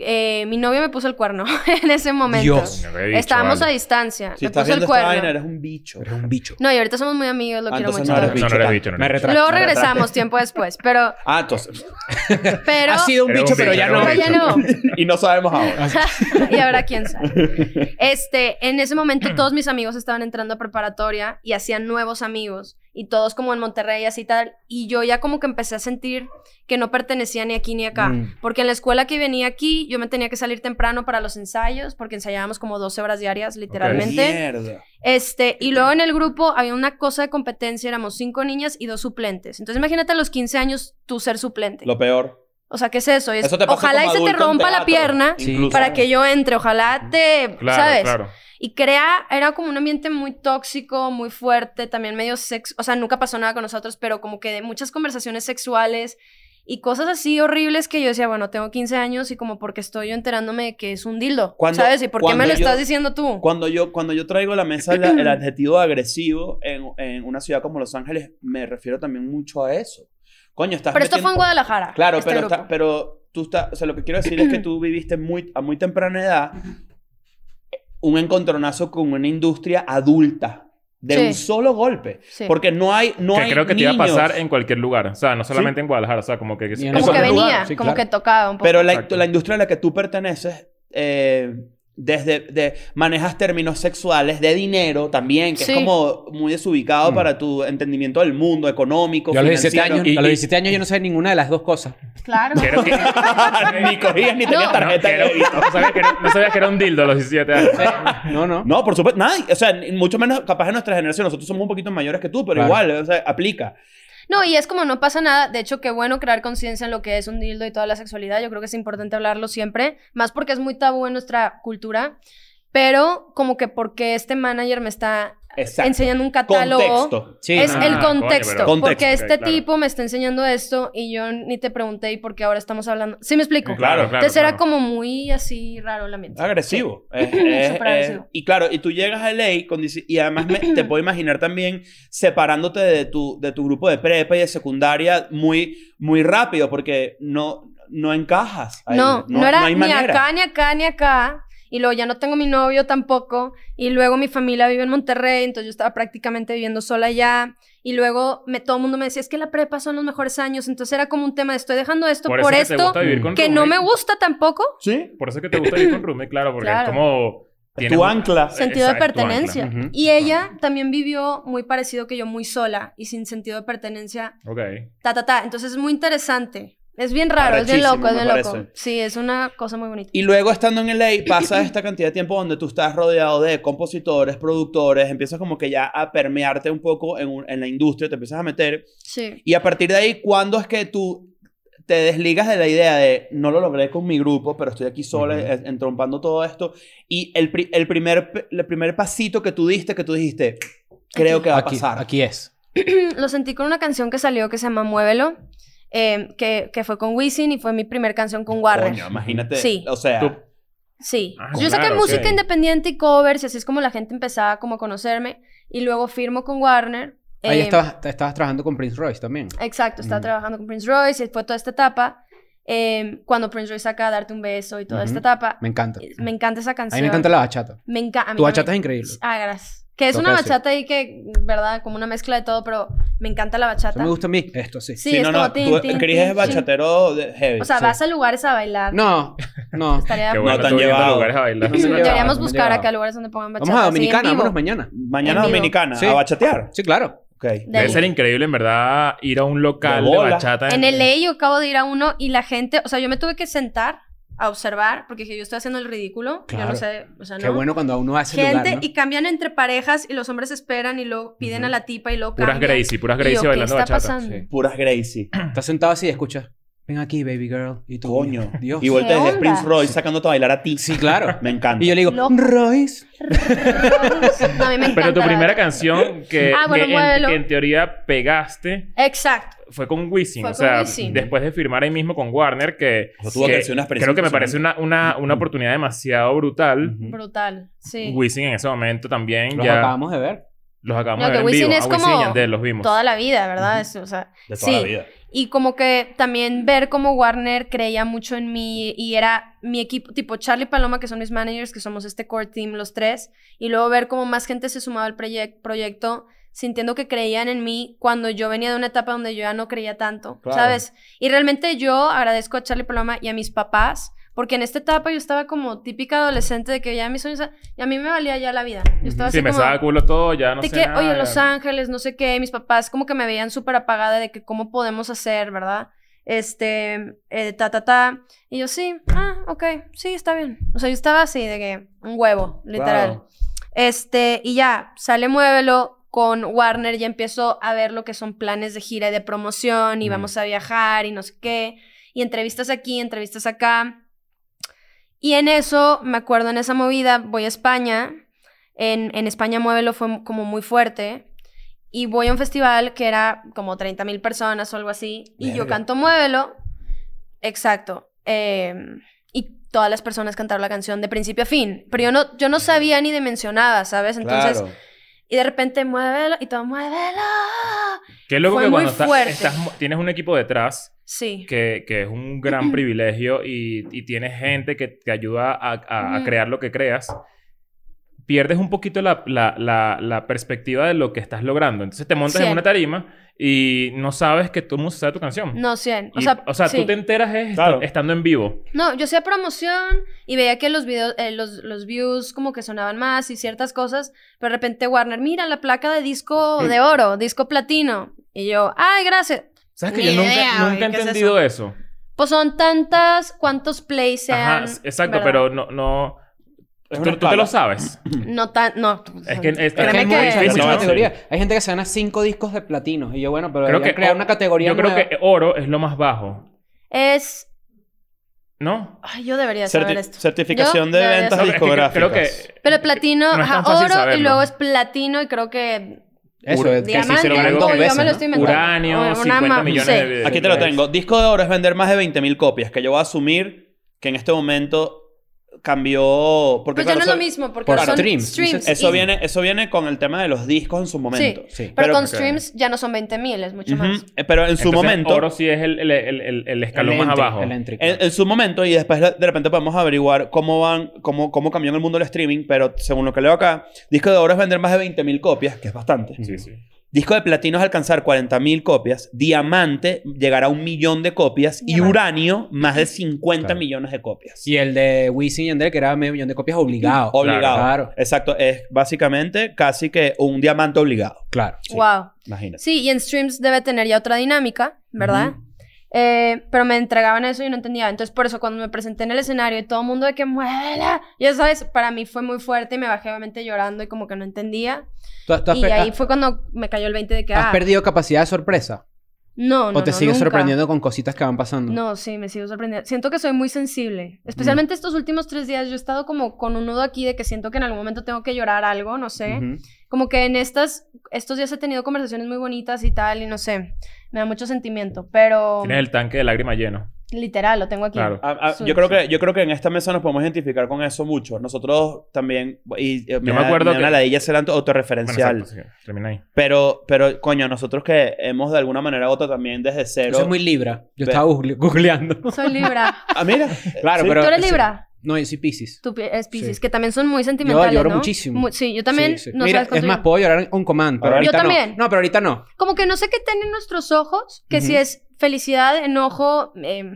Speaker 4: eh, mi novio me puso el cuerno en ese momento.
Speaker 5: Dios.
Speaker 2: Coño, qué bicho,
Speaker 4: Estábamos a
Speaker 2: vale.
Speaker 4: distancia.
Speaker 3: Si
Speaker 4: me
Speaker 3: estás
Speaker 4: puso el
Speaker 3: viendo esta vaina,
Speaker 4: cuerno.
Speaker 3: eres un bicho.
Speaker 5: Eres un bicho.
Speaker 4: No, y ahorita somos muy amigos, lo
Speaker 3: Ah,
Speaker 4: quiero
Speaker 3: entonces
Speaker 4: mucho.
Speaker 3: no eres
Speaker 2: No, no eres
Speaker 3: bicho,
Speaker 2: bicho, no
Speaker 5: Me
Speaker 2: eres bicho.
Speaker 5: retracto.
Speaker 4: Luego
Speaker 3: me retracto.
Speaker 4: regresamos tiempo después, pero...
Speaker 3: Ah, entonces.
Speaker 4: pero
Speaker 5: Ha sido un
Speaker 2: Eres
Speaker 5: bicho,
Speaker 2: un
Speaker 5: pero
Speaker 2: bicho,
Speaker 5: Ah, ya
Speaker 2: eres
Speaker 5: no.
Speaker 2: un
Speaker 4: pero ya
Speaker 2: bicho.
Speaker 4: no.
Speaker 3: y no sabemos ahora.
Speaker 4: y ahora quién sabe. Este, en ese momento todos mis amigos estaban entrando a preparatoria y hacían nuevos amigos y todos como en Monterrey así tal y yo ya como que empecé a sentir que no pertenecía ni aquí ni acá,
Speaker 5: Mm.
Speaker 4: porque en la escuela que venía aquí yo me tenía que salir temprano para los ensayos porque ensayábamos como 12 horas diarias literalmente.
Speaker 3: Mierda.
Speaker 4: Este, y luego en el grupo había una cosa de competencia, éramos cinco niñas y dos suplentes. Entonces imagínate a los 15 años tú ser suplente.
Speaker 3: Lo peor.
Speaker 4: O sea, ¿qué es eso? Y es,
Speaker 3: Eso te pasa
Speaker 4: ojalá y
Speaker 3: como
Speaker 4: se te
Speaker 3: adulto en
Speaker 4: rompa
Speaker 3: teatro,
Speaker 4: la pierna
Speaker 5: Sí.
Speaker 3: incluso.
Speaker 4: para que yo entre, ojalá te,
Speaker 2: Claro,
Speaker 4: ¿sabes?
Speaker 2: claro.
Speaker 4: Y crea, era como un ambiente muy tóxico, muy fuerte, también medio sexo, o sea, nunca pasó nada con nosotros, pero como que de muchas conversaciones sexuales y cosas así horribles que yo decía, bueno, tengo 15 años y como porque estoy yo enterándome de que es un dildo,
Speaker 3: Cuando-
Speaker 4: ¿sabes? ¿Y por qué
Speaker 3: cuando
Speaker 4: me lo
Speaker 3: yo-
Speaker 4: estás diciendo tú?
Speaker 3: Cuando yo, cuando yo traigo a la mesa la- el adjetivo agresivo en, en una ciudad como Los Ángeles, me refiero también mucho a eso. Coño, estás
Speaker 4: Pero esto fue en
Speaker 3: metiendo-
Speaker 4: Guadalajara.
Speaker 3: Claro,
Speaker 4: este
Speaker 3: pero,
Speaker 4: grupo.
Speaker 3: está- pero tú estás... O sea, lo que quiero decir es que tú viviste muy, a muy temprana edad un encontronazo con una industria adulta de
Speaker 4: Sí.
Speaker 3: un solo golpe.
Speaker 4: Sí.
Speaker 3: Porque no hay no
Speaker 2: que
Speaker 3: hay
Speaker 2: creo que te iba a
Speaker 3: niños.
Speaker 2: pasar en cualquier lugar. O sea, no solamente en Guadalajara. O sea, como que...
Speaker 5: Ni en
Speaker 4: como
Speaker 3: Eso
Speaker 4: que
Speaker 3: es
Speaker 4: venía,
Speaker 3: un lugar,
Speaker 5: sí,
Speaker 4: como
Speaker 5: claro.
Speaker 4: que tocaba un poco.
Speaker 3: Pero la,
Speaker 2: Exacto.
Speaker 3: la industria a la que tú perteneces, eh, desde de- manejas términos sexuales, de dinero también, que
Speaker 4: Sí.
Speaker 3: es como muy desubicado
Speaker 5: Mm.
Speaker 3: para tu entendimiento del mundo económico,
Speaker 5: Yo a los 17
Speaker 3: financiero.
Speaker 5: años,
Speaker 2: Y-
Speaker 5: a los
Speaker 2: y-
Speaker 5: 17 años yo no sé ninguna de las dos cosas.
Speaker 4: claro.
Speaker 2: Creo que...
Speaker 3: ni cogías ni
Speaker 4: No.
Speaker 3: tenías
Speaker 2: No, que
Speaker 3: tarjeta de
Speaker 2: era-
Speaker 3: débito.
Speaker 2: no sabía que era, no sabía que era un dildo a los 17 años.
Speaker 5: No, no.
Speaker 3: No, por supuesto, nada, o sea, ni- mucho menos capaz en nuestra generación, nosotros somos un poquito mayores que tú, pero
Speaker 5: Claro.
Speaker 3: igual, o sea, aplica.
Speaker 4: No, y es como no pasa nada. De hecho, qué bueno crear conciencia en lo que es un dildo y toda la sexualidad. Yo creo que es importante hablarlo siempre, más porque es muy tabú en nuestra cultura. Pero como que porque este manager me está
Speaker 3: Exacto.
Speaker 4: enseñando un catálogo.
Speaker 3: Contexto.
Speaker 5: Sí,
Speaker 4: es
Speaker 5: no,
Speaker 4: el
Speaker 5: no.
Speaker 2: coño,
Speaker 4: contexto,
Speaker 2: pero-
Speaker 3: Contexto,
Speaker 4: porque este
Speaker 2: ok, claro.
Speaker 4: tipo me está enseñando esto y yo ni te pregunté y por qué ahora estamos hablando. ¿Sí me explico?
Speaker 3: Claro,
Speaker 4: Entonces era como muy así raro la mente.
Speaker 3: Agresivo. Es- es-
Speaker 4: Súper agresivo.
Speaker 3: y claro, y tú llegas a LA con dieci- y además me- te puedo imaginar también separándote de tu, de tu grupo de prepa y de secundaria muy, muy rápido porque no, no encajas. ahí.
Speaker 4: No, no, era
Speaker 3: hay
Speaker 4: ni
Speaker 3: manera.
Speaker 4: acá, ni acá, ni acá. Y luego ya no tengo mi novio tampoco. Y luego mi familia vive en Monterrey, entonces yo estaba prácticamente viviendo sola allá. Y luego me, todo el mundo me decía, es que la prepa son los mejores años. Entonces era como un tema de estoy dejando esto por,
Speaker 2: que te
Speaker 4: esto
Speaker 2: gusta vivir con
Speaker 4: que no me
Speaker 2: roommate.
Speaker 4: gusta tampoco.
Speaker 3: Sí.
Speaker 2: Por eso que te gusta vivir con roommate, claro, porque
Speaker 4: Claro.
Speaker 2: es como... tienes
Speaker 3: Tu
Speaker 2: un-
Speaker 3: ancla.
Speaker 4: Sentido de
Speaker 2: Exacto, tu ancla.
Speaker 4: pertenencia.
Speaker 5: Ujú.
Speaker 4: Y ella también vivió muy parecido que yo, muy sola y sin sentido de pertenencia.
Speaker 2: Ok.
Speaker 4: Ta, ta, ta. Entonces es muy interesante. Es bien raro, es bien
Speaker 3: Arrechísimo,
Speaker 4: loco, es
Speaker 3: me
Speaker 4: bien loco.
Speaker 3: parece.
Speaker 4: Sí, es una cosa muy bonita.
Speaker 3: Y luego estando en LA pasa esta cantidad de tiempo donde tú estás rodeado de compositores, productores, empiezas como que ya a permearte un poco en, un- en la industria, te empiezas a meter.
Speaker 4: Sí.
Speaker 3: Y a partir de ahí, ¿cuándo es que tú te desligas de la idea de no lo logré con mi grupo, pero estoy aquí sola
Speaker 5: Ujú.
Speaker 3: eh, entrompando todo esto? Y el, pri- el, primer, p- el primer pasito que tú diste, que tú dijiste, creo que va a
Speaker 5: Aquí,
Speaker 3: pasar.
Speaker 5: aquí es.
Speaker 4: lo sentí con una canción que salió que se llama Muévelo, eh, que, que fue con Wisin y fue mi primer canción con Warner.
Speaker 3: Coño, imagínate.
Speaker 4: Sí.
Speaker 3: O sea,
Speaker 2: Tú-
Speaker 4: Sí.
Speaker 2: Ah,
Speaker 4: Yo saqué
Speaker 2: claro,
Speaker 4: música
Speaker 2: ok.
Speaker 4: independiente y covers, y así es como la gente empezaba como a conocerme. Y luego firmo con Warner.
Speaker 5: Ahí
Speaker 4: eh,
Speaker 5: estabas, te- estabas trabajando con Prince Royce también.
Speaker 4: Exacto, estaba
Speaker 5: Ujú.
Speaker 4: trabajando con Prince Royce y fue toda esta etapa. eh, cuando Prince Royce saca Darte un beso y toda
Speaker 5: Ujú.
Speaker 4: esta etapa.
Speaker 5: Me encanta.
Speaker 4: eh, Me encanta esa
Speaker 5: A
Speaker 4: canción.
Speaker 5: mí me encanta la bachata.
Speaker 4: Me encanta.
Speaker 5: Tu bachata es increíble.
Speaker 4: Ah, gracias. Que es
Speaker 5: Tengo
Speaker 4: una
Speaker 5: que decir.
Speaker 4: bachata ahí que, verdad, como una mezcla de todo, pero me encanta la
Speaker 5: Eso
Speaker 4: bachata.
Speaker 5: me gusta a mí. Esto sí.
Speaker 4: Sí,
Speaker 3: sí,
Speaker 4: es
Speaker 3: no,
Speaker 4: como
Speaker 3: no.
Speaker 4: tin,
Speaker 3: tú-
Speaker 4: tin,
Speaker 3: Chris
Speaker 4: tin,
Speaker 3: es
Speaker 4: tin.
Speaker 3: bachero de heavy.
Speaker 4: O sea,
Speaker 5: Sí.
Speaker 4: vas a lugares a bailar.
Speaker 5: No, no.
Speaker 4: Estaría-
Speaker 2: Qué
Speaker 3: No
Speaker 2: bueno,
Speaker 3: te han
Speaker 2: tú yendo a
Speaker 3: llevado.
Speaker 2: lugares a bailar.
Speaker 5: No te han llevado.
Speaker 4: Deberíamos
Speaker 5: no me
Speaker 4: buscar
Speaker 5: llegaba.
Speaker 4: acá lugares donde pongan bachata.
Speaker 5: Vamos
Speaker 4: así
Speaker 5: a
Speaker 4: en
Speaker 5: Dominicana,
Speaker 4: vivo.
Speaker 5: vámonos mañana.
Speaker 3: Mañana
Speaker 4: en vivo.
Speaker 3: dominicana,
Speaker 5: Sí.
Speaker 3: a bachatear.
Speaker 5: Sí, claro.
Speaker 3: Ok.
Speaker 4: De
Speaker 2: Debe
Speaker 4: ahí.
Speaker 2: ser increíble, en verdad, ir a un local
Speaker 3: De
Speaker 2: de,
Speaker 3: bola.
Speaker 2: bachata.
Speaker 4: En LA yo acabo de ir a uno y la gente, o sea, yo me tuve que sentar a observar porque dije, yo estoy haciendo el ridículo. Yo
Speaker 5: Claro.
Speaker 4: no sé, o sea, no.
Speaker 5: Qué bueno cuando a uno hace
Speaker 4: Gente
Speaker 5: lugar, ¿no?
Speaker 4: y cambian entre parejas y los hombres esperan y lo piden a la tipa y lo
Speaker 2: Puras
Speaker 4: cambian.
Speaker 2: Gracie, puras
Speaker 4: Y yo,
Speaker 2: Gracie
Speaker 4: ¿qué
Speaker 2: bailando
Speaker 4: está
Speaker 2: bachata.
Speaker 4: pasando?
Speaker 5: Sí.
Speaker 3: Puras Gracie.
Speaker 5: Estás sentado así y escuchas. Ven aquí, baby girl. Y tú,
Speaker 3: Coño.
Speaker 5: Dios.
Speaker 3: Y volteas
Speaker 4: ¿Qué
Speaker 3: de
Speaker 4: onda?
Speaker 3: Prince Royce sacándote a bailar a ti.
Speaker 5: Sí, claro.
Speaker 3: Me encanta.
Speaker 5: Y yo le digo,
Speaker 4: Loco.
Speaker 5: Royce.
Speaker 4: No, a mí me encanta.
Speaker 2: Pero tu
Speaker 4: la
Speaker 2: primera
Speaker 4: bachata.
Speaker 2: canción que,
Speaker 4: Ah, bueno,
Speaker 2: que en,
Speaker 4: muévelo.
Speaker 2: que en teoría pegaste
Speaker 4: Exacto.
Speaker 2: fue con Wisin.
Speaker 4: Fue
Speaker 2: o
Speaker 4: con
Speaker 2: sea,
Speaker 4: Wisin.
Speaker 2: después de firmar ahí mismo con Warner, que,
Speaker 3: Eso tuvo
Speaker 2: que
Speaker 3: que ser una experiencia
Speaker 2: creo que me parece una, una, una oportunidad demasiado brutal.
Speaker 5: Ujú.
Speaker 4: Brutal. Sí.
Speaker 2: Wisin en ese momento también
Speaker 5: Los
Speaker 2: ya
Speaker 5: acabamos de ver.
Speaker 2: Los acabamos
Speaker 4: No,
Speaker 2: de
Speaker 4: que
Speaker 2: ver en
Speaker 4: Wisin
Speaker 2: vivo.
Speaker 4: es
Speaker 2: a Wisin
Speaker 4: como
Speaker 2: y Yandel los vimos.
Speaker 4: Toda la vida, ¿verdad? Es- o sea,
Speaker 3: De toda
Speaker 4: sí.
Speaker 3: la vida.
Speaker 4: Y como que también ver cómo Warner creía mucho en mí y era mi equipo, tipo Charlie Paloma, que son mis managers, que somos este core team, los tres, y luego ver cómo más gente se sumaba al proyec- proyecto, sintiendo que creían en mí cuando yo venía de una etapa donde yo ya no creía tanto,
Speaker 3: Claro.
Speaker 4: ¿sabes? Y realmente yo agradezco a Charlie Paloma y a mis papás, porque en esta etapa yo estaba como típica adolescente de que ya mis sueños, y a mí me valía ya la vida. Yo estaba
Speaker 2: sí,
Speaker 4: así
Speaker 2: me
Speaker 4: como-
Speaker 2: estaba culo todo, ya no
Speaker 4: de
Speaker 2: sé
Speaker 4: que,
Speaker 2: nada,
Speaker 4: oye,
Speaker 2: ya-
Speaker 4: Los Ángeles, no sé qué, mis papás como que me veían súper apagada de que cómo podemos hacer, ¿verdad? Este, eh, ta, ta, ta. Y yo, sí, ah, ok, sí, está bien. O sea, yo estaba así de que, un huevo, literal.
Speaker 3: Claro.
Speaker 4: Este, y ya, sale Muévelo con Warner, ya empiezo a ver lo que son planes de gira y de promoción, y
Speaker 2: Mm.
Speaker 4: vamos a viajar y no sé qué, y entrevistas aquí, entrevistas acá. Y en eso, me acuerdo en esa movida, voy a España, en, en España Muévelo fue como muy fuerte, y voy a un festival que era como 30 mil personas o algo así, y yo
Speaker 3: Verga.
Speaker 4: canto Muévelo, exacto, eh, y todas las personas cantaron la canción de principio a fin, pero yo no, yo no sabía ni dimensionaba, ¿sabes? Entonces...
Speaker 3: claro.
Speaker 4: Y de repente muévelo y todo, muévelo.
Speaker 2: Qué loco
Speaker 4: Fue
Speaker 2: que
Speaker 4: muy
Speaker 2: cuando estás,
Speaker 4: fuerte.
Speaker 2: estás mo- tienes un equipo detrás
Speaker 4: Sí.
Speaker 2: que, que es un gran privilegio y, y tienes gente que te ayuda a, a- a
Speaker 4: Ujú.
Speaker 2: crear lo que creas, pierdes un poquito la, la- la- la perspectiva de lo que estás logrando. Entonces te montas en
Speaker 4: Cien.
Speaker 2: una tarima y no sabes que todo el mundo se sabe tu canción.
Speaker 4: No, 100.
Speaker 2: Y-
Speaker 4: O sea, sí.
Speaker 2: tú te enteras es esta-
Speaker 3: Claro.
Speaker 2: estando en vivo.
Speaker 4: No, yo hacía promoción y veía que los videos, eh, los, los views como que sonaban más y ciertas cosas, pero de repente Warner, mira la placa de disco de oro, disco platino. Y yo, ay, gracias.
Speaker 2: ¿Sabes que
Speaker 4: Ni
Speaker 2: yo nunca,
Speaker 4: idea,
Speaker 2: nunca
Speaker 4: güey,
Speaker 2: he
Speaker 4: ¿qué es
Speaker 2: entendido eso?
Speaker 4: Pues son tantas, cuántos plays se
Speaker 2: Ajá,
Speaker 4: han...
Speaker 2: s- exacto,
Speaker 4: ¿verdad?
Speaker 2: pero no... no
Speaker 3: Es
Speaker 2: tú,
Speaker 3: una
Speaker 2: tú te lo
Speaker 3: escala.
Speaker 2: sabes.
Speaker 4: No tan... No.
Speaker 2: Es que- es- es
Speaker 5: Pero
Speaker 2: que es
Speaker 4: Créeme
Speaker 5: hay
Speaker 2: muy
Speaker 5: muchas,
Speaker 2: difícil,
Speaker 5: muchas
Speaker 2: ¿no?
Speaker 5: categorías. Hay gente que se gana cinco discos de platino. Y yo, bueno, pero
Speaker 2: Creo que-
Speaker 5: deberían crear una categoría
Speaker 2: Yo creo
Speaker 5: nueva.
Speaker 2: que oro es lo más bajo,
Speaker 4: Es...
Speaker 2: ¿no?
Speaker 4: Ay, yo debería
Speaker 3: Certi-
Speaker 4: saber esto.
Speaker 3: certificación
Speaker 4: Yo
Speaker 3: de
Speaker 4: debería
Speaker 3: ventas
Speaker 2: No,
Speaker 4: saber.
Speaker 2: pero es que
Speaker 3: discográficas.
Speaker 2: creo que...
Speaker 4: Pero platino,
Speaker 2: eh, No es tan
Speaker 4: ajá,
Speaker 2: fácil
Speaker 4: oro y
Speaker 2: saberlo.
Speaker 4: luego es platino y creo que
Speaker 5: Eso,
Speaker 2: Uro-
Speaker 5: es que
Speaker 4: diamante.
Speaker 5: se lo ganan
Speaker 2: luego
Speaker 5: dos
Speaker 4: yo
Speaker 5: veces,
Speaker 4: me lo
Speaker 5: ¿no?
Speaker 4: estoy inventando.
Speaker 2: Uranio,
Speaker 4: Una
Speaker 2: 50
Speaker 4: ma-
Speaker 2: millones
Speaker 4: sí.
Speaker 2: de videos.
Speaker 3: Aquí te lo tengo. Disco de oro es vender más de 20.000 copias, que yo voy a asumir que en este momento cambió... Porque,
Speaker 4: Pero
Speaker 3: claro,
Speaker 4: ya Pues no es
Speaker 3: eso-
Speaker 4: lo mismo, porque
Speaker 5: Por
Speaker 4: son
Speaker 5: streams,
Speaker 4: streams.
Speaker 5: dices-
Speaker 3: Eso
Speaker 4: y-
Speaker 3: viene, eso viene con el tema de los discos en su momento.
Speaker 5: Sí.
Speaker 4: Pero,
Speaker 3: pero-
Speaker 4: con
Speaker 2: ok.
Speaker 4: streams ya no son 20 mil, es mucho
Speaker 3: Ujú.
Speaker 4: más.
Speaker 3: Eh, Pero en su
Speaker 2: Entonces,
Speaker 3: momento...
Speaker 2: Oro sí es el, el, el, el- el
Speaker 5: El
Speaker 2: escalón más
Speaker 5: entry,
Speaker 2: abajo.
Speaker 5: el entry, claro.
Speaker 3: En, en su momento, y después de repente podemos averiguar cómo van, cómo, cómo cambió en el mundo del streaming, pero según lo que leo acá, disco de oro es vender más de 20.000 copias, que es bastante.
Speaker 2: Sí, sí.
Speaker 3: Disco de platino es alcanzar 40.000 copias, diamante llegar a un millón de copias y
Speaker 4: Diamante.
Speaker 3: uranio más de 50
Speaker 5: Claro.
Speaker 3: millones de copias.
Speaker 5: Y el de Wisin y Yandel, que era medio millón de copias obligado.
Speaker 3: Obligado.
Speaker 5: Claro,
Speaker 3: Exacto, es básicamente casi que un diamante obligado.
Speaker 5: claro. sí.
Speaker 4: Wow.
Speaker 3: Imagínate.
Speaker 4: Sí, y en streams debe tener ya otra dinámica, ¿verdad? Eh, pero me entregaban eso y no entendía. Entonces, por eso, cuando me presenté en el escenario y todo el mundo de que muévela, ya sabes, para mí fue muy fuerte y me bajé obviamente llorando y como que no entendía.
Speaker 5: ¿Tú- tú has
Speaker 4: Y
Speaker 5: pe-
Speaker 4: ahí
Speaker 5: ha-
Speaker 4: fue cuando me cayó el 20 de que.
Speaker 5: ¿Has
Speaker 4: ah,
Speaker 5: perdido capacidad de sorpresa?
Speaker 4: No, no.
Speaker 5: ¿O te
Speaker 4: no,
Speaker 5: sigues
Speaker 4: nunca.
Speaker 5: sorprendiendo con cositas que van pasando?
Speaker 4: No, sí, me sigo sorprendiendo. Siento que soy muy sensible. Especialmente estos últimos tres días, yo he estado como con un nudo aquí de que siento que en algún momento tengo que llorar algo, no sé.
Speaker 5: Ujú.
Speaker 4: Como que en estas, estos días he tenido conversaciones muy bonitas y tal, y no sé. Me da mucho sentimiento, pero
Speaker 2: Tienes el tanque de lágrimas lleno.
Speaker 4: literal, lo tengo aquí.
Speaker 2: Claro.
Speaker 3: Ah, ah,
Speaker 4: Sí,
Speaker 3: yo, creo que, yo creo que en esta mesa nos podemos identificar con eso mucho. Nosotros también. Y, eh, me,
Speaker 2: me
Speaker 3: da-
Speaker 2: acuerdo
Speaker 3: me da
Speaker 2: que-
Speaker 3: una ladilla ser auto-
Speaker 2: Bueno,
Speaker 3: autorreferencial.
Speaker 2: exacto, sí, termina ahí.
Speaker 3: Pero, pero, coño, nosotros que hemos de alguna manera u otra también desde cero.
Speaker 5: Eso es muy Libra. Yo
Speaker 3: Ve-
Speaker 5: estaba google- googleando.
Speaker 4: Soy Libra.
Speaker 3: Ah, mira.
Speaker 5: Claro,
Speaker 3: Sí.
Speaker 5: pero...
Speaker 4: ¿Tú eres
Speaker 5: sí.
Speaker 4: Libra?
Speaker 5: No, yo soy Pisces.
Speaker 4: Tú pi- es Pisces,
Speaker 5: Sí.
Speaker 4: que también son muy sentimentales,
Speaker 5: lloro
Speaker 4: ¿no?
Speaker 5: muchísimo.
Speaker 4: Mu- sí, yo también.
Speaker 5: Sí, sí.
Speaker 4: No
Speaker 5: Mira,
Speaker 4: sabes
Speaker 5: es más,
Speaker 4: controlar.
Speaker 5: puedo llorar un comando, pero
Speaker 3: Yo
Speaker 5: ahorita
Speaker 4: también.
Speaker 5: no. No, pero ahorita no.
Speaker 4: como que no sé qué tienen nuestros ojos, que si
Speaker 5: Ujú.
Speaker 4: es felicidad, enojo, eh,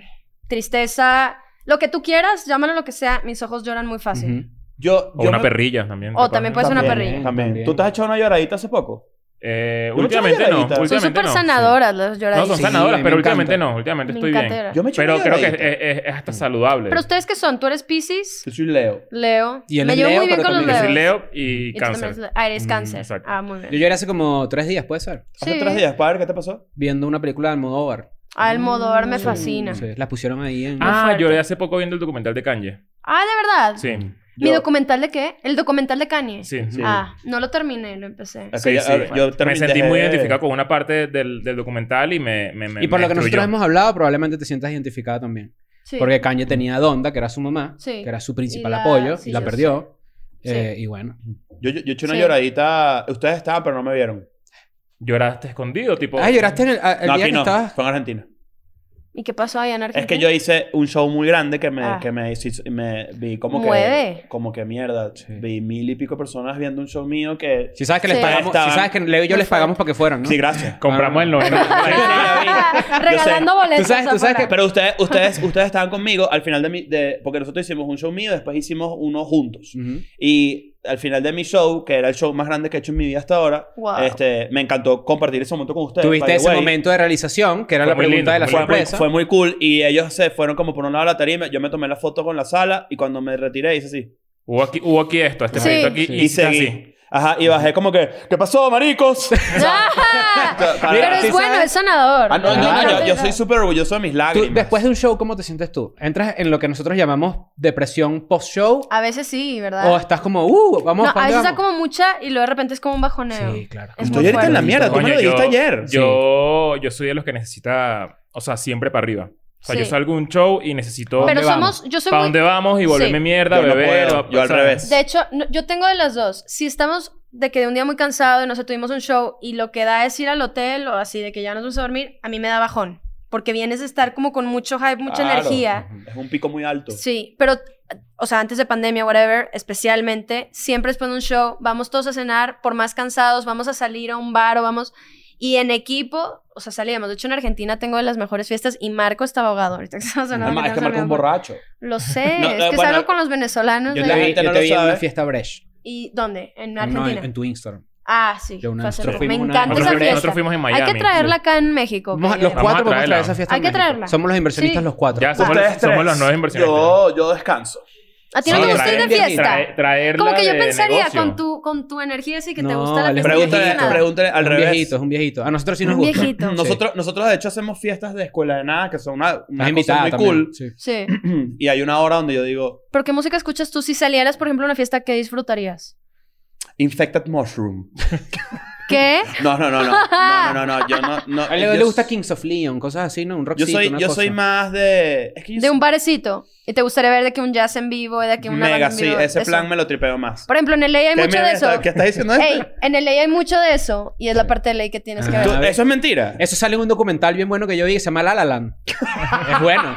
Speaker 4: tristeza, lo que tú quieras, llámalo lo que sea, mis ojos lloran muy fácil.
Speaker 5: Ujú.
Speaker 3: Yo,
Speaker 2: O
Speaker 3: yo
Speaker 2: una
Speaker 3: me-
Speaker 2: perrilla también.
Speaker 4: O
Speaker 2: ¿te
Speaker 4: también
Speaker 2: acuerdas?
Speaker 4: puede ser una
Speaker 5: También,
Speaker 4: perrilla.
Speaker 3: También.
Speaker 5: Pues También.
Speaker 3: ¿Tú te has hecho una lloradita hace poco?
Speaker 2: Eh,
Speaker 3: Una
Speaker 2: últimamente no.
Speaker 3: lloradita. Soy
Speaker 4: Soy
Speaker 2: Últimamente
Speaker 4: súper
Speaker 2: no.
Speaker 4: sanadora las
Speaker 2: Sí. No,
Speaker 4: lloraditas.
Speaker 2: son
Speaker 5: Sí, a
Speaker 2: sanadoras,
Speaker 5: mí
Speaker 2: pero
Speaker 5: me
Speaker 2: últimamente
Speaker 5: encanta.
Speaker 2: no. Últimamente
Speaker 4: Me
Speaker 2: estoy
Speaker 4: encanta
Speaker 2: bien.
Speaker 4: llorar.
Speaker 3: Yo me he hecho
Speaker 2: Pero
Speaker 3: una
Speaker 2: creo que eh, es,
Speaker 3: lloradita.
Speaker 2: es- es hasta saludable.
Speaker 4: Pero ustedes qué son? ¿Tú eres Pisces?
Speaker 3: Yo soy Leo.
Speaker 4: Leo.
Speaker 5: Y él
Speaker 4: Me
Speaker 5: es
Speaker 4: llevo
Speaker 5: Leo,
Speaker 4: muy bien
Speaker 5: pero
Speaker 4: con los
Speaker 5: también
Speaker 2: Yo
Speaker 4: Leos.
Speaker 2: soy Leo y
Speaker 4: Y tú también
Speaker 2: cáncer.
Speaker 4: eres Leo. Ah, eres
Speaker 2: Mm,
Speaker 4: cáncer.
Speaker 2: exacto.
Speaker 4: ah, muy
Speaker 5: Yo
Speaker 4: bien.
Speaker 5: lloré hace como tres días, puede ser.
Speaker 3: Hace
Speaker 4: Sí.
Speaker 3: tres días, padre, ¿qué te pasó?
Speaker 5: Viendo una película de Almodóvar.
Speaker 4: Almodóvar me
Speaker 5: Sí,
Speaker 4: fascina.
Speaker 5: sí, La pusieron ahí en...
Speaker 4: Muy
Speaker 2: Ah,
Speaker 4: fuerte.
Speaker 2: lloré hace poco viendo el documental de Kanye.
Speaker 4: Ah, ¿de verdad?
Speaker 2: Sí.
Speaker 4: ¿Mi
Speaker 3: Yo-
Speaker 4: documental de qué? ¿El documental de Kanye?
Speaker 2: Sí.
Speaker 3: Sí.
Speaker 4: Ah, no lo terminé, lo empecé.
Speaker 3: Ok,
Speaker 2: Sí,
Speaker 3: ya-
Speaker 2: sí.
Speaker 3: a ver, yo
Speaker 2: me
Speaker 3: terminé-
Speaker 2: sentí muy identificado con una parte del, del documental y me, me, me-
Speaker 5: y por
Speaker 2: me
Speaker 5: lo que nosotros
Speaker 2: destruyó.
Speaker 5: hemos hablado, probablemente te sientas identificada también.
Speaker 4: Sí.
Speaker 5: Porque Kanye tenía a Donda, que era su mamá,
Speaker 4: Sí.
Speaker 5: que era su principal
Speaker 4: Y la-
Speaker 5: apoyo,
Speaker 4: sí,
Speaker 5: y la
Speaker 4: yo
Speaker 5: perdió. Eh, y bueno.
Speaker 3: Yo, yo, yo eché una
Speaker 4: Sí.
Speaker 3: lloradita. Ustedes estaban, pero no me vieron.
Speaker 2: Lloraste escondido, tipo.
Speaker 5: Ah, lloraste en el, a- el
Speaker 3: no,
Speaker 5: día
Speaker 3: aquí
Speaker 5: que
Speaker 3: no.
Speaker 5: estabas.
Speaker 3: Fue en Argentina.
Speaker 4: ¿Y qué pasó ahí en Argentina?
Speaker 3: Es que yo hice un show muy grande que me,
Speaker 4: Ah.
Speaker 3: que me, hizo- me vi como que...
Speaker 4: Mueve.
Speaker 3: Como que mierda.
Speaker 5: Sí.
Speaker 3: Vi mil y pico personas viendo un show mío que...
Speaker 5: Si sabes que les
Speaker 4: Sí.
Speaker 5: pagamos,
Speaker 3: Estaban-
Speaker 5: si sabes que Leo y yo
Speaker 4: No
Speaker 5: les
Speaker 4: fue.
Speaker 5: pagamos para que fueran, ¿no?
Speaker 3: Sí, gracias.
Speaker 2: Compramos el
Speaker 4: Ah.
Speaker 2: 90.
Speaker 3: Sí, la vi.
Speaker 4: Regalando boletos.
Speaker 5: Tú sabes- tú sabes
Speaker 4: afuera.
Speaker 3: Pero ustedes, ustedes, ustedes estaban conmigo al final de mi... De, porque nosotros hicimos un show mío, después hicimos uno juntos.
Speaker 5: Ujú.
Speaker 3: Y al final de mi show, que era el show más grande que he hecho en mi vida hasta ahora,
Speaker 4: Wow.
Speaker 3: este, me encantó compartir ese momento con ustedes. by
Speaker 5: Tuviste
Speaker 3: the
Speaker 5: ese
Speaker 3: way.
Speaker 5: momento de realización, que era
Speaker 2: Fue
Speaker 5: la
Speaker 2: muy
Speaker 5: pregunta
Speaker 2: lindo,
Speaker 5: de la
Speaker 2: muy lindo.
Speaker 3: Fue muy,
Speaker 5: sorpresa.
Speaker 3: fue muy cool y ellos se fueron como por un lado a la tarima. Yo me tomé la foto con la sala y cuando me retiré hice así.
Speaker 2: Hubo aquí, hubo aquí esto, este
Speaker 4: Sí.
Speaker 2: pedito aquí.
Speaker 5: Sí.
Speaker 3: Y
Speaker 2: hiciste
Speaker 3: seguí.
Speaker 2: así.
Speaker 3: Ajá, y bajé como que, ¿qué pasó, maricos?
Speaker 4: ¡Ah!
Speaker 3: Para-
Speaker 4: Pero
Speaker 5: ¿sí
Speaker 4: es bueno,
Speaker 5: sabes?
Speaker 4: es sanador.
Speaker 3: Ah, no, no, no, yo, yo soy súper orgulloso de mis
Speaker 5: Tú,
Speaker 3: lágrimas.
Speaker 5: después de un show, ¿cómo te sientes tú? ¿Entras en lo que nosotros llamamos depresión post-show?
Speaker 4: A veces sí, ¿verdad?
Speaker 5: ¿O estás como, uh, vamos
Speaker 4: no,
Speaker 5: ¿pa'
Speaker 4: a
Speaker 5: dónde
Speaker 4: veces da
Speaker 5: vamos?
Speaker 4: como mucha y luego de repente es como un bajoneo.
Speaker 5: Sí, claro.
Speaker 4: Es
Speaker 3: Estoy
Speaker 4: muy
Speaker 3: ahorita en la
Speaker 4: fuerte.
Speaker 3: mierda, tú me
Speaker 2: Coño,
Speaker 3: lo dijiste
Speaker 2: yo-
Speaker 3: ayer.
Speaker 2: Yo, yo soy de los que necesita, o sea, siempre para arriba. O sea,
Speaker 4: Sí.
Speaker 2: yo salgo a un show y necesito
Speaker 4: Pero
Speaker 5: ¿Dónde
Speaker 4: somos, yo soy
Speaker 2: para
Speaker 4: muy-
Speaker 2: dónde vamos y volverme
Speaker 4: Sí.
Speaker 2: mierda,
Speaker 3: Yo no
Speaker 2: beber.
Speaker 3: puedo,
Speaker 2: o-
Speaker 3: yo
Speaker 2: o
Speaker 3: al
Speaker 2: sea,
Speaker 3: revés.
Speaker 4: De hecho, no- yo tengo de las dos. Si estamos de que de un día muy cansado y no sé, tuvimos un show y lo que da es ir al hotel o así, de que ya nos vamos a dormir, a mí me da bajón. Porque vienes de estar como con mucho hype, mucha
Speaker 3: Claro.
Speaker 4: energía.
Speaker 3: Es un pico muy alto.
Speaker 4: Sí, pero, o sea, antes de pandemia, whatever, especialmente, siempre después de un show, vamos todos a cenar, por más cansados, vamos a salir a un bar o vamos... Y en equipo, o sea, salíamos. De hecho, en Argentina tengo de las mejores fiestas y Marco estaba ahogado. Ahorita que estamos hablando
Speaker 3: Además, es
Speaker 4: tenemos
Speaker 3: que
Speaker 4: el
Speaker 3: marca un
Speaker 4: mismo-
Speaker 3: borracho.
Speaker 4: Lo sé,
Speaker 3: No,
Speaker 4: es
Speaker 3: eh,
Speaker 4: que
Speaker 3: bueno,
Speaker 4: salgo con los venezolanos.
Speaker 3: yo
Speaker 5: Yo
Speaker 4: de-
Speaker 5: te vi,
Speaker 3: gente
Speaker 5: yo
Speaker 3: no
Speaker 5: te
Speaker 3: lo
Speaker 5: vi en
Speaker 3: sabe.
Speaker 5: una fiesta Bresh.
Speaker 4: ¿Y dónde? En
Speaker 5: No,
Speaker 4: Argentina.
Speaker 5: en, en tu Instagram.
Speaker 4: Ah, sí.
Speaker 5: Yo una-
Speaker 4: fue hace
Speaker 5: nosotros
Speaker 4: poco. Me
Speaker 5: fuimos una-
Speaker 4: encanta
Speaker 2: Nosotros,
Speaker 4: esa
Speaker 2: fuimos-
Speaker 4: fiesta.
Speaker 2: nosotros fuimos en Miami.
Speaker 4: Hay que traerla acá en México.
Speaker 5: Vamos a-
Speaker 4: que
Speaker 5: los
Speaker 4: haya-
Speaker 2: Vamos a
Speaker 5: cuatro vamos a traer
Speaker 2: traerla.
Speaker 5: esa fiesta.
Speaker 4: Hay
Speaker 5: en
Speaker 4: que
Speaker 5: México.
Speaker 4: traerla.
Speaker 5: Somos los inversionistas
Speaker 4: Sí.
Speaker 5: los cuatro.
Speaker 2: Ya somos,
Speaker 3: Ustedes
Speaker 2: somos
Speaker 3: tres.
Speaker 2: los nuevos inversionistas.
Speaker 3: Yo, yo descanso.
Speaker 4: ¿A ti no
Speaker 5: Sí,
Speaker 4: te
Speaker 5: traer-
Speaker 4: gusta ir de
Speaker 5: traer-
Speaker 4: fiesta?
Speaker 2: Trae- traerla
Speaker 4: Como que yo
Speaker 2: de
Speaker 4: pensaría
Speaker 2: negocio.
Speaker 4: con tu con tu energía así que te
Speaker 5: No,
Speaker 4: gusta la
Speaker 5: él es
Speaker 4: fiesta.
Speaker 5: un
Speaker 4: no
Speaker 3: Pregúntale,
Speaker 4: nada.
Speaker 3: pregúntale al
Speaker 5: Es un
Speaker 3: revés.
Speaker 5: viejito, es un viejito. A nosotros sí nos
Speaker 4: Un
Speaker 5: gusta.
Speaker 4: viejito. Sí.
Speaker 3: Mm, Nosotros, nosotros, de hecho, hacemos fiestas de escuela de nada, que son una,
Speaker 5: Estás
Speaker 3: una cosa
Speaker 5: invitada
Speaker 3: muy
Speaker 5: también.
Speaker 3: cool.
Speaker 5: Sí.
Speaker 4: Sí.
Speaker 3: Y hay una hora donde yo digo,
Speaker 4: ¿Pero qué música escuchas tú si salieras, por ejemplo, a una fiesta que disfrutarías?
Speaker 3: infected mushroom.
Speaker 4: ¿Qué?
Speaker 3: No, no, no, no. No, no, no. no. Yo no, no
Speaker 5: A Leo
Speaker 3: Eh, yo-
Speaker 5: le gusta Kings of Leon, cosas así, ¿no? Un
Speaker 3: Yo
Speaker 5: rockcito,
Speaker 3: soy,
Speaker 5: una
Speaker 3: yo
Speaker 5: cosa.
Speaker 3: soy más de... Es que yo
Speaker 4: De
Speaker 3: soy
Speaker 4: un barecito. ¿Y te gustaría ver de que un jazz en vivo, de que una banda
Speaker 3: Mega,
Speaker 4: en
Speaker 3: sí.
Speaker 4: vivo?
Speaker 3: Ese
Speaker 4: Eso.
Speaker 3: plan me lo tripeo más.
Speaker 4: Por ejemplo, en LA hay
Speaker 3: ¿Qué
Speaker 4: mucho
Speaker 3: me-
Speaker 4: de eso.
Speaker 3: ¿Qué estás diciendo?
Speaker 4: Ey, en LA hay mucho de eso y es la parte de LA que tienes que
Speaker 5: Ah.
Speaker 3: Tú-
Speaker 4: ver.
Speaker 5: a ver.
Speaker 3: eso es mentira.
Speaker 5: Eso sale en un documental bien bueno que yo vi que se llama La La Land. es bueno.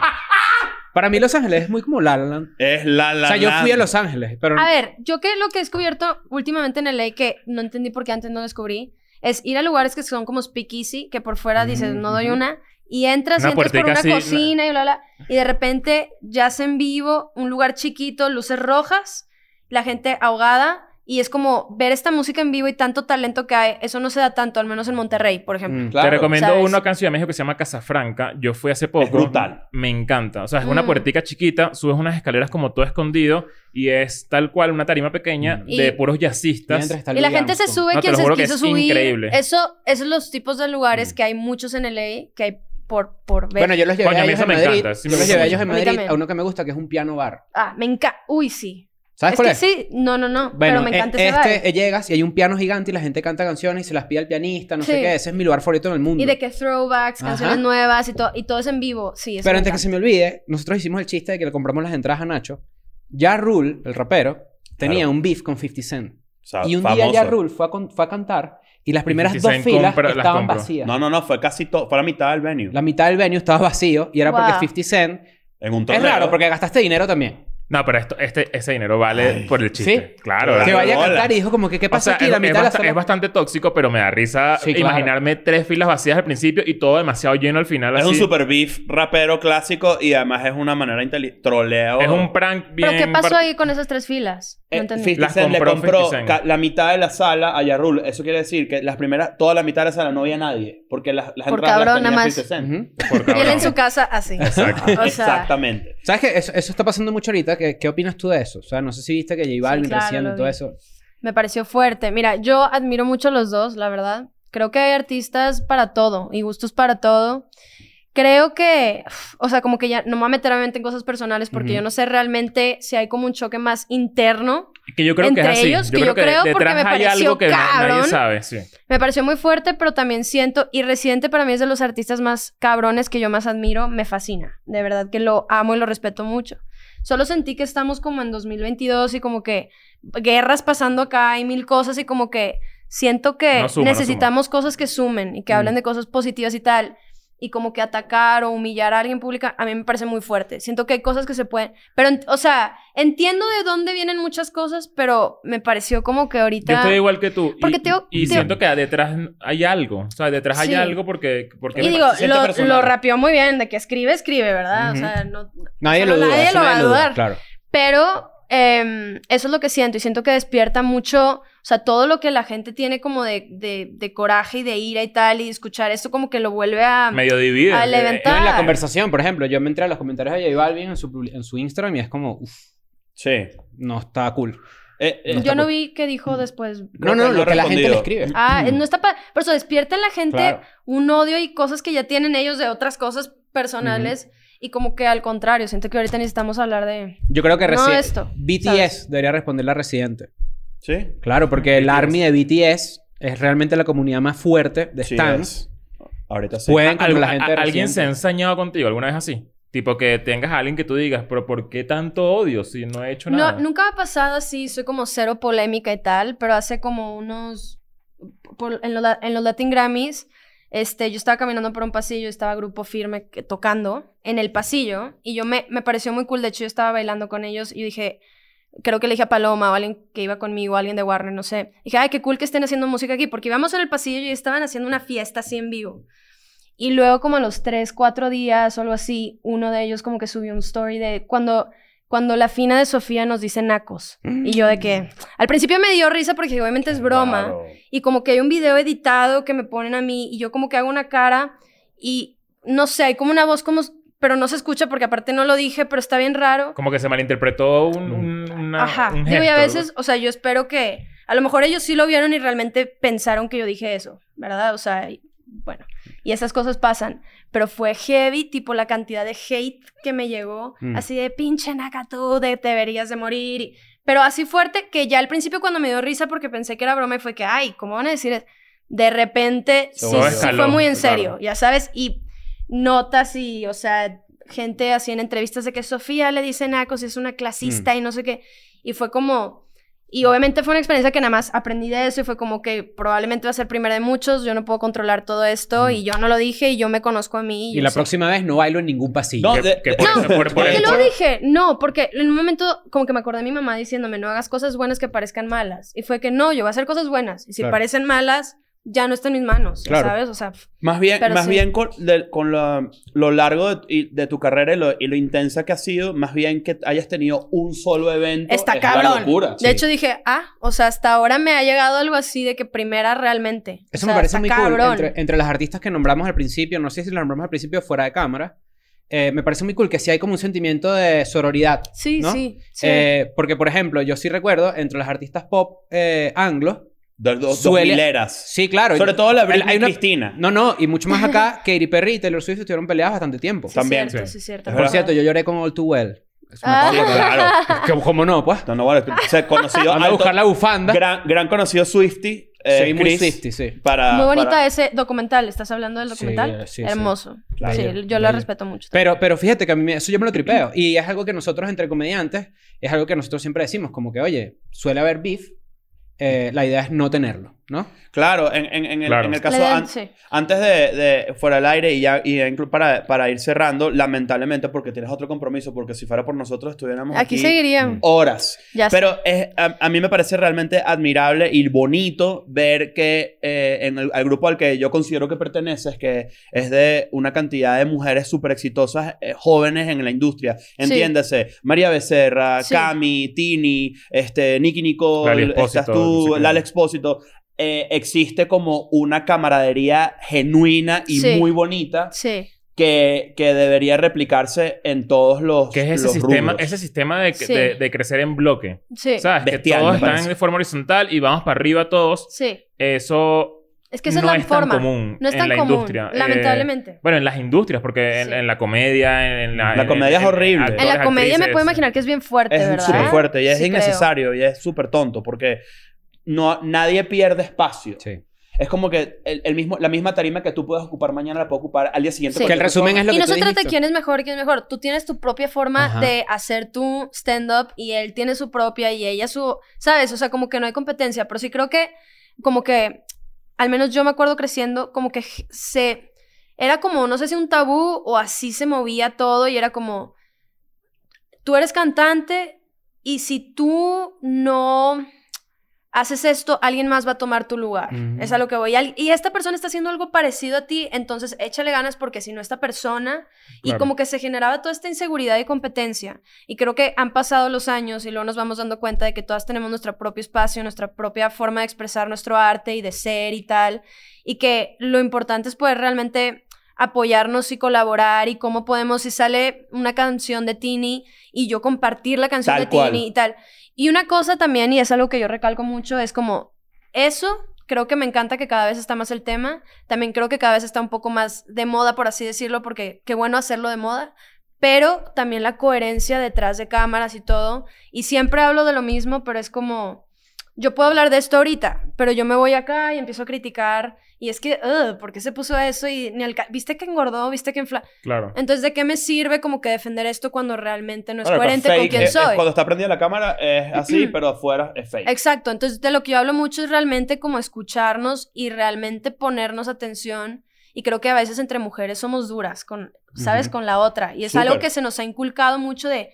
Speaker 5: Para mí Los Ángeles es muy como La La Land.
Speaker 3: Es la la
Speaker 5: o sea, yo fui a
Speaker 3: Land.
Speaker 5: Los Ángeles, pero...
Speaker 4: A ver, yo que lo que he descubierto últimamente en LA, que no entendí por qué antes no descubrí, es ir a lugares que son como speakeasy, que por fuera dices,
Speaker 5: Mm,
Speaker 4: no doy
Speaker 5: ujú.
Speaker 4: una, y entras, y
Speaker 2: Una
Speaker 4: entras por
Speaker 2: puertica
Speaker 4: una
Speaker 2: así,
Speaker 4: cocina y bla, bla, y de repente jazz en vivo, un lugar chiquito, luces rojas, la gente ahogada, y es como ver esta música en vivo y tanto talento que hay, eso no se da tanto, al menos en Monterrey, por ejemplo.
Speaker 5: Mm.
Speaker 3: Claro.
Speaker 2: Te recomiendo
Speaker 4: ¿Sabes?
Speaker 2: uno acá en Ciudad de México que se llama Casafranca. Yo fui hace poco.
Speaker 3: Es brutal.
Speaker 2: Me encanta. O sea, es una
Speaker 4: Mm.
Speaker 2: puertica chiquita, subes unas escaleras como todo escondido y es tal cual una tarima pequeña
Speaker 4: Y-
Speaker 2: de puros jazzistas.
Speaker 5: Mm. Mientras está pues.
Speaker 4: Y la
Speaker 5: Louis
Speaker 4: gente se
Speaker 5: Armstrong.
Speaker 4: sube
Speaker 2: Mm, No, te
Speaker 4: quien
Speaker 2: lo
Speaker 4: se
Speaker 2: juro que
Speaker 4: quiso
Speaker 2: es
Speaker 4: subir.
Speaker 2: increíble.
Speaker 4: Eso, esos son los tipos de lugares
Speaker 2: Mm.
Speaker 4: que hay muchos en LA que hay por, por ver.
Speaker 5: Bueno, yo los llevé
Speaker 2: Coño, a
Speaker 5: a
Speaker 2: mí
Speaker 5: ellos
Speaker 2: eso
Speaker 5: en
Speaker 2: me
Speaker 5: Madrid.
Speaker 2: encanta, sí me
Speaker 5: yo los
Speaker 2: gusta
Speaker 5: llevé a
Speaker 2: mucho.
Speaker 5: ellos en
Speaker 4: A mí
Speaker 5: Madrid
Speaker 4: también.
Speaker 5: a uno que me gusta, que es un piano bar.
Speaker 4: Ah, me encanta. Uy, sí.
Speaker 5: ¿Sabes
Speaker 4: Es
Speaker 5: cuál
Speaker 4: que
Speaker 5: es?
Speaker 4: sí, no, no, no.
Speaker 5: Bueno,
Speaker 4: pero me encanta
Speaker 5: eh,
Speaker 4: ese
Speaker 5: este,
Speaker 4: vibe.
Speaker 5: eh, llegas y hay un piano gigante y la gente canta canciones y se las pide al pianista, no sé
Speaker 4: Sí.
Speaker 5: qué. Ese es mi lugar favorito en el mundo.
Speaker 4: Y de que throwbacks,
Speaker 5: Ajá.
Speaker 4: canciones nuevas y, to- y todo es en vivo. Sí, eso
Speaker 5: Pero
Speaker 4: me
Speaker 5: antes que se me olvide, nosotros hicimos el chiste de que le compramos las entradas a Nacho. Ya Rule, el rapero, tenía
Speaker 3: Claro.
Speaker 5: un beef con 50 Cent.
Speaker 3: O sea,
Speaker 5: y un día
Speaker 3: famoso.
Speaker 5: ya Rule fue a, con- fue a cantar y las primeras
Speaker 2: 50
Speaker 5: dos
Speaker 2: Cent
Speaker 5: filas
Speaker 2: compra- las
Speaker 5: estaban
Speaker 2: compró.
Speaker 5: vacías.
Speaker 3: No, no, no. Fue casi todo. Fue la mitad del venue.
Speaker 5: La mitad del venue estaba vacío y era
Speaker 4: Wow.
Speaker 5: porque 50 Cent...
Speaker 3: En un
Speaker 5: Es
Speaker 3: torneo.
Speaker 5: raro porque gastaste dinero también.
Speaker 2: No, pero esto, este, ese dinero vale
Speaker 3: Ay.
Speaker 2: por el chiste.
Speaker 5: ¿Sí?
Speaker 2: Claro.
Speaker 5: que
Speaker 2: ¿verdad?
Speaker 5: vaya a
Speaker 3: hola.
Speaker 5: cantar y dijo como que qué
Speaker 2: O
Speaker 5: pasa
Speaker 2: sea,
Speaker 5: aquí
Speaker 2: es,
Speaker 5: la mitad
Speaker 2: es
Speaker 5: de la
Speaker 2: basta-
Speaker 5: sala-
Speaker 2: es bastante tóxico, pero me da risa
Speaker 5: Sí, claro.
Speaker 2: imaginarme tres filas vacías al principio y todo demasiado lleno al final.
Speaker 3: Es
Speaker 2: así.
Speaker 3: un super beef rapero clásico y además es una manera inteligente. Troleo.
Speaker 2: Es
Speaker 5: Oh.
Speaker 2: un prank bien...
Speaker 4: ¿Pero qué pasó
Speaker 2: par-
Speaker 4: ahí con esas tres filas? No
Speaker 3: Eh,
Speaker 4: entendí.
Speaker 3: 50
Speaker 2: Las
Speaker 3: Cent le
Speaker 2: compró
Speaker 3: compró
Speaker 2: 50 Cent.
Speaker 3: ca- la mitad de la sala a Yarul. Eso quiere decir que las primeras, toda la mitad de la sala no había nadie. Porque las, las
Speaker 4: Por
Speaker 3: entradas las
Speaker 4: cabrón,
Speaker 3: tenía
Speaker 4: nada más.
Speaker 3: 50 Cent.
Speaker 5: Ujú.
Speaker 2: Por
Speaker 4: y él
Speaker 2: cabrón.
Speaker 4: en su casa así.
Speaker 2: Exacto.
Speaker 4: O sea,
Speaker 3: Exactamente.
Speaker 5: ¿Sabes qué? Eso, eso está pasando mucho ahorita. ¿Qué, qué opinas tú de eso? O sea, no sé si viste que J Balvin
Speaker 4: Sí, claro,
Speaker 5: recién
Speaker 4: lo
Speaker 5: y todo
Speaker 4: vi.
Speaker 5: eso.
Speaker 4: me pareció fuerte. Mira, yo admiro mucho a los dos, la verdad. Creo que hay artistas para todo y gustos para todo. Creo que, uf, o sea, como que ya no me voy a meter obviamente en cosas personales porque
Speaker 5: Ujú.
Speaker 4: yo no sé realmente si hay como un choque más interno
Speaker 2: Que yo creo que es
Speaker 4: Entre
Speaker 2: así.
Speaker 4: ellos,
Speaker 2: yo
Speaker 4: que
Speaker 2: creo
Speaker 4: yo creo
Speaker 2: que de-
Speaker 4: porque
Speaker 2: detrás
Speaker 4: me
Speaker 2: hay
Speaker 4: pareció
Speaker 2: algo que na- nadie
Speaker 4: cabrón.
Speaker 2: sabe. Sí.
Speaker 4: Me pareció muy fuerte, pero también siento, y Residente para mí es de los artistas más cabrones que yo más admiro, me fascina. De verdad que lo amo y lo respeto mucho. Solo sentí que estamos como en 2022 y como que guerras pasando acá y mil cosas y como que siento que
Speaker 2: No suma, no
Speaker 4: necesitamos cosas que sumen y que hablen
Speaker 2: Mm.
Speaker 4: de cosas positivas y tal. Y como que atacar o humillar a alguien pública, a mí me parece muy fuerte. Siento que hay cosas que se pueden... Pero, ent- o sea, entiendo de dónde vienen muchas cosas, pero me pareció como que ahorita...
Speaker 2: Yo estoy igual que tú. Y-
Speaker 4: Porque tengo-
Speaker 2: y
Speaker 4: tengo-
Speaker 2: siento que detrás hay algo. O sea, detrás hay
Speaker 4: Sí.
Speaker 2: algo porque... porque
Speaker 4: Y
Speaker 2: me
Speaker 4: digo,
Speaker 2: parece-
Speaker 4: lo,
Speaker 5: personal.
Speaker 4: lo rapeó muy bien, de que escribe, escribe, ¿verdad? O
Speaker 5: Ujú.
Speaker 4: sea, no...
Speaker 5: Nadie
Speaker 4: Solo
Speaker 5: lo duda.
Speaker 4: nadie
Speaker 5: eso
Speaker 4: lo va
Speaker 5: nadie
Speaker 4: a dudar.
Speaker 5: Claro.
Speaker 4: Pero em, eso es lo que siento y siento que despierta mucho, o sea, todo lo que la gente tiene como de, de, de coraje y de ira y tal, y escuchar esto como que lo vuelve a...
Speaker 2: medio divide. Eh,
Speaker 4: al evento-
Speaker 5: No, en la
Speaker 4: Claro.
Speaker 5: conversación, por ejemplo, yo me entré a los comentarios de J Balvin en su, publi- en su Instagram y es como, uff,
Speaker 3: Sí. Eh,
Speaker 5: no está cool.
Speaker 3: eh,
Speaker 5: No
Speaker 4: Yo
Speaker 5: está
Speaker 4: no
Speaker 5: cool.
Speaker 4: vi qué dijo después.
Speaker 5: No,
Speaker 3: Creo
Speaker 5: no,
Speaker 3: que
Speaker 5: no,
Speaker 3: no
Speaker 5: lo
Speaker 3: ha
Speaker 5: que la gente le
Speaker 3: respondido.
Speaker 5: escribe.
Speaker 4: Ah, no está... pa- Por eso despierta en la gente
Speaker 5: Claro.
Speaker 4: un odio y cosas que ya tienen ellos de otras cosas personales y como que al contrario, siento que ahorita necesitamos hablar de...
Speaker 5: Yo creo que
Speaker 4: No,
Speaker 5: recién.
Speaker 4: esto,
Speaker 5: BTS
Speaker 4: ¿sabes?
Speaker 5: debería responder la residente.
Speaker 3: sí.
Speaker 5: Claro, porque el army de BTS es realmente la comunidad más fuerte de
Speaker 3: Sí,
Speaker 5: stands.
Speaker 3: es. Ahorita sí.
Speaker 5: Pueden contra
Speaker 2: Algu-
Speaker 5: la gente
Speaker 2: a-
Speaker 5: de
Speaker 2: ¿Alguien se ha
Speaker 5: Residente.
Speaker 2: ensañado contigo alguna vez así? Tipo que tengas a alguien que tú digas, pero ¿por qué tanto odio si no he hecho
Speaker 4: No,
Speaker 2: nada?
Speaker 4: nunca me ha pasado así, soy como cero polémica y tal, pero hace como unos... por- en, los, la- en los Latin Grammys, este, yo estaba caminando por un pasillo, estaba grupo firme que- tocando en el pasillo y yo me, me pareció muy cool, de hecho yo estaba bailando con ellos y yo dije, creo que le dije a Paloma o alguien que iba conmigo, alguien de Warner, no sé, dije, ay, qué cool que estén haciendo música aquí, porque íbamos en el pasillo y estaban haciendo una fiesta así en vivo. Y luego como a los tres, cuatro días o algo así, uno de ellos como que subió un story de cuando, cuando la fina de Sofía nos dice nacos. Y yo de que, al principio me dio risa porque obviamente es broma.
Speaker 3: Claro.
Speaker 4: Y como que hay un video editado que me ponen a mí y yo como que hago una cara y no sé, hay como una voz como... Pero no se escucha porque aparte no lo dije, pero está bien raro.
Speaker 2: Como que se malinterpretó un, un- una-
Speaker 4: Ajá.
Speaker 2: un
Speaker 4: Digo, y a
Speaker 2: gesto,
Speaker 4: veces, o sea, yo espero que... A lo mejor ellos sí lo vieron y realmente pensaron que yo dije eso, ¿verdad? O sea, y- bueno. Y esas cosas pasan. Pero fue heavy, tipo la cantidad de hate que me llegó.
Speaker 5: Mm.
Speaker 4: Así de, pinche naca tú, de te deberías de morir. y- Pero así fuerte que ya al principio cuando me dio risa porque pensé que era broma y fue que, ay, ¿cómo van a decir eso? De repente,
Speaker 3: Se
Speaker 4: sí,
Speaker 3: volvió.
Speaker 4: sí
Speaker 2: Escaló,
Speaker 4: fue muy en
Speaker 2: claro.
Speaker 4: serio, ya sabes. Y notas y, o sea, gente así en entrevistas de que Sofía le dice nacos y es una
Speaker 5: Mm.
Speaker 4: clasista y no sé qué. Y fue como... Y obviamente fue una experiencia que nada más aprendí de eso y fue como que probablemente va a ser primera de muchos, yo no puedo controlar todo esto y yo no lo dije y yo me conozco a mí.
Speaker 5: Mm. Y
Speaker 4: yo
Speaker 5: la
Speaker 4: sé.
Speaker 5: próxima vez no bailo en ningún pasillo.
Speaker 3: No,
Speaker 2: Que-
Speaker 3: de-
Speaker 2: que por
Speaker 3: de-
Speaker 2: eso- por- por
Speaker 4: Porque
Speaker 2: eso-
Speaker 4: lo dije, no, porque en un momento como que me acordé de mi mamá diciéndome, no hagas cosas buenas que parezcan malas. Y fue que no, yo voy a hacer cosas buenas. Y si
Speaker 5: Claro.
Speaker 4: parecen malas, ya no está en mis manos, ya
Speaker 5: Claro.
Speaker 4: ¿sabes? O sea, pf,
Speaker 3: Más bien,
Speaker 4: Pero
Speaker 3: más
Speaker 4: sí.
Speaker 3: bien con, de- con la- lo largo de, y- de tu carrera y lo, y lo intensa que ha sido, más bien que hayas tenido un solo evento.
Speaker 4: está
Speaker 3: es una
Speaker 4: cabrón.
Speaker 3: locura.
Speaker 4: De hecho dije, ah, o sea, hasta ahora me ha llegado algo así de que primera realmente.
Speaker 5: Eso
Speaker 4: O
Speaker 5: me
Speaker 4: sea,
Speaker 5: parece
Speaker 4: está
Speaker 5: muy cool.
Speaker 4: cabrón.
Speaker 5: Entre, entre las artistas que nombramos al principio, no sé si las nombramos al principio fuera de cámara, eh, me parece muy cool que sí hay como un sentimiento de sororidad.
Speaker 4: Sí,
Speaker 5: ¿no?
Speaker 4: sí, sí.
Speaker 5: Eh, porque, por ejemplo, yo sí recuerdo entre las artistas pop eh, anglos.
Speaker 3: Dos, dos, dos
Speaker 5: Suele-
Speaker 3: mileras.
Speaker 5: Sí, claro.
Speaker 3: Sobre todo la Britney
Speaker 5: hay una-
Speaker 3: Cristina.
Speaker 5: No, no, y mucho más acá, Katy Perry y Taylor Swift estuvieron peleadas bastante tiempo.
Speaker 4: Sí,
Speaker 3: también,
Speaker 4: cierto,
Speaker 2: sí.
Speaker 4: sí, cierto.
Speaker 3: Es
Speaker 5: Por
Speaker 3: verdad.
Speaker 5: cierto, yo lloré con All Too Well. Es una
Speaker 4: Ah.
Speaker 5: película.
Speaker 3: Sí, claro.
Speaker 5: Que- ¿Cómo no, pues?
Speaker 3: No, no, vale. Se ha conocido
Speaker 5: Anda a
Speaker 3: alto-
Speaker 5: buscar la bufanda.
Speaker 3: gran, gran conocido Swifty. eh,
Speaker 5: Sí, muy
Speaker 3: Chris,
Speaker 5: Swifty, sí.
Speaker 3: Para,
Speaker 4: Muy bonita
Speaker 3: para-
Speaker 4: ese documental. ¿Estás hablando del
Speaker 5: Sí,
Speaker 4: documental?
Speaker 5: sí, sí.
Speaker 4: Hermoso.
Speaker 5: Claro.
Speaker 4: Sí,
Speaker 5: Bello,
Speaker 4: yo lo
Speaker 5: bello.
Speaker 4: respeto mucho.
Speaker 5: Pero, pero fíjate que a mí me- eso yo me lo tripeo. Y es algo que nosotros, entre comediantes, es algo que nosotros siempre decimos, como que, oye, suele haber beef, eh, la idea es no tenerlo, ¿no?
Speaker 3: Claro, en, en- en el,
Speaker 2: Claro.
Speaker 3: en el
Speaker 4: Le
Speaker 3: caso...
Speaker 4: dan-
Speaker 3: an-
Speaker 4: sí.
Speaker 3: Antes de, de fuera al aire y ya y ya inclu- para, para ir cerrando, lamentablemente porque tienes otro compromiso, porque si fuera por nosotros estuviéramos aquí,
Speaker 4: Aquí seguirían.
Speaker 3: horas.
Speaker 4: Ya sé.
Speaker 3: Mm. Pero es, a, a mí me parece realmente admirable y bonito ver que eh, en el al grupo al que yo considero que perteneces, que es de una cantidad de mujeres súper exitosas, eh, jóvenes en la industria. Entiéndase, María Becerra,
Speaker 4: Sí.
Speaker 3: Cami, Tini, este, Nicky
Speaker 2: Lali
Speaker 3: Nicole,
Speaker 2: Espósito,
Speaker 3: estás
Speaker 2: no sé
Speaker 3: tú,
Speaker 2: qué.
Speaker 3: Lal Expósito. Eh, existe como una camaradería genuina y
Speaker 4: Sí.
Speaker 3: muy bonita
Speaker 4: Sí.
Speaker 3: que, que debería replicarse en todos los
Speaker 2: que es ese
Speaker 3: los
Speaker 2: sistema,
Speaker 3: rubros.
Speaker 2: ese sistema de,
Speaker 4: Sí.
Speaker 2: de- de crecer en bloque.
Speaker 4: Sí.
Speaker 2: ¿Sabes?
Speaker 3: Bestial,
Speaker 2: que
Speaker 3: me
Speaker 2: todos están
Speaker 3: parece.
Speaker 2: de forma horizontal y vamos para arriba todos.
Speaker 4: sí.
Speaker 2: Eso
Speaker 4: Es que esa
Speaker 2: no
Speaker 4: es la
Speaker 2: es tan
Speaker 4: forma.
Speaker 2: común
Speaker 4: no es
Speaker 2: en
Speaker 4: tan
Speaker 2: la
Speaker 4: común.
Speaker 2: industria. Eh,
Speaker 4: Lamentablemente.
Speaker 2: Bueno, en las industrias, porque en,
Speaker 4: Sí.
Speaker 2: en la comedia, en, en la...
Speaker 3: La
Speaker 2: en-
Speaker 3: comedia es
Speaker 2: en-
Speaker 3: horrible.
Speaker 2: actores,
Speaker 4: en la comedia me
Speaker 2: actrices.
Speaker 4: puedo imaginar que es bien fuerte,
Speaker 3: es
Speaker 4: ¿verdad?
Speaker 3: súper fuerte y es
Speaker 4: Sí, creo.
Speaker 3: innecesario y es súper tonto porque no, nadie pierde espacio.
Speaker 5: Sí.
Speaker 3: Es como que el, el mismo, la misma tarima que tú puedes ocupar mañana la puedo ocupar al día siguiente.
Speaker 4: Sí.
Speaker 5: Que el
Speaker 3: cualquier
Speaker 5: resumen es lo
Speaker 4: y
Speaker 5: que
Speaker 4: no
Speaker 5: tú
Speaker 4: se trata de
Speaker 5: dijiste.
Speaker 4: quién es mejor, quién es mejor. Tú tienes tu propia forma
Speaker 5: Ajá.
Speaker 4: de hacer tu stand-up y él tiene su propia y ella su... ¿Sabes? O sea, como que no hay competencia. Pero sí creo que, como que, al menos yo me acuerdo creciendo, como que j- se... Era como, no sé si un tabú o así se movía todo y era como, tú eres cantante y si tú no haces esto, alguien más va a tomar tu lugar.
Speaker 5: Ujú.
Speaker 4: Es a lo que voy. Y al- Y esta persona está haciendo algo parecido a ti, entonces échale ganas porque si no, esta persona. Y
Speaker 2: Claro.
Speaker 4: como que se generaba toda esta inseguridad y competencia. Y creo que han pasado los años y luego nos vamos dando cuenta de que todas tenemos nuestro propio espacio, nuestra propia forma de expresar nuestro arte y de ser y tal. Y que lo importante es poder realmente apoyarnos y colaborar y cómo podemos, si sale una canción de Tini y yo compartir la canción
Speaker 3: Tal
Speaker 4: de
Speaker 3: cual.
Speaker 4: Tini y tal. Y una cosa también, y es algo que yo recalco mucho, es como eso, creo que me encanta que cada vez está más el tema, también creo que cada vez está un poco más de moda, por así decirlo, porque qué bueno hacerlo de moda, pero también la coherencia detrás de cámaras y todo. Y siempre hablo de lo mismo, pero es como, yo puedo hablar de esto ahorita, pero yo me voy acá y empiezo a criticar. Y es que, "Ugh, ¿por qué se puso eso? Y ni alca- viste que engordó, viste que infla.
Speaker 2: Claro.
Speaker 4: Entonces, ¿de qué me sirve como que defender esto cuando realmente no es
Speaker 3: Claro, pero
Speaker 4: coherente con
Speaker 3: fake
Speaker 4: quién
Speaker 3: es- es
Speaker 4: soy?
Speaker 3: cuando está prendida la cámara es así, pero afuera es fake.
Speaker 4: Exacto, entonces de lo que yo hablo mucho es realmente como escucharnos y realmente ponernos atención. Y creo que a veces entre mujeres somos duras, con, ¿sabes?
Speaker 5: Ujú.
Speaker 4: Con la otra. Y es
Speaker 3: Súper.
Speaker 4: algo que se nos ha inculcado mucho de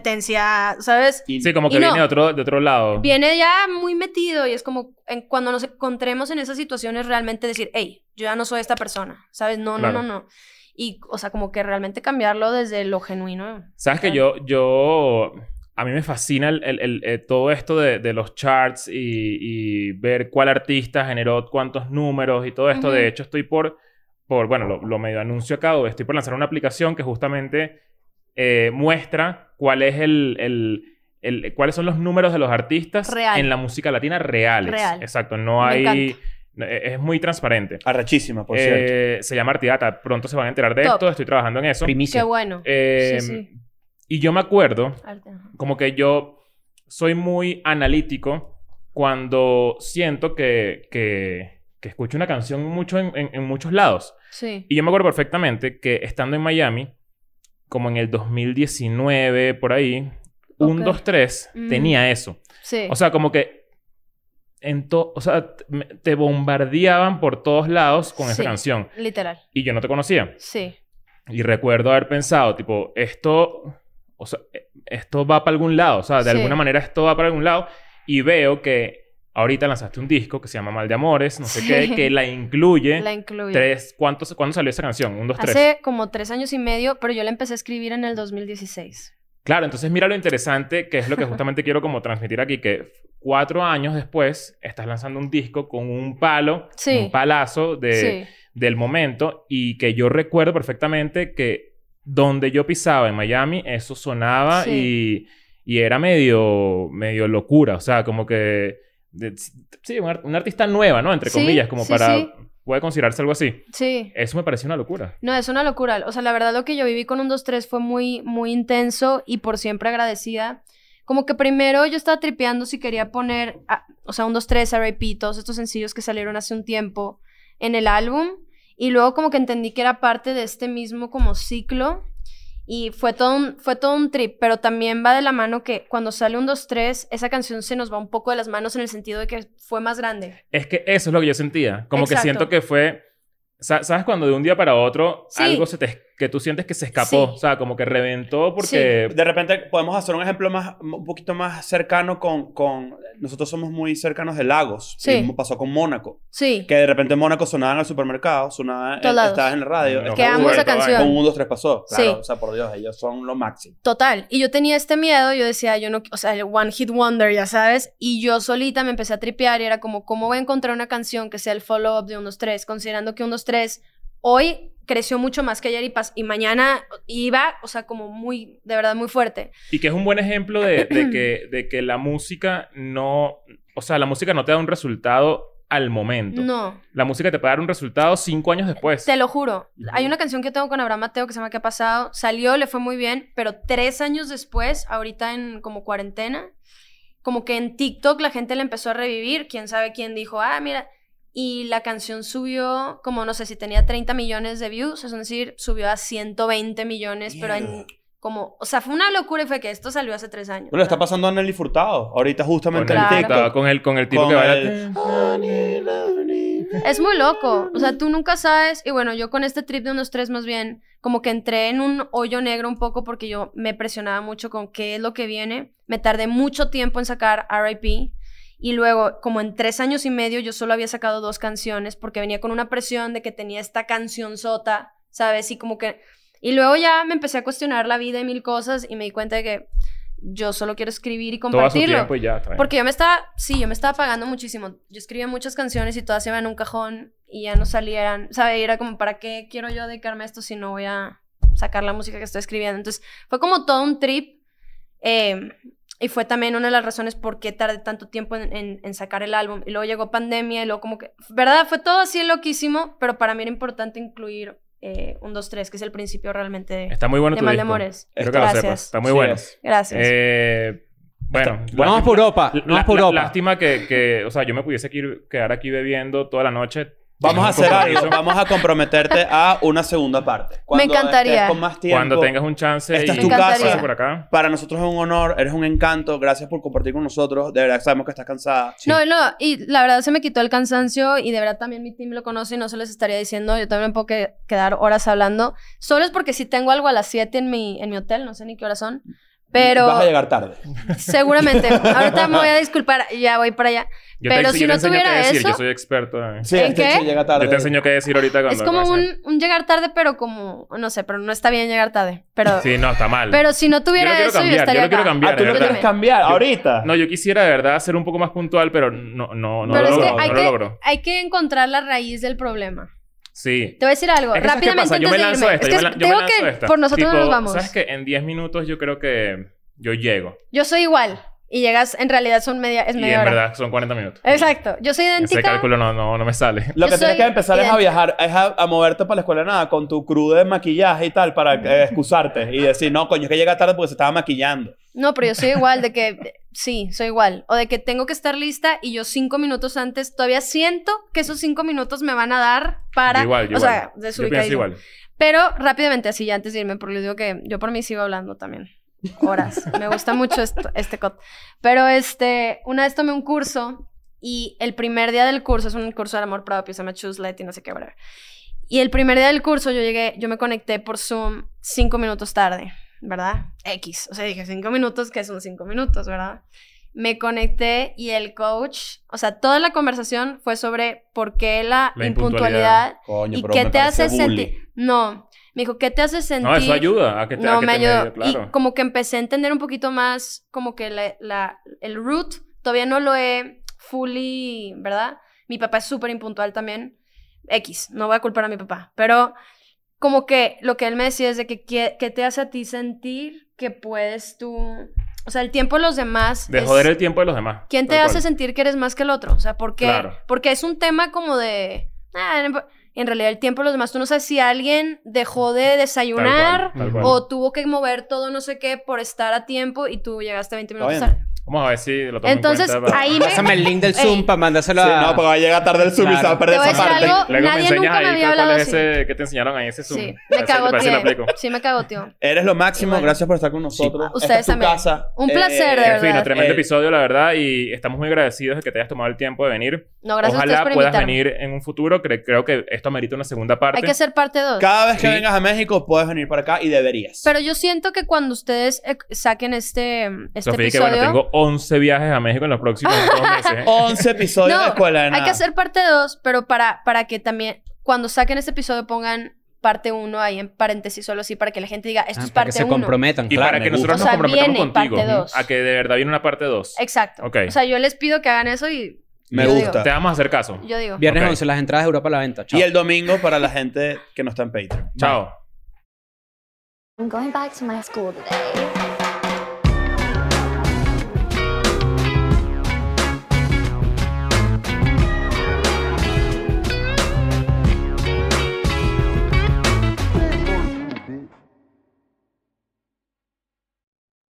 Speaker 4: competencia, ¿sabes?
Speaker 3: Y-
Speaker 2: Sí, como que
Speaker 4: Y no.
Speaker 2: viene de otro, de otro lado.
Speaker 4: Viene ya muy metido y es como en- cuando nos encontremos en esas situaciones realmente decir, hey, yo ya no soy esta persona, ¿sabes? No, no,
Speaker 2: Claro.
Speaker 4: no, no. Y, o sea, como que realmente cambiarlo desde lo genuino.
Speaker 2: Sabes que yo, yo, a mí me fascina el, el- el- eh, todo esto de, de los charts y, y ver cuál artista generó cuántos números y todo esto.
Speaker 4: Ujú.
Speaker 2: De hecho, estoy por, por bueno, lo, lo medio anuncio acá, o estoy por lanzar una aplicación que justamente eh, muestra cuál es el, el- el- cuáles son los números de los artistas
Speaker 4: Real.
Speaker 2: en la música latina reales.
Speaker 4: Real.
Speaker 2: Exacto, no
Speaker 4: Me
Speaker 2: hay...
Speaker 4: encanta.
Speaker 2: no, eh, Es muy transparente.
Speaker 3: Arrechísima, Ah, por
Speaker 2: Eh,
Speaker 3: cierto.
Speaker 2: se llama Artidata. Pronto se van a enterar de
Speaker 4: Top.
Speaker 2: esto. Estoy trabajando en eso.
Speaker 4: Qué
Speaker 5: Primicia.
Speaker 4: bueno.
Speaker 2: Eh,
Speaker 4: Sí, sí.
Speaker 2: Y yo me acuerdo,
Speaker 4: Arte, ajá.
Speaker 2: como que yo soy muy analítico cuando siento que, que, que escucho una canción mucho en, en- en muchos lados.
Speaker 4: Sí.
Speaker 2: Y yo me acuerdo perfectamente que estando en Miami, como en el 2019, por ahí, un,
Speaker 4: Ok.
Speaker 2: dos, tres,
Speaker 4: Mm.
Speaker 2: tenía eso.
Speaker 4: Sí.
Speaker 2: O sea, como que... En to- o sea, t- me- te bombardeaban por todos lados con esa
Speaker 4: Sí.
Speaker 2: canción.
Speaker 4: Literal.
Speaker 2: Y yo no te conocía.
Speaker 4: Sí.
Speaker 2: Y recuerdo haber pensado, tipo, esto, o sea, eh, esto va para algún lado, o sea, de
Speaker 4: Sí.
Speaker 2: alguna manera esto va para algún lado. Y veo que ahorita lanzaste un disco que se llama Mal de Amores, no sé
Speaker 4: Sí.
Speaker 2: qué, que la incluye.
Speaker 4: La incluyo.
Speaker 2: tres, ¿cuántos, ¿Cuándo salió esa canción? Un, dos, tres.
Speaker 4: Hace como tres años y medio, pero yo la empecé a escribir en el 2016.
Speaker 2: Claro, entonces mira lo interesante, que es lo que justamente quiero como transmitir aquí, que cuatro años después estás lanzando un disco con un palo,
Speaker 4: Sí.
Speaker 2: un palazo de,
Speaker 4: sí.
Speaker 2: del momento y que yo recuerdo perfectamente que donde yo pisaba en Miami, eso sonaba
Speaker 4: Sí.
Speaker 2: y, y era medio, medio locura, o sea, como que... de- sí, un, ar- un artista nueva, ¿no? Entre
Speaker 4: Sí,
Speaker 2: comillas, como
Speaker 4: sí,
Speaker 2: para...
Speaker 4: sí.
Speaker 2: Puede considerarse algo así.
Speaker 4: Sí.
Speaker 2: Eso me pareció una locura.
Speaker 4: No, es una locura. O sea, la verdad lo que yo viví con un 2-3 fue muy, muy intenso y por siempre agradecida. Como que primero yo estaba tripeando si quería poner, ah, o sea, un 2-3, R.I.P., todos estos sencillos que salieron hace un tiempo en el álbum. Y luego como que entendí que era parte de este mismo como ciclo. Y fue todo, un, fue todo un trip, pero también va de la mano que cuando sale un 2-3, esa canción se nos va un poco de las manos en el sentido de que fue más grande.
Speaker 2: Es que eso es lo que yo sentía. Como que
Speaker 4: Exacto.
Speaker 2: siento que fue... sa- ¿Sabes cuando de un día para otro
Speaker 4: Sí.
Speaker 2: algo se te, es- que tú sientes que se escapó?
Speaker 4: Sí.
Speaker 2: O sea, como que reventó porque...
Speaker 3: De repente podemos hacer un ejemplo más, un poquito más cercano con, con... Nosotros somos muy cercanos de Lagos.
Speaker 4: Sí.
Speaker 3: Y pasó con Mónaco.
Speaker 4: Sí.
Speaker 3: Que de repente en Mónaco sonaba en el supermercado, sonaba... en-
Speaker 4: Todos lados.
Speaker 3: estabas en la radio.
Speaker 2: No,
Speaker 3: estabas
Speaker 4: Que
Speaker 3: en
Speaker 4: amo
Speaker 3: Uber,
Speaker 4: esa
Speaker 2: toda-
Speaker 4: canción.
Speaker 3: Con un 2, 3 pasó. Claro,
Speaker 4: Sí.
Speaker 3: o sea, por Dios, ellos son lo máximo.
Speaker 4: Total. Y yo tenía este miedo, yo decía, yo no, o sea, el One Hit Wonder, ya sabes. Y yo solita me empecé a tripear y era como, ¿cómo voy a encontrar una canción que sea el follow-up de 1-2-3? Considerando que 1-2-3 hoy creció mucho más que ayer y, pas- y mañana iba, o sea, como muy, de verdad, muy fuerte.
Speaker 2: Y que es un buen ejemplo de, de que, de que la música no... O sea, la música no te da un resultado al momento.
Speaker 4: No,
Speaker 2: La música te puede dar un resultado cinco años después.
Speaker 4: te lo juro.
Speaker 3: Ujú.
Speaker 4: Hay una canción que tengo con Abraham Mateo que se llama ¿Qué ha pasado? Salió, le fue muy bien, pero tres años después, ahorita en como cuarentena, como que en TikTok la gente la empezó a revivir. Quién sabe quién dijo, ah, mira. y la canción subió como, no sé, si tenía 30 millones de views, es decir, subió a 120 millones, pero en,
Speaker 3: Mierda.
Speaker 4: como, o sea, fue una locura y fue que esto salió hace tres años.
Speaker 3: Bueno, está
Speaker 4: ¿verdad?
Speaker 3: pasando a Nelly Furtado. Ahorita justamente
Speaker 4: Con
Speaker 3: en
Speaker 4: Nelly
Speaker 3: TikTok.
Speaker 2: Con el, con el tipo
Speaker 3: Con
Speaker 2: que baila.
Speaker 3: el-
Speaker 4: Es muy loco, o sea, tú nunca sabes, y bueno, yo con este trip de unos tres más bien, como que entré en un hoyo negro un poco porque yo me presionaba mucho con qué es lo que viene, me tardé mucho tiempo en sacar RIP. Y luego, como en tres años y medio, yo solo había sacado dos canciones porque venía con una presión de que tenía esta canción sota, ¿sabes? Y como que... Y luego ya me empecé a cuestionar la vida y mil cosas y me di cuenta de que yo solo quiero escribir y
Speaker 2: Todo a su
Speaker 4: compartirlo.
Speaker 2: tiempo y ya. está bien.
Speaker 4: Porque yo me estaba, sí, yo me estaba pagando muchísimo. Yo escribía muchas canciones y todas se iban en un cajón y ya no salían. ¿Sabe? Y era como, ¿para qué quiero yo dedicarme a esto si no voy a sacar la música que estoy escribiendo? Entonces, fue como todo un trip. eh, y fue también una de las razones por qué tardé tanto tiempo en, en- en sacar el álbum. Y luego llegó pandemia y luego como que... ¿Verdad? Fue todo así loquísimo, pero para mí era importante incluir eh, un 2-3, que es el principio realmente de,
Speaker 2: Está muy bueno
Speaker 4: de
Speaker 2: tu
Speaker 4: Mal de
Speaker 2: disco.
Speaker 4: Amores.
Speaker 2: Espero que lo
Speaker 4: Gracias.
Speaker 2: sepas. Está muy
Speaker 3: Sí,
Speaker 2: bueno.
Speaker 3: es.
Speaker 4: Gracias.
Speaker 2: Eh, bueno,
Speaker 3: Está-
Speaker 5: Vamos por Europa.
Speaker 2: lá-
Speaker 5: Vamos por
Speaker 2: lá-
Speaker 5: Europa.
Speaker 2: Lástima que, que, o sea, yo me pudiese aquí- quedar aquí bebiendo toda la noche.
Speaker 3: Vamos a
Speaker 2: Un
Speaker 3: hacer algo.
Speaker 2: compromiso.
Speaker 3: Vamos a comprometerte a una segunda parte. Cuando
Speaker 4: encantaría.
Speaker 3: estés Con más tiempo.
Speaker 2: Cuando tengas un chance
Speaker 3: Esta
Speaker 2: y
Speaker 3: es tu
Speaker 4: Me
Speaker 3: casa.
Speaker 2: pase
Speaker 4: encantaría.
Speaker 2: por acá.
Speaker 3: Para nosotros es un honor, eres un encanto. Gracias por compartir con nosotros. De verdad sabemos que estás cansada.
Speaker 5: Sí.
Speaker 4: No, no, y la verdad se me quitó el cansancio y de verdad también mi team lo conoce y no se les estaría diciendo, yo también puedo que- quedar horas hablando, solo es porque si tengo algo a las 7 en mi, en mi hotel, no sé ni qué horas son, pero
Speaker 3: Vas a llegar tarde.
Speaker 4: seguramente, ahorita me voy a disculpar, ya voy para allá.
Speaker 2: Yo
Speaker 4: Pero
Speaker 2: te,
Speaker 4: si
Speaker 2: yo te
Speaker 4: no
Speaker 2: enseño qué
Speaker 4: tuviera
Speaker 2: decir,
Speaker 4: eso-
Speaker 2: yo soy experto. en-
Speaker 3: Sí,
Speaker 4: ¿En
Speaker 3: este
Speaker 4: qué?
Speaker 3: chico llega tarde.
Speaker 2: Yo te enseño qué decir ahorita cuando
Speaker 4: Es como
Speaker 2: cuando sea.
Speaker 4: un, un llegar tarde, pero como, no sé, pero no está bien llegar tarde, pero,
Speaker 2: Sí, no, está mal.
Speaker 4: pero si no
Speaker 2: yo lo
Speaker 4: tuviera
Speaker 2: quiero
Speaker 4: eso, yo
Speaker 2: cambiar,
Speaker 4: estaría
Speaker 2: yo lo quiero
Speaker 4: acá.
Speaker 2: cambiar,
Speaker 3: ah, tú
Speaker 2: de
Speaker 3: lo
Speaker 2: verdad.
Speaker 3: quieres cambiar ahorita.
Speaker 2: No, yo quisiera de verdad ser un poco más puntual, pero no, no, no
Speaker 4: Pero
Speaker 2: lo
Speaker 4: es que
Speaker 2: logro.
Speaker 4: hay
Speaker 2: no
Speaker 4: que-
Speaker 2: lo logro.
Speaker 4: Hay que encontrar la raíz del problema.
Speaker 2: Sí.
Speaker 4: Te voy a decir algo,
Speaker 2: Es que, ¿sabes qué
Speaker 4: rápidamente
Speaker 2: pasa? Yo me
Speaker 4: antes de
Speaker 2: lanzo
Speaker 4: irme.
Speaker 2: esta.
Speaker 4: es que
Speaker 2: yo me, lan- yo me
Speaker 4: tengo
Speaker 2: lanzo
Speaker 4: que,
Speaker 2: esta.
Speaker 4: por nosotros
Speaker 2: Tipo,
Speaker 4: no nos vamos.
Speaker 2: ¿Sabes que En 10 minutos yo creo que yo llego.
Speaker 4: Yo soy igual. Y llegas, en realidad son media, es
Speaker 2: Y
Speaker 4: media
Speaker 2: en
Speaker 4: hora.
Speaker 2: verdad son 40 minutos.
Speaker 4: Exacto. Yo soy
Speaker 2: Ese
Speaker 4: idéntica.
Speaker 2: cálculo no, no, no me sale.
Speaker 3: Lo
Speaker 4: Yo
Speaker 3: que tienes
Speaker 4: soy
Speaker 3: que empezar es a
Speaker 4: idéntica.
Speaker 3: viajar, es a, a moverte para la escuela de nada con tu crew de maquillaje y tal para eh, excusarte y decir, no, coño, es que llega tarde porque se estaba maquillando.
Speaker 4: No, pero yo soy igual de que sí, soy igual. O de que tengo que estar lista y yo cinco minutos antes todavía siento que esos cinco minutos me van a dar para.
Speaker 2: Yo igual, yo
Speaker 4: o sea,
Speaker 2: igual. Yo pienso
Speaker 4: desubicadísima.
Speaker 2: igual.
Speaker 4: Pero rápidamente, así ya antes de irme, porque les digo que yo por mí sigo hablando también. Horas. Me gusta mucho esto- este cot. Pero este, una vez tomé un curso y el primer día del curso, es un curso del amor propio, se llama Choose Light y no sé qué, whatever. Y el primer día del curso yo llegué, yo me conecté por Zoom cinco minutos tarde, ¿verdad? X. O sea, dije cinco minutos, que son cinco minutos, ¿verdad? Me conecté y el coach, o sea, toda la conversación fue sobre por qué la,
Speaker 2: La impuntualidad.
Speaker 4: impuntualidad
Speaker 3: Coño,
Speaker 4: ¿Y
Speaker 3: pero
Speaker 4: qué
Speaker 3: me
Speaker 4: te
Speaker 3: parece
Speaker 4: hace
Speaker 3: bully.
Speaker 4: sentir? No, me dijo, ¿qué te hace sentir?
Speaker 2: No, eso ayuda a que te, a
Speaker 4: No,
Speaker 2: que
Speaker 4: me
Speaker 2: te
Speaker 4: ayudó.
Speaker 2: medie, claro.
Speaker 4: Y como que empecé a entender un poquito más, como que la, la- el root, todavía no lo he fully, ¿verdad? Mi papá es súper impuntual también. X, no voy a culpar a mi papá, pero como que lo que él me decía es de que qué, qué te hace a ti sentir que puedes tú, o sea, el tiempo de los demás.
Speaker 2: De
Speaker 4: es-
Speaker 2: joder el tiempo de los demás.
Speaker 4: ¿Quién te
Speaker 2: Tal
Speaker 4: hace
Speaker 2: cual.
Speaker 4: sentir que eres más que el otro? O sea, ¿por qué?
Speaker 2: Claro.
Speaker 4: Porque es un tema como de... "Ah, no impo-". en realidad, el tiempo de los demás. Tú no sabes si alguien dejó de
Speaker 2: Tal cual,
Speaker 4: desayunar
Speaker 2: tal cual.
Speaker 4: o tuvo que mover todo no sé qué por estar a tiempo y tú llegaste 20
Speaker 3: Está
Speaker 4: minutos
Speaker 3: bien.
Speaker 4: tarde.
Speaker 2: Vamos a ver si lo tomo
Speaker 4: Entonces,
Speaker 2: en cuenta. para-
Speaker 4: ahí me...
Speaker 5: Pásame el link del Zoom
Speaker 4: Ey.
Speaker 5: para mandárselo
Speaker 3: Sí,
Speaker 5: a...
Speaker 3: no, porque va a llegar tarde el Zoom y se va a
Speaker 5: Claro.
Speaker 3: perder
Speaker 4: Te voy a
Speaker 3: esa
Speaker 4: decir
Speaker 3: parte.
Speaker 4: algo.
Speaker 2: Luego me
Speaker 4: nadie
Speaker 2: enseñas
Speaker 4: nunca me
Speaker 2: ahí
Speaker 4: había
Speaker 2: cuál es
Speaker 4: hablado
Speaker 2: ese que te enseñaron ahí ese Zoom.
Speaker 4: Sí,
Speaker 2: A
Speaker 4: me
Speaker 2: ver si- a ver si lo aplico.
Speaker 4: cagoteó. Sí, me cagoteó.
Speaker 3: Eres lo máximo,
Speaker 4: Igual.
Speaker 3: gracias por estar con nosotros. Esta
Speaker 4: Sí.
Speaker 3: es
Speaker 4: Ustedes también.
Speaker 3: tu casa.
Speaker 4: Un placer, de
Speaker 2: Qué
Speaker 4: verdad.
Speaker 2: fino, tremendo
Speaker 3: Eh,
Speaker 2: episodio, la verdad, y estamos muy agradecidos de que te hayas tomado el tiempo de venir.
Speaker 4: No, gracias a
Speaker 2: Ojalá
Speaker 4: ustedes por
Speaker 2: puedas
Speaker 4: invitarme.
Speaker 2: venir en un futuro, cre- creo que esto amerita una segunda parte.
Speaker 4: Hay que hacer parte 2.
Speaker 3: Cada vez que
Speaker 2: Sí.
Speaker 3: vengas a México puedes venir para acá y deberías.
Speaker 4: Pero yo siento que cuando ustedes eh, saquen este, este
Speaker 2: Sofía, que
Speaker 4: episodio...
Speaker 2: bueno, tengo 11 viajes a México en los próximos dos meses. ¿eh?
Speaker 3: 11 episodios de escuela de
Speaker 4: Hay
Speaker 3: nada.
Speaker 4: que hacer parte 2, pero para, para que también cuando saquen este episodio pongan parte 1 ahí en paréntesis solo así para que la gente diga, esto
Speaker 5: Ah,
Speaker 4: es
Speaker 5: para que
Speaker 4: parte
Speaker 5: se
Speaker 4: 1.
Speaker 5: comprometan,
Speaker 2: Y
Speaker 5: claro.
Speaker 2: para que
Speaker 3: me gusta.
Speaker 2: nosotros
Speaker 4: O sea,
Speaker 2: nos comprometamos
Speaker 4: viene
Speaker 2: contigo
Speaker 4: parte dos.
Speaker 2: a que de verdad viene una parte 2.
Speaker 4: Exacto.
Speaker 2: Ok.
Speaker 4: O sea, yo les pido que hagan eso y
Speaker 3: Me
Speaker 4: Yo digo.
Speaker 3: gusta.
Speaker 2: Te vamos a hacer caso.
Speaker 4: yo digo.
Speaker 5: Viernes
Speaker 2: Ok.
Speaker 5: 11, las entradas de Europa a la venta. Chao.
Speaker 3: Y el domingo para la gente que no está en Patreon.
Speaker 2: Chao.
Speaker 1: I'm going back to my school today.